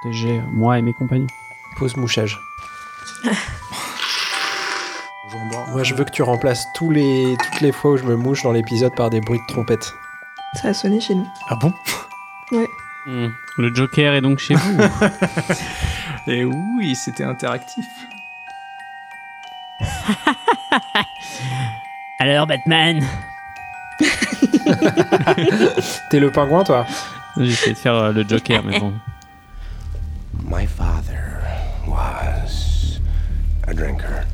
Speaker 3: Protéger euh, moi et mes compagnons.
Speaker 4: Pause mouchage. (laughs) Moi, je veux que tu remplaces tous les, toutes les fois où je me mouche dans l'épisode par des bruits de trompette.
Speaker 2: Ça a sonné chez nous.
Speaker 1: Ah bon
Speaker 3: Hmm. Le Joker est donc chez vous. (laughs)
Speaker 1: Et oui, c'était interactif.
Speaker 3: Alors, Batman
Speaker 4: T'es le pingouin, toi
Speaker 3: J'essaie de faire euh, le Joker, mais bon.
Speaker 9: My father was a drinker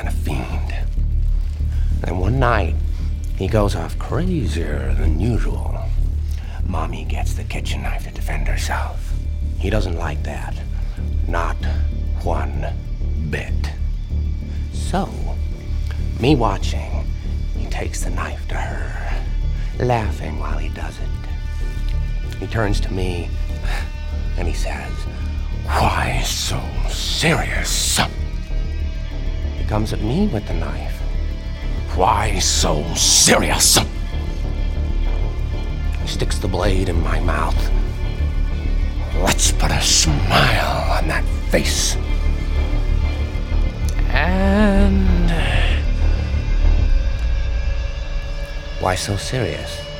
Speaker 9: and a fiend. And one night, he goes off crazier than usual. Mommy gets the kitchen knife to defend herself. He doesn't like that. Not one bit. So, me watching, he takes the knife to her, laughing while he does it. He turns to me and he says, Why so serious? He comes at me with the knife. Why so serious? He sticks the blade in my mouth. Let's put a smile on that face. And. Why so serious?